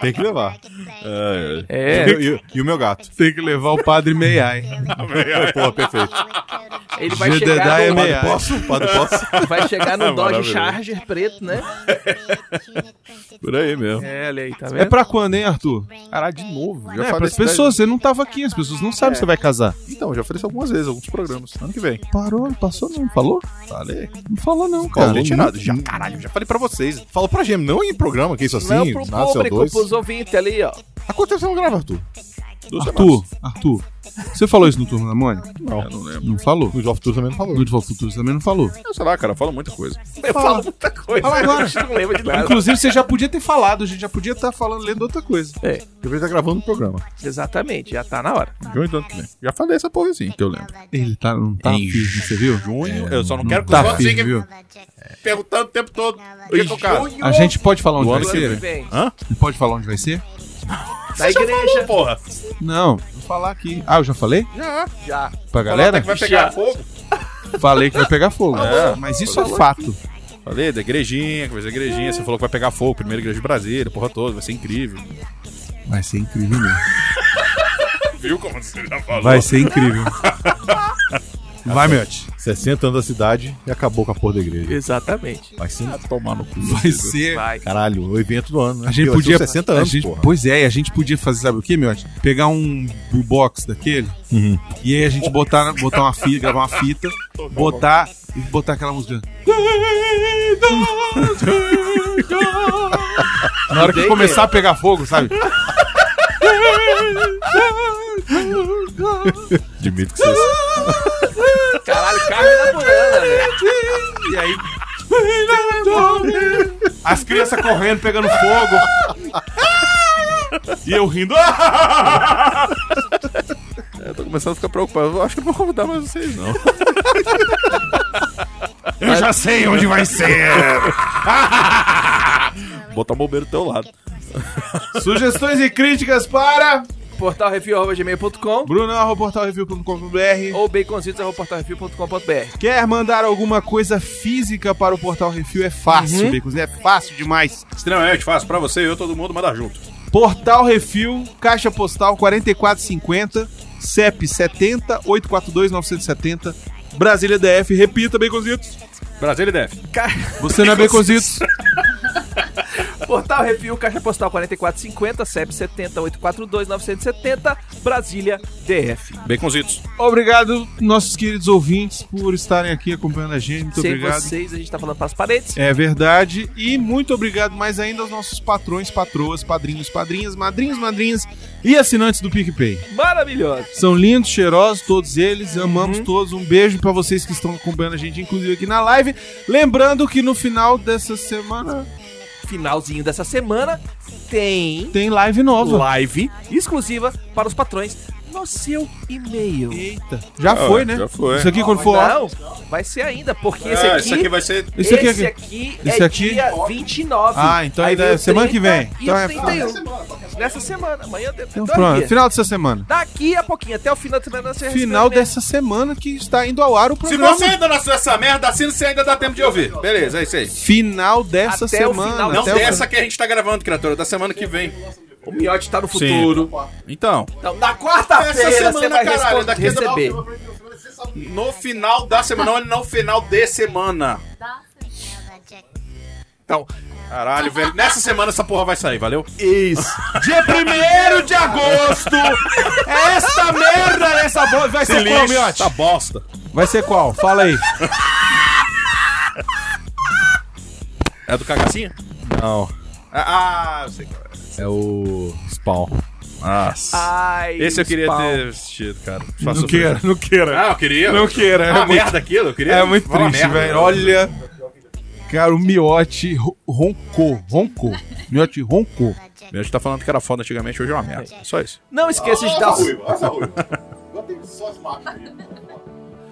Speaker 6: Tem que levar.
Speaker 2: É,
Speaker 6: E, o- e o meu gato.
Speaker 1: Tem que levar o padre Meiai.
Speaker 6: Pô, perfeito.
Speaker 2: ele vai
Speaker 1: Jedediah
Speaker 2: chegar, Tá
Speaker 1: é
Speaker 2: no,
Speaker 1: meio-
Speaker 6: Padre, posso? Padre, posso?
Speaker 2: vai chegar no Dodge
Speaker 8: Maravilhoso.
Speaker 2: Charger preto, né?
Speaker 8: Por aí mesmo.
Speaker 2: É, olha aí, tá
Speaker 1: É
Speaker 2: vendo?
Speaker 1: pra quando, hein, Arthur?
Speaker 6: Caralho, de novo. Já
Speaker 1: é,
Speaker 6: falei
Speaker 1: pras
Speaker 6: isso daí.
Speaker 1: pessoas, você não tava aqui, as pessoas não
Speaker 2: É.
Speaker 1: sabem se você vai casar.
Speaker 6: Então, já falei isso algumas vezes, alguns programas. Ano que vem.
Speaker 1: Parou, passou não, falou?
Speaker 6: Falei.
Speaker 1: Não falou não,
Speaker 6: Cara,
Speaker 1: cara.
Speaker 6: nada. Já, caralho, já falei pra vocês. Falou pra gente, não em programa, que isso assim,
Speaker 2: Não, pro
Speaker 6: nada,
Speaker 2: público,
Speaker 6: CO2.
Speaker 2: pros ouvintes ali, ó.
Speaker 6: Há quanto tempo você não grava, Arthur?
Speaker 1: Arthur, Arthur, você falou isso no Turma da Mônica?
Speaker 6: Não, não lembro.
Speaker 1: Não falou.
Speaker 6: No Jovem Tour também não falou.
Speaker 1: No De Volta ao Futuro você também não falou.
Speaker 3: Eu sei lá, cara, eu falo muita coisa.
Speaker 2: Eu falo muita coisa,
Speaker 1: Fala agora.
Speaker 2: a gente não lembra de nada.
Speaker 1: Inclusive, você já podia ter falado, a gente já podia estar falando, lendo outra coisa.
Speaker 6: Eu estar tá gravando o programa.
Speaker 2: Exatamente, já tá na hora.
Speaker 3: Junho do ano que vem. Já falei essa porra assim, que eu lembro.
Speaker 1: Ele tá, não tá
Speaker 6: Em
Speaker 1: firme, você viu?
Speaker 3: Junho, eu só não, quero que
Speaker 1: tá
Speaker 3: vocês
Speaker 1: firme, viu?
Speaker 8: Perguntando o tempo todo.
Speaker 3: fiquem com o caso.
Speaker 1: A gente pode falar onde
Speaker 3: Do
Speaker 1: vai
Speaker 3: ano que
Speaker 1: ser?
Speaker 2: Vem,
Speaker 1: Pode falar onde vai ser?
Speaker 2: da igreja,
Speaker 8: Porra,
Speaker 1: Não, vou falar aqui. Ah, eu já falei?
Speaker 2: já.
Speaker 1: Pra
Speaker 8: até
Speaker 1: galera?
Speaker 8: que vai Tá pegar fogo.
Speaker 1: Falei que vai pegar fogo. Mas isso é fato.
Speaker 3: Falei da igrejinha, que vai ser igrejinha. Você falou que vai pegar fogo, primeira igreja de Brasília, porra toda, vai ser incrível.
Speaker 1: Vai ser incrível mesmo.
Speaker 8: Viu como você já falou?
Speaker 1: Vai ser incrível. Vai, Miote.
Speaker 6: 60 anos da cidade e acabou com a porra da igreja.
Speaker 2: Exatamente.
Speaker 6: Vai sim tomar no cu.
Speaker 1: Vai ser.
Speaker 2: Vai.
Speaker 6: Caralho, o evento do ano, né?
Speaker 1: A gente
Speaker 6: Vai ser
Speaker 1: podia.
Speaker 6: os 60
Speaker 1: a
Speaker 6: anos,
Speaker 1: gente-
Speaker 6: porra.
Speaker 1: pois é, e a gente podia fazer, sabe o que, Miote? Pegar um bu- box daquele e aí a gente botar, na- botar uma fita, gravar uma fita, botar e botar aquela música. Na hora que começar a pegar fogo, sabe?
Speaker 6: Admito que vocês...
Speaker 2: Caralho, tá carne na burana, velho.
Speaker 1: E aí. As crianças correndo, pegando fogo. E eu rindo. Ah!
Speaker 3: Eu tô começando a ficar preocupado. Eu acho que não vou convidar mais vocês, não.
Speaker 1: Eu já sei onde vai ser.
Speaker 3: Botar bombeiro do teu lado.
Speaker 1: Sugestões e críticas para
Speaker 2: Portalreview.gmail.com
Speaker 1: bruno.portalreview.com.br
Speaker 2: ou baconzitos.portalreview.com.br.
Speaker 1: Quer mandar alguma coisa física para o Portal Refil? É fácil, Bicos, é fácil demais.
Speaker 3: Extremamente fácil pra você e eu, todo mundo, manda junto.
Speaker 1: Portal Refil, caixa postal 4450, CEP 70 842 970, Brasília DF. Repita, Baconzitos.
Speaker 3: Brasília DF.
Speaker 1: Você não é Baconzitos?
Speaker 2: Portal Review, Caixa Postal 4450, CEP 70 842 970, Brasília, DF.
Speaker 3: Baconzitos.
Speaker 1: Obrigado, nossos queridos ouvintes, por estarem aqui acompanhando a gente. Muito
Speaker 2: Sem
Speaker 1: obrigado.
Speaker 2: vocês, a gente tá falando pras paredes.
Speaker 1: É verdade. E muito obrigado mais ainda aos nossos patrões, patroas, padrinhos, padrinhas, madrinhos, madrinhas e assinantes do PicPay.
Speaker 2: Maravilhosa.
Speaker 1: São lindos, cheirosos, todos eles. Amamos todos. Um beijo pra vocês que estão acompanhando a gente, inclusive aqui na live. Lembrando que no final dessa semana
Speaker 2: Finalzinho dessa semana tem
Speaker 1: tem live nova.
Speaker 2: live exclusiva para os patrões no seu e-mail.
Speaker 1: Eita. Já foi, né?
Speaker 3: Já foi.
Speaker 1: Isso aqui quando for.
Speaker 2: Não, vai ser ainda, porque esse
Speaker 3: Ah,
Speaker 2: aqui,
Speaker 3: isso aqui vai ser.
Speaker 1: Esse aqui,
Speaker 2: esse aqui
Speaker 1: esse
Speaker 2: é
Speaker 1: aqui-
Speaker 2: dia 29.
Speaker 1: Ah, então
Speaker 2: Aí
Speaker 1: ainda
Speaker 2: vem
Speaker 1: é
Speaker 2: o
Speaker 1: semana que
Speaker 2: 30
Speaker 1: vem.
Speaker 2: E
Speaker 1: Então
Speaker 2: o
Speaker 1: é-
Speaker 2: 31. Nessa semana, amanhã tem
Speaker 1: Então,
Speaker 2: dois
Speaker 1: pronto.
Speaker 2: dias.
Speaker 1: Final dessa semana.
Speaker 2: Daqui a pouquinho, até o final da semana você recebe
Speaker 1: Final
Speaker 2: o e-mail.
Speaker 1: dessa semana que está indo ao ar o
Speaker 3: Se
Speaker 1: programa.
Speaker 3: você ainda não assina essa merda, assina se ainda dá tempo de ouvir. Beleza, é isso aí.
Speaker 1: Final dessa
Speaker 2: Até o
Speaker 1: semana.
Speaker 2: final.
Speaker 3: Não
Speaker 1: até o
Speaker 3: dessa que a gente tá gravando, criatura, da semana que vem.
Speaker 2: O Miotti tá no futuro.
Speaker 3: Então.
Speaker 2: Então, na
Speaker 3: Essa
Speaker 2: quarta-feira
Speaker 3: Tá, semana,
Speaker 2: você vai
Speaker 3: caralho,
Speaker 2: responder-
Speaker 3: daqui a-
Speaker 2: receber.
Speaker 3: No final da semana, não, no final de semana. Então, caralho, velho. Nessa semana essa porra vai sair, valeu?
Speaker 10: Dia 1 de agosto! É esta merda essa voz vai ser qual, Miote?
Speaker 3: Essa bosta.
Speaker 10: Vai ser qual? Fala aí.
Speaker 3: É do cagacinha?
Speaker 10: Não,
Speaker 3: Ah, ah, eu sei qual é.
Speaker 10: é o Spawn.
Speaker 3: Nossa.
Speaker 2: Ai,
Speaker 3: Esse eu queria
Speaker 2: Spawn.
Speaker 3: ter assistido, cara.
Speaker 10: Não queira, não queira.
Speaker 3: Ah, eu queria.
Speaker 10: Não queira.
Speaker 3: Ah,
Speaker 10: É muito-
Speaker 3: merda aquilo, eu queria.
Speaker 10: É muito
Speaker 3: falar
Speaker 10: triste,
Speaker 3: merda.
Speaker 10: velho. Olha. Cara, o Miote ro- roncou, roncou. Miote roncou.
Speaker 3: Meu, a gente tá falando que era foda antigamente, hoje é uma merda. Só isso.
Speaker 2: Não esqueça de dar.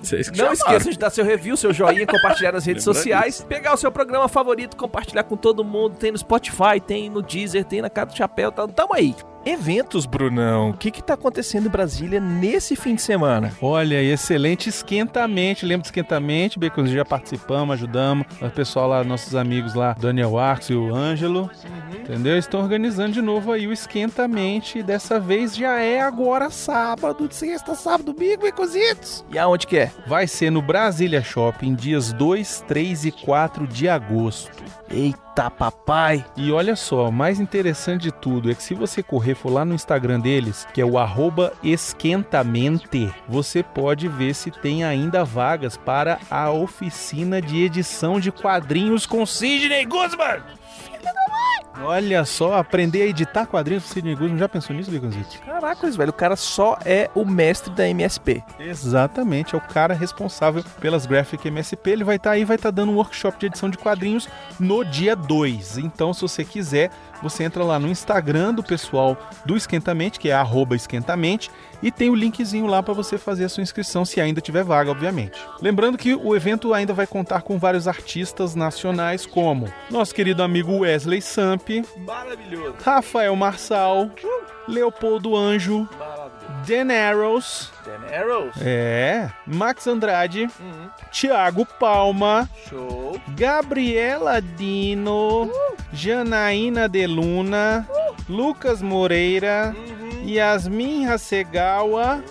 Speaker 3: Vocês
Speaker 2: Não
Speaker 3: que chamaram.
Speaker 2: esqueça de dar seu review, seu joinha, compartilhar nas redes
Speaker 3: Lembra
Speaker 2: sociais, pegar o seu programa favorito, compartilhar com todo mundo. Tem no Spotify, tem no Deezer, tem na Casa do Chapéu, tá, tamo aí. Eventos, Brunão. O que que tá acontecendo em Brasília nesse fim de semana?
Speaker 1: Olha, e excelente esquentamente. Lembra do esquentamente, Beconzinho? Já participamos, ajudamos. O pessoal lá, nossos amigos lá, Daniel Arcos e o Ângelo. Entendeu? Estão organizando de novo aí o esquentamente. E dessa vez já é agora sábado, sexta, sábado, domingo, Beconzitos.
Speaker 2: E aonde que é?
Speaker 1: Vai ser no Brasília Shopping, dias 2, 3 e 4 de agosto.
Speaker 2: Eita, papai.
Speaker 1: E olha só, o mais interessante de tudo é que se você correr for lá no Instagram deles, que é o arroba esquentamente, você pode ver se tem ainda vagas para a oficina de edição de quadrinhos com Sidney Guzman. Olha só, aprender a editar quadrinhos com Sidney Guzman. Já pensou nisso, Biconzito?
Speaker 2: Caracas, velho, o cara só é o mestre da MSP.
Speaker 1: Exatamente, é o cara responsável pelas Graphic MSP. Ele vai estar aí, vai estar dando um workshop de edição de quadrinhos no dia 2. Então, se você quiser, você entra lá no Instagram do pessoal do Esquentamente, que é arroba esquentamente, e tem o linkzinho lá para você fazer a sua inscrição, se ainda tiver vaga, obviamente. Lembrando que o evento ainda vai contar com vários artistas nacionais, como nosso querido amigo Wesley Samp,
Speaker 2: Maravilhoso.
Speaker 1: Rafael Marçal, Leopoldo Anjo, Dan Arrows,
Speaker 2: Arrows.
Speaker 1: é, Max Andrade, Thiago Palma,
Speaker 2: É. Show.
Speaker 1: Gabriela Dino, Janaína Deluna, Lucas Moreira, Yasmin Hasegawa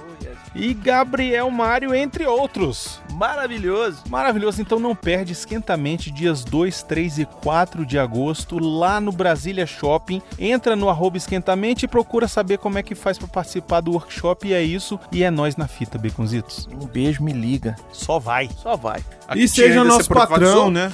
Speaker 1: e Gabriel Mário, entre outros.
Speaker 2: Maravilhoso.
Speaker 1: Maravilhoso, então não perde esquentamente dias 2, 3 e 4 de agosto lá no Brasília Shopping. Entra no arroba esquentamente e procura saber como é que faz pra participar do workshop e é isso. E é nós na fita, Beconzitos.
Speaker 2: Um beijo, me liga.
Speaker 1: Só vai.
Speaker 2: Só vai.
Speaker 3: Aqui
Speaker 10: E seja
Speaker 3: ainda
Speaker 10: nosso
Speaker 3: você privatizou?
Speaker 10: patrão, né?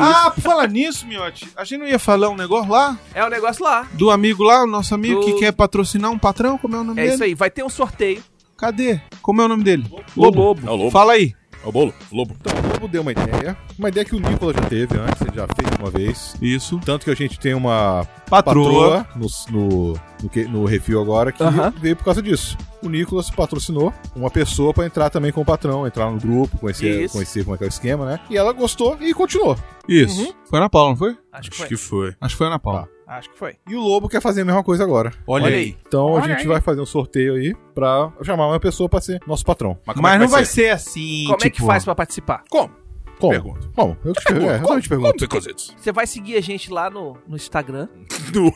Speaker 10: Ah, por falar nisso, Miote, a gente não ia falar um negócio lá?
Speaker 2: É o negócio lá.
Speaker 10: Do amigo lá, o nosso amigo
Speaker 2: Do-
Speaker 10: que quer patrocinar um patrão? Como é o nome
Speaker 1: Né?
Speaker 2: É
Speaker 10: dele?
Speaker 2: isso aí, vai ter um sorteio.
Speaker 10: Cadê? Como é o nome dele?
Speaker 3: É o lobo.
Speaker 10: Fala aí.
Speaker 3: É o bolo. Lobo.
Speaker 6: Então, o Lobo deu uma ideia. Uma ideia que o Nicolas já teve antes, ele já fez uma vez.
Speaker 10: Isso.
Speaker 6: Tanto que a gente tem uma
Speaker 10: Patroa.
Speaker 6: patroa, no, no, no, que- no review agora que
Speaker 2: Aham.
Speaker 6: veio por causa disso. O Nicolas patrocinou uma pessoa pra entrar também com o patrão, entrar no grupo, conhecer,
Speaker 2: Isso.
Speaker 6: conhecer como é que é o esquema, né? E ela gostou e continuou.
Speaker 10: Isso. Foi Ana Paula, não foi?
Speaker 2: Acho que
Speaker 3: Acho
Speaker 2: foi.
Speaker 3: que foi.
Speaker 10: Acho que foi Ana Paula.
Speaker 2: Acho que foi.
Speaker 6: E o Lobo quer fazer a mesma coisa agora.
Speaker 10: Olha,
Speaker 2: Olha
Speaker 10: aí.
Speaker 2: aí.
Speaker 6: Então a gente vai fazer um sorteio aí pra chamar uma pessoa pra ser nosso patrão.
Speaker 3: Mas, como é
Speaker 10: Mas
Speaker 3: que
Speaker 10: não vai ser assim,
Speaker 2: Como é que
Speaker 10: tipo-
Speaker 2: faz pra participar?
Speaker 6: Como?
Speaker 3: Pergunta.
Speaker 6: Como? Eu te pergunto. É, eu te
Speaker 3: Como,
Speaker 6: pergunto.
Speaker 3: Bicozitos?
Speaker 2: Você vai seguir a gente lá no, no Instagram.
Speaker 3: No-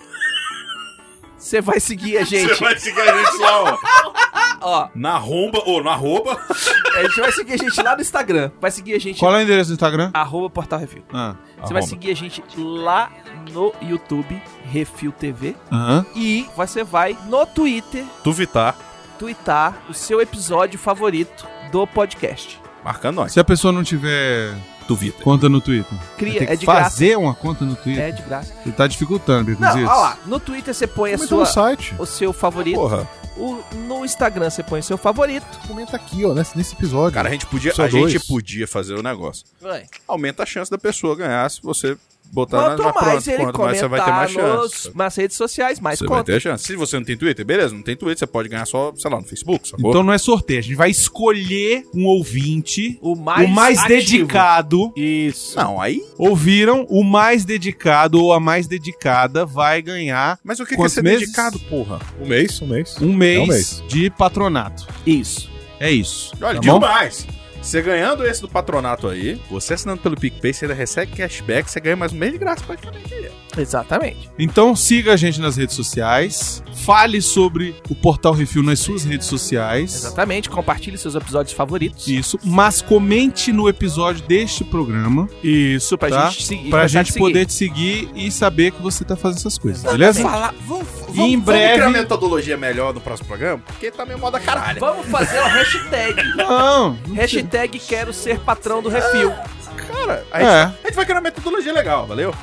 Speaker 2: Você vai seguir a gente.
Speaker 3: Você vai seguir a gente lá, ó.
Speaker 2: Ó,
Speaker 3: Na romba, ou na arroba.
Speaker 2: É, a gente vai seguir a gente lá no Instagram. Vai seguir a gente.
Speaker 10: Qual é o endereço do Instagram?
Speaker 2: Arroba Portal Refil.
Speaker 10: Ah.
Speaker 2: Você vai seguir a gente lá no YouTube, Refil TV.
Speaker 10: Aham.
Speaker 2: E você vai no Twitter,
Speaker 3: Duvitar.
Speaker 2: twittar o seu episódio favorito do podcast.
Speaker 3: Marcando nós.
Speaker 10: Se a pessoa não tiver
Speaker 3: Duvida.
Speaker 10: conta no Twitter, vai
Speaker 2: Cria,
Speaker 10: ter
Speaker 2: é
Speaker 10: que
Speaker 2: de graça.
Speaker 10: fazer uma conta no Twitter,
Speaker 2: É de graça.
Speaker 10: ele tá dificultando,
Speaker 2: Não,
Speaker 10: Bicuzitos.
Speaker 2: olha lá. No Twitter você põe a
Speaker 6: Comenta no
Speaker 2: sua,
Speaker 6: site.
Speaker 2: o seu favorito.
Speaker 6: Porra,
Speaker 2: O- no Instagram você põe o seu favorito.
Speaker 6: comenta aqui, ó, nesse, nesse episódio.
Speaker 3: Cara, a gente podia,
Speaker 6: Só
Speaker 3: a
Speaker 6: dois.
Speaker 3: gente podia fazer o negócio.
Speaker 2: Vai.
Speaker 3: Aumenta a chance da pessoa ganhar se você botar
Speaker 2: Quanto
Speaker 3: Tá na, na
Speaker 2: mais
Speaker 3: pronta.
Speaker 2: ele
Speaker 3: Quanto mais
Speaker 2: comentar
Speaker 3: você vai ter mais
Speaker 2: nos-
Speaker 3: chance.
Speaker 2: nas redes sociais, mais
Speaker 3: Você vai
Speaker 2: conta.
Speaker 3: ter chance. Se você não tem Twitter, beleza, não tem Twitter, você pode ganhar só, sei lá, no Facebook, sacou?
Speaker 10: Então não é sorteio, a gente vai escolher um ouvinte,
Speaker 2: O mais,
Speaker 10: o mais
Speaker 2: ativo.
Speaker 10: dedicado.
Speaker 2: Isso.
Speaker 3: não, aí.
Speaker 10: Ouviram? O mais dedicado ou a mais dedicada vai ganhar
Speaker 3: Mas o que, que é
Speaker 10: Quantos
Speaker 3: ser
Speaker 10: meses?
Speaker 3: dedicado, porra?
Speaker 6: Um mês, um mês.
Speaker 10: um mês,
Speaker 6: mês.
Speaker 10: de patronato.
Speaker 2: Isso.
Speaker 10: É isso.
Speaker 3: Olha,
Speaker 10: tá
Speaker 3: digo
Speaker 10: bom?
Speaker 3: mais. Você ganhando esse do patronato aí, você assinando pelo PicPay, você ainda recebe cashback, você ganha mais um mês de graça praticamente aí.
Speaker 2: Exatamente.
Speaker 1: Então siga a gente nas redes sociais, fale sobre o Portal Refil nas suas redes sociais.
Speaker 2: Exatamente. Compartilhe seus episódios favoritos.
Speaker 1: Isso, mas comente no episódio deste programa
Speaker 2: Isso, pra
Speaker 1: Tá.
Speaker 2: gente seguir.
Speaker 1: pra
Speaker 2: começar a
Speaker 1: gente
Speaker 2: te seguir.
Speaker 1: poder te seguir e saber que você tá fazendo essas coisas, beleza?
Speaker 2: Falar-
Speaker 1: E em
Speaker 3: Vamos criar
Speaker 1: breve.
Speaker 3: metodologia melhor no próximo programa? Porque tá meio moda caralho.
Speaker 2: Vamos fazer uma hashtag.
Speaker 1: Não, não sei.
Speaker 2: hashtag quero ser patrão do refil.
Speaker 3: Cara, a gente,
Speaker 1: É.
Speaker 3: a gente vai criar uma metodologia legal, valeu?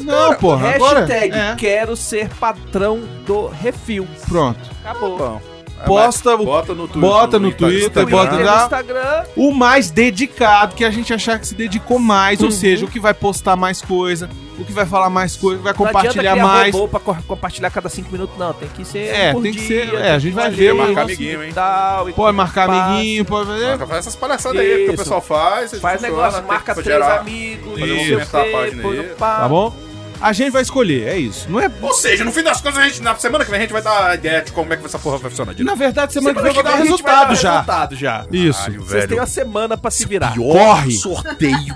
Speaker 1: Não, porra. Agora.
Speaker 2: hashtag
Speaker 1: É.
Speaker 2: quero ser patrão do refil.
Speaker 1: Pronto.
Speaker 2: Acabou.
Speaker 3: Bom.
Speaker 1: Posta o
Speaker 3: É, Bota no Twitter.
Speaker 1: Bota no Twitter,
Speaker 3: Instagram.
Speaker 1: bota lá.
Speaker 2: no Instagram.
Speaker 1: o mais dedicado, que a gente achar que se dedicou mais, ou seja, o que vai postar mais coisa, o que vai falar mais coisa, o que vai compartilhar
Speaker 2: não adianta criar
Speaker 1: mais.
Speaker 2: robô pra co- compartilhar cada cinco minutos, não. Tem que ser.
Speaker 1: É,
Speaker 2: um por
Speaker 1: tem que
Speaker 2: dia,
Speaker 1: ser- é,
Speaker 2: tem
Speaker 1: a gente
Speaker 2: que
Speaker 1: vai
Speaker 2: valer
Speaker 1: ver,
Speaker 2: o
Speaker 1: mas-
Speaker 2: negócio
Speaker 3: amiguinho, hein?
Speaker 2: e tal, e
Speaker 1: Pode marcar
Speaker 2: passa,
Speaker 1: amiguinho, pode fazer.
Speaker 3: Marca, Faz essas palhaçadas aí, porque o
Speaker 2: Isso.
Speaker 3: pessoal faz. isso
Speaker 2: Faz
Speaker 3: funciona,
Speaker 2: negócio,
Speaker 3: tem
Speaker 2: marca
Speaker 3: que
Speaker 2: três
Speaker 3: gerar-
Speaker 2: amigos,
Speaker 3: fazer
Speaker 2: não sei
Speaker 3: movimento na
Speaker 2: o quê,
Speaker 3: página
Speaker 2: põe
Speaker 3: aí.
Speaker 2: no pá.
Speaker 1: Tá bom? A gente vai escolher, é isso. Não é.
Speaker 3: Ou seja, no fim das contas, a gente, na semana que vem a gente vai dar a ideia de como é que essa porra vai funcionar direito.
Speaker 1: Na verdade, semana,
Speaker 2: Semana
Speaker 1: que vem
Speaker 2: que
Speaker 1: vai dar
Speaker 2: vem a gente vai
Speaker 1: resultado
Speaker 2: dar
Speaker 1: já.
Speaker 2: resultado já.
Speaker 1: Isso.
Speaker 3: Caralho,
Speaker 2: Vocês têm
Speaker 3: velho.
Speaker 2: uma semana pra se virar.
Speaker 1: Corre!
Speaker 3: Sorteio.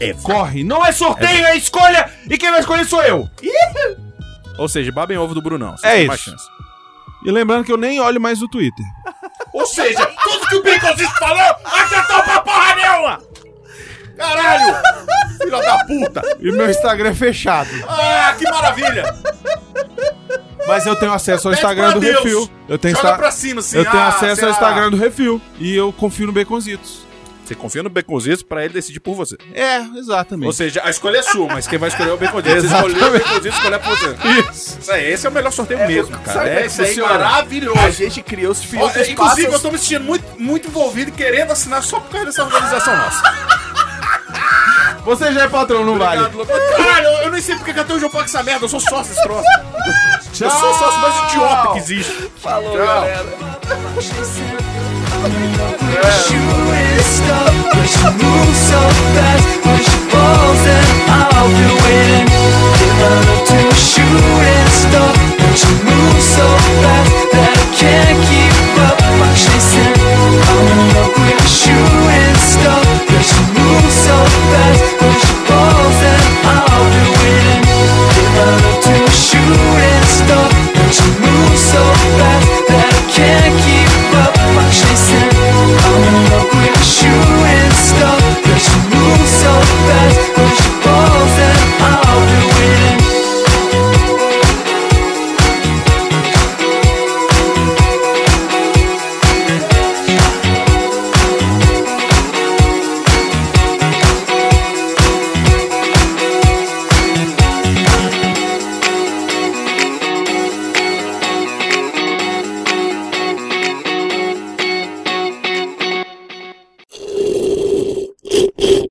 Speaker 3: É.
Speaker 1: Corre! Não é sorteio, é escolha! E quem vai escolher sou eu!
Speaker 3: Ou seja, babem ovo do Brunão.
Speaker 1: É
Speaker 3: vocês têm
Speaker 1: isso.
Speaker 3: mais chance.
Speaker 1: E lembrando que eu nem olho mais o Twitter.
Speaker 3: Ou seja, tudo que o Biconzito falou, acertou pra porra nenhuma! Caralho! Filha da puta!
Speaker 1: E meu Instagram é fechado.
Speaker 3: Ah, que maravilha!
Speaker 1: Mas eu tenho acesso ao
Speaker 3: Pede
Speaker 1: Instagram
Speaker 3: pra
Speaker 1: do
Speaker 3: Deus.
Speaker 1: Refil. Eu tenho,
Speaker 3: Joga
Speaker 1: Insta-
Speaker 3: pra cima, assim.
Speaker 1: eu tenho
Speaker 3: ah,
Speaker 1: acesso
Speaker 3: sei
Speaker 1: ao
Speaker 3: lá.
Speaker 1: Instagram do Refil. E eu confio no Baconzitos.
Speaker 3: Você confia no Beconzitos pra ele decidir por você.
Speaker 1: É, exatamente.
Speaker 3: Ou seja, a escolha é sua, mas quem vai escolher é o Beconzitos. Você escolheu o Beconzitos, escolher por você.
Speaker 1: Isso.
Speaker 3: Isso aí, esse é o melhor sorteio mesmo, cara.
Speaker 2: sabe
Speaker 3: É,
Speaker 2: o que
Speaker 3: isso
Speaker 2: é
Speaker 3: é
Speaker 2: senhora?
Speaker 3: maravilhoso.
Speaker 2: A gente criou os
Speaker 3: Ó,
Speaker 2: filtros.
Speaker 3: é, inclusive,
Speaker 2: passa-
Speaker 3: eu tô me sentindo muito, muito envolvido e querendo assinar só por causa dessa organização nossa.
Speaker 1: Você já é patrão, não vale.
Speaker 3: Obrigado, Lucas. Caralho, eu, eu nem sei porque que eu tenho jogo com essa merda. Eu sou sócio desse troço. Eu sou o sócio mais idiota que existe.
Speaker 2: Falou,
Speaker 3: Tchau.
Speaker 2: galera.
Speaker 4: She is stuck, but she moves so fast, but she falls and